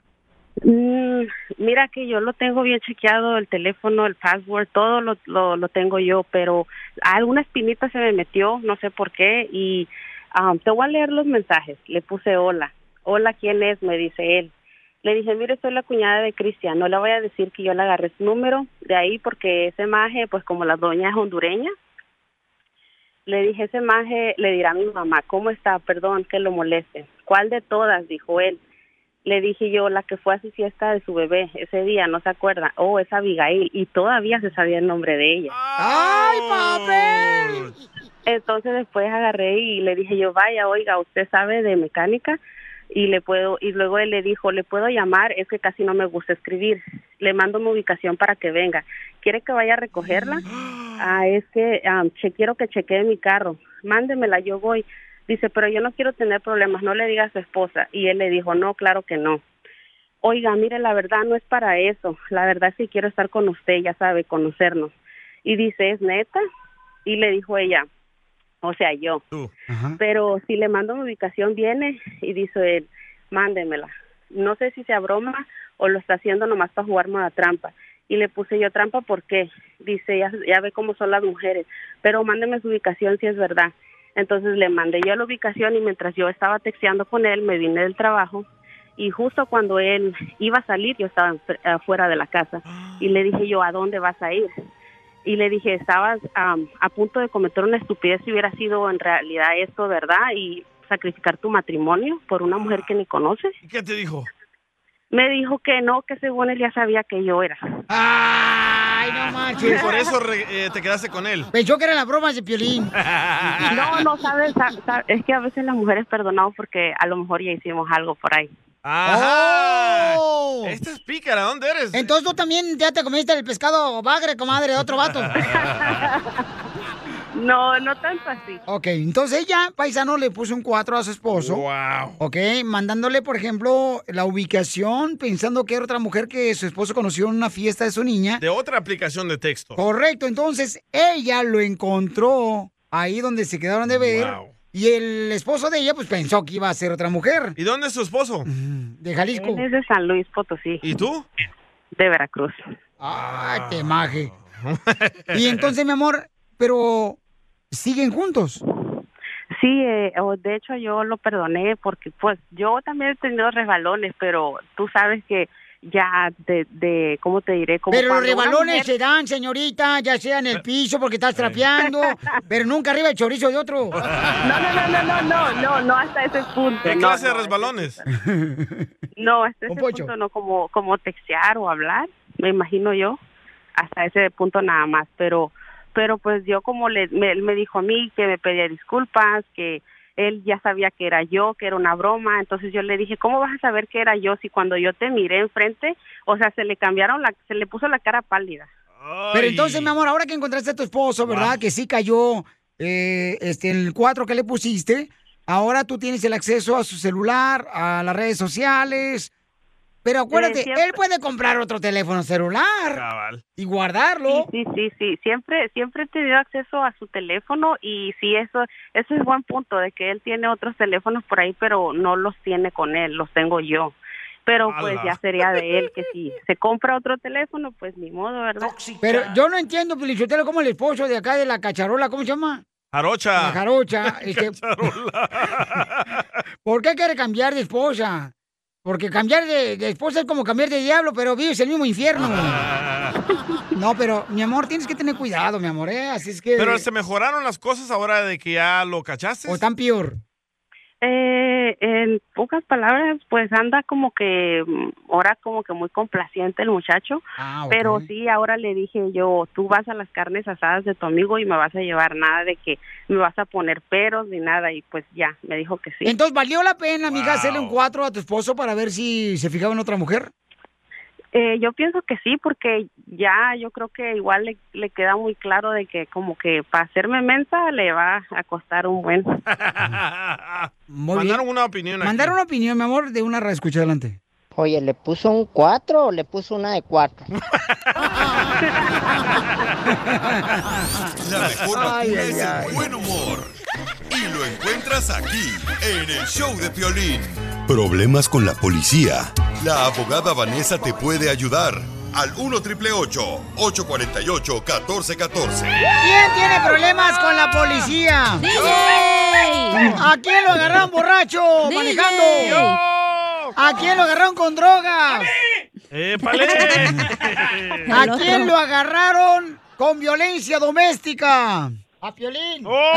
Speaker 20: Mm, mira que yo lo tengo bien chequeado, el teléfono, el password, todo lo, lo, lo tengo yo, pero alguna espinita se me metió, no sé por qué, y ah, te voy a leer los mensajes. Le puse hola. Hola, ¿quién es? Me dice él. Le dije, mire, soy la cuñada de Cristian, no le voy a decir que yo le agarré su número de ahí porque ese maje, pues como la doña es hondureña, le dije, ese maje le dirá a mi mamá, ¿cómo está? Perdón que lo moleste. ¿Cuál de todas? Dijo él. Le dije yo, la que fue a su fiesta de su bebé ese día, no se acuerda. Oh, es Abigail. Y todavía se sabía el nombre de ella.
Speaker 1: ¡Ay, papel!
Speaker 20: Entonces después agarré y le dije yo, vaya, oiga, usted sabe de mecánica y le puedo y luego él le dijo, le puedo llamar, es que casi no me gusta escribir. Le mando mi ubicación para que venga. ¿Quiere que vaya a recogerla? Ah, es que ah, che- quiero que chequee mi carro. Mándemela, yo voy. Dice, pero yo no quiero tener problemas, no le diga a su esposa. Y él le dijo, no, claro que no. Oiga, mire, la verdad no es para eso. La verdad sí quiero estar con usted, ya sabe, conocernos. Y dice, ¿es neta? Y le dijo ella, o sea, yo. Pero si le mando mi ubicación, viene y dice él, mándemela. No sé si sea broma o lo está haciendo nomás para jugarme a la trampa. Y le puse yo trampa, ¿por qué? Dice, ya, ya ve cómo son las mujeres, pero mándeme su ubicación si es verdad. Entonces le mandé yo la ubicación y mientras yo estaba texteando con él, me vine del trabajo y justo cuando él iba a salir, yo estaba enfre- afuera de la casa y le dije yo, ¿a dónde vas a ir? y le dije, estabas am, a punto de cometer una estupidez si hubiera sido en realidad esto, ¿verdad? Y sacrificar tu matrimonio por una mujer que ni conoces.
Speaker 3: ¿Y qué te dijo?
Speaker 20: Me dijo que no, que según él ya sabía que yo era.
Speaker 1: ¡Ay, no
Speaker 3: Y por eso re- eh, te quedaste con él.
Speaker 1: Pensó que era la broma de Piolín.
Speaker 20: No, no, sabes, sa- sa- es que a veces las mujeres perdonamos porque a lo mejor ya hicimos algo por ahí.
Speaker 3: Ajá.
Speaker 1: ¡Oh!
Speaker 3: Esta es pícara, ¿dónde eres?
Speaker 1: Entonces tú también ya te comiste el pescado bagre, comadre, de otro vato.
Speaker 20: No, no tanto así.
Speaker 1: Ok, entonces ella, paisano, le puso un 4 a su esposo.
Speaker 3: Wow.
Speaker 1: Ok, mandándole, por ejemplo, la ubicación, pensando que era otra mujer que su esposo conoció en una fiesta de su niña.
Speaker 3: De otra aplicación de texto.
Speaker 1: Correcto, entonces ella lo encontró ahí donde se quedaron de ver.
Speaker 3: Wow.
Speaker 1: Y el esposo de ella, pues pensó que iba a ser otra mujer.
Speaker 3: ¿Y dónde es su esposo?
Speaker 1: De Jalisco.
Speaker 20: Él es de San Luis Potosí.
Speaker 3: ¿Y tú?
Speaker 20: De Veracruz.
Speaker 1: Ay, te maje. Y entonces, mi amor, pero siguen juntos.
Speaker 20: Sí, eh, o de hecho yo lo perdoné porque pues yo también he tenido resbalones, pero tú sabes que ya de, de ¿cómo te diré? Como
Speaker 1: Pero los
Speaker 20: cuando una
Speaker 1: rebalones
Speaker 20: mujer-
Speaker 1: se dan, señorita, ya sea en el piso porque estás trapeando, pero nunca arriba el chorizo de otro.
Speaker 20: No, no, no, no, no, no, no, no hasta ese punto.
Speaker 3: ¿Qué
Speaker 20: no,
Speaker 3: clase de
Speaker 20: no,
Speaker 3: resbalones?
Speaker 20: No, hasta ese
Speaker 3: Un pocho.
Speaker 20: punto no, como, como textear o hablar, me imagino yo, hasta ese punto nada más, pero pero pues yo como le, me, él me dijo a mí que me pedía disculpas, que él ya sabía que era yo, que era una broma, entonces yo le dije, ¿cómo vas a saber que era yo si cuando yo te miré enfrente, o sea, se le cambiaron, la, se le puso la cara pálida?
Speaker 1: Pero entonces, mi amor, ahora que encontraste a tu esposo, ¿verdad? Que sí cayó eh, este, el 4 que le pusiste, ahora tú tienes el acceso a su celular, a las redes sociales. Pero acuérdate,
Speaker 20: Eh, siempre-
Speaker 1: él puede comprar otro teléfono celular y guardarlo.
Speaker 20: Sí, sí, sí, siempre, siempre he tenido acceso a su teléfono y sí, eso, eso es buen punto, de que él tiene otros teléfonos por ahí, pero no los tiene con él, los tengo yo. Pero pues
Speaker 1: Ala.
Speaker 20: ya sería de él que si se compra otro teléfono, pues ni modo, ¿verdad?
Speaker 1: Pero yo no entiendo, Pelichotelo, cómo el esposo de acá de la cacharola, ¿cómo se llama? La
Speaker 3: Jarocha.
Speaker 1: jarocha. este, ¿Por qué quiere cambiar de esposa? Porque cambiar de, de esposa es como cambiar de diablo, pero vives el mismo infierno. No, pero mi amor, tienes que tener cuidado, mi amor, ¿eh? Así es que.
Speaker 3: Pero se mejoraron las cosas ahora de que ya lo cachaste.
Speaker 1: O tan peor.
Speaker 20: Eh, en pocas palabras, pues anda como que mm, ahora como que muy complaciente el muchacho,
Speaker 1: Ah,
Speaker 20: pero sí ahora le dije yo, tú vas a las carnes asadas de tu amigo y me vas a llevar nada de que me vas a poner peros ni nada y pues ya, me dijo que sí.
Speaker 1: Entonces, ¿valió la pena, amiga, hacerle un cuatro a tu esposo para ver si se fijaba en otra mujer?
Speaker 20: Eh, yo pienso que sí, porque ya yo creo que igual le, le queda muy claro de que como que para hacerme mensa le va a costar un buen.
Speaker 3: Mandaron una opinión aquí.
Speaker 1: Mandaron una opinión, mi amor, de una radio escucha adelante.
Speaker 23: Oye, ¿le puso un 4 o le puso una de 4?
Speaker 9: La mejor
Speaker 23: Ay,
Speaker 9: vacuna
Speaker 23: ay,
Speaker 9: es
Speaker 23: ay.
Speaker 9: el buen humor. Y lo encuentras aquí, en el show de Piolín.
Speaker 14: Problemas con la policía.
Speaker 9: La abogada Vanessa te puede ayudar. Al 1 triple 848 1414.
Speaker 1: ¿Quién tiene problemas con la policía?
Speaker 9: DJ.
Speaker 1: ¿A quién lo agarraron borracho
Speaker 3: DJ.
Speaker 1: manejando? ¿A quién lo agarraron con drogas?
Speaker 3: ¡Épale!
Speaker 1: ¿A quién lo agarraron con violencia doméstica? A Piolín. ¡Oh!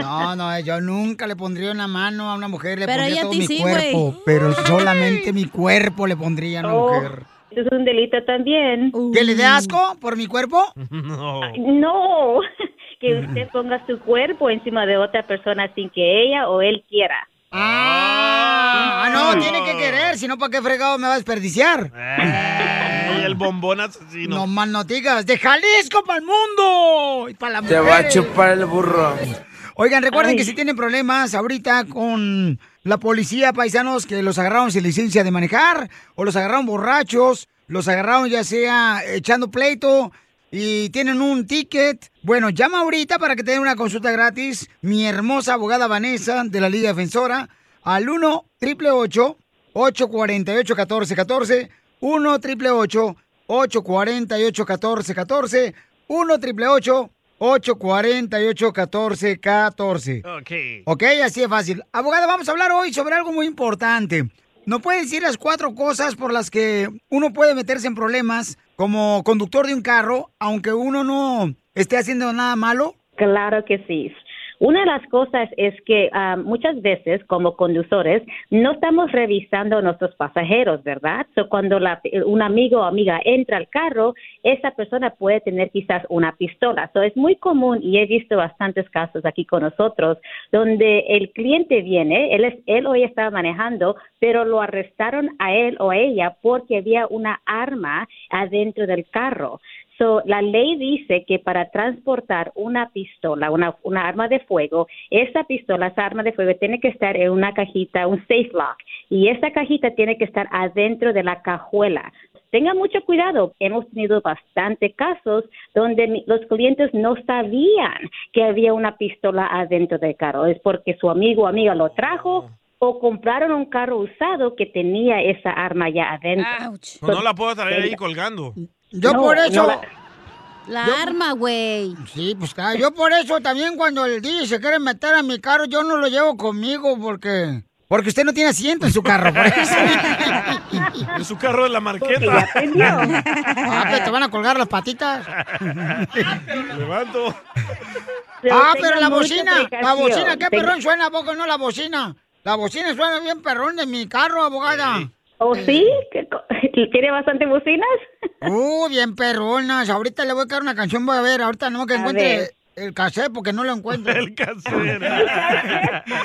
Speaker 1: No, no, yo nunca le pondría una mano a una mujer, le
Speaker 5: Pero
Speaker 1: pondría
Speaker 5: ella a
Speaker 1: todo
Speaker 5: ti
Speaker 1: mi
Speaker 5: sí,
Speaker 1: cuerpo,
Speaker 5: güey.
Speaker 1: pero solamente mi cuerpo le pondría a una
Speaker 15: Oh,
Speaker 1: mujer.
Speaker 15: Es un delito también.
Speaker 1: ¿Que le dé asco por mi cuerpo?
Speaker 3: No.
Speaker 15: No, que usted ponga su cuerpo encima de otra persona sin que ella o él quiera.
Speaker 1: Ah, no, tiene que querer, si no, ¿para qué fregado me va a desperdiciar?
Speaker 3: Ey, el bombón asesino.
Speaker 1: Eh. No más noticas, de Jalisco para el mundo y para la mujer.
Speaker 3: el burro.
Speaker 1: Oigan, recuerden
Speaker 3: Ay.
Speaker 1: que si tienen problemas ahorita con la policía, paisanos, que los agarraron sin licencia de manejar, o los agarraron borrachos, los agarraron ya sea echando pleito y tienen un ticket. Bueno, llama ahorita para que te den una consulta gratis. Mi hermosa abogada Vanessa de la Liga Defensora al 1 888 848 1414 1 888 848 1414 1 888 848 1414
Speaker 3: Ok.
Speaker 1: Ok, así es fácil. Abogada, vamos a hablar hoy sobre algo muy importante. ¿No puede decir las cuatro cosas por las que uno puede meterse en problemas como conductor de un carro, aunque uno no esté haciendo nada malo?
Speaker 15: Claro que sí. Una de las cosas es que ah, muchas veces como conductores no estamos revisando a nuestros pasajeros, ¿verdad? So, cuando la- un amigo o amiga entra al carro, esa persona puede tener quizás una pistola. So, es muy común y he visto bastantes casos aquí con nosotros donde el cliente viene, él, es, él o ella estaba manejando, pero lo arrestaron a él o a ella porque había una arma adentro del carro. So, la ley dice que para transportar una pistola, una, una arma de fuego, esa pistola, esa arma de fuego tiene que estar en una cajita, un safe lock, y esa cajita tiene que estar adentro de la cajuela. Tenga mucho cuidado. Hemos tenido bastante casos donde mi- los clientes no sabían que había una pistola adentro del carro. Es porque su amigo o amiga lo trajo o compraron un carro usado que tenía esa arma ya adentro.
Speaker 3: No la puedo traer ahí colgando.
Speaker 1: Yo
Speaker 15: No,
Speaker 1: por eso...
Speaker 15: no la-
Speaker 5: La
Speaker 1: Yo-
Speaker 5: arma, güey.
Speaker 1: Sí, pues claro. Yo por eso también cuando el DJ se quiere meter a mi carro, yo no lo llevo conmigo porque... Porque usted no tiene asiento en su carro, por eso.
Speaker 3: En su carro de la
Speaker 1: Porque
Speaker 3: marqueta.
Speaker 1: ya aprendió. Ah, pues te van a colgar las patitas.
Speaker 3: Levanto.
Speaker 1: Pero ah, pero la bocina, la
Speaker 3: precaución.
Speaker 1: bocina, qué
Speaker 3: Tenga-
Speaker 1: perrón suena, ¿a poco no la bocina? La bocina suena bien perrón de mi carro, abogada.
Speaker 15: ¿O sí? ¿Qué co- ¿Tiene bastante bocinas?
Speaker 1: Uh, bien perronas. Ahorita le voy a dar una canción, voy a ver, ahorita no que
Speaker 15: A
Speaker 1: encuentre
Speaker 15: ver.
Speaker 1: el cassette porque no lo encuentro.
Speaker 3: El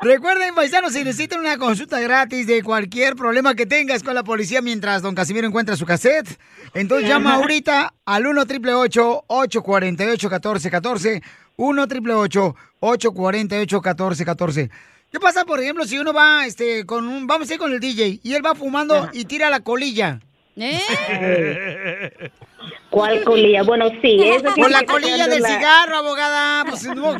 Speaker 1: Recuerden, paisanos, si necesitan una consulta gratis de cualquier problema que tengas con la policía mientras don Casimiro encuentra su cassette, entonces llama ahorita al 1 888 848 1414 1 888 848 1414 ¿Qué pasa, por ejemplo, si uno va este, con un... Vamos a ir con el DJ y él va fumando y tira la colilla.
Speaker 11: ¿Eh?
Speaker 1: Eh,
Speaker 15: ¿Cuál colilla? Bueno, sí, eso
Speaker 1: Con
Speaker 15: tiene
Speaker 1: la
Speaker 15: que
Speaker 1: colilla
Speaker 15: sacarlo
Speaker 1: del
Speaker 15: la-
Speaker 1: cigarro, abogada. Pues, no,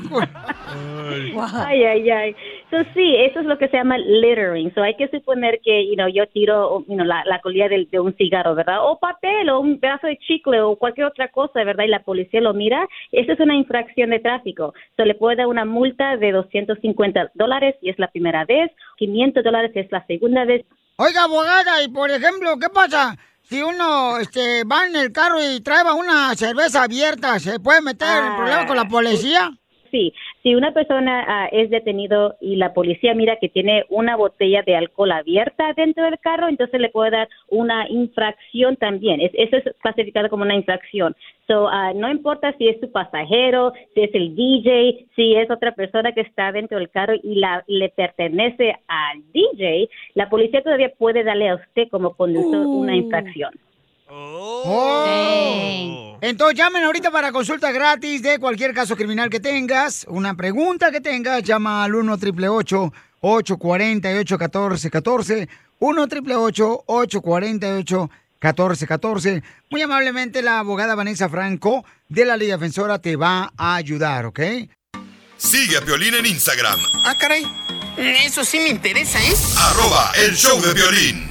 Speaker 15: Ay, ay, ay. So, sí, eso es lo que se llama littering. So, hay que suponer que, you know, yo tiro, you know, la, la colilla del- de, un cigarro, ¿verdad? O papel, o un pedazo de chicle, o cualquier otra cosa, ¿verdad? Y la policía lo mira. Esa es una infracción de tráfico. Se le puede dar una multa de 250 dólares y es la primera vez, 500 dólares es la segunda vez.
Speaker 1: Oiga, abogada, y por ejemplo, ¿qué pasa? Si uno este, va en el carro y trae una cerveza abierta, ¿se puede meter en problemas con la policía?
Speaker 15: sí, si una persona ah, es detenido y la policía mira que tiene una botella de alcohol abierta dentro del carro, entonces le puede dar una infracción también. Es- eso es clasificado como una infracción. So, ah, no importa si es su pasajero, si es el DJ, si es otra persona que está dentro del carro y la, le pertenece al DJ, la policía todavía puede darle a usted como conductor una infracción.
Speaker 1: Oh. Entonces llamen ahorita para consulta gratis de cualquier caso criminal que tengas, una pregunta que tengas, llama al 1 888 848 1414 1 888 848 1414 Muy amablemente la abogada Vanessa Franco de la Liga Defensora te va a ayudar, ¿ok?
Speaker 9: Sigue a Violín en Instagram,
Speaker 27: Ah, caray. Eso sí me interesa, ¿eh?
Speaker 9: arroba el show de violín.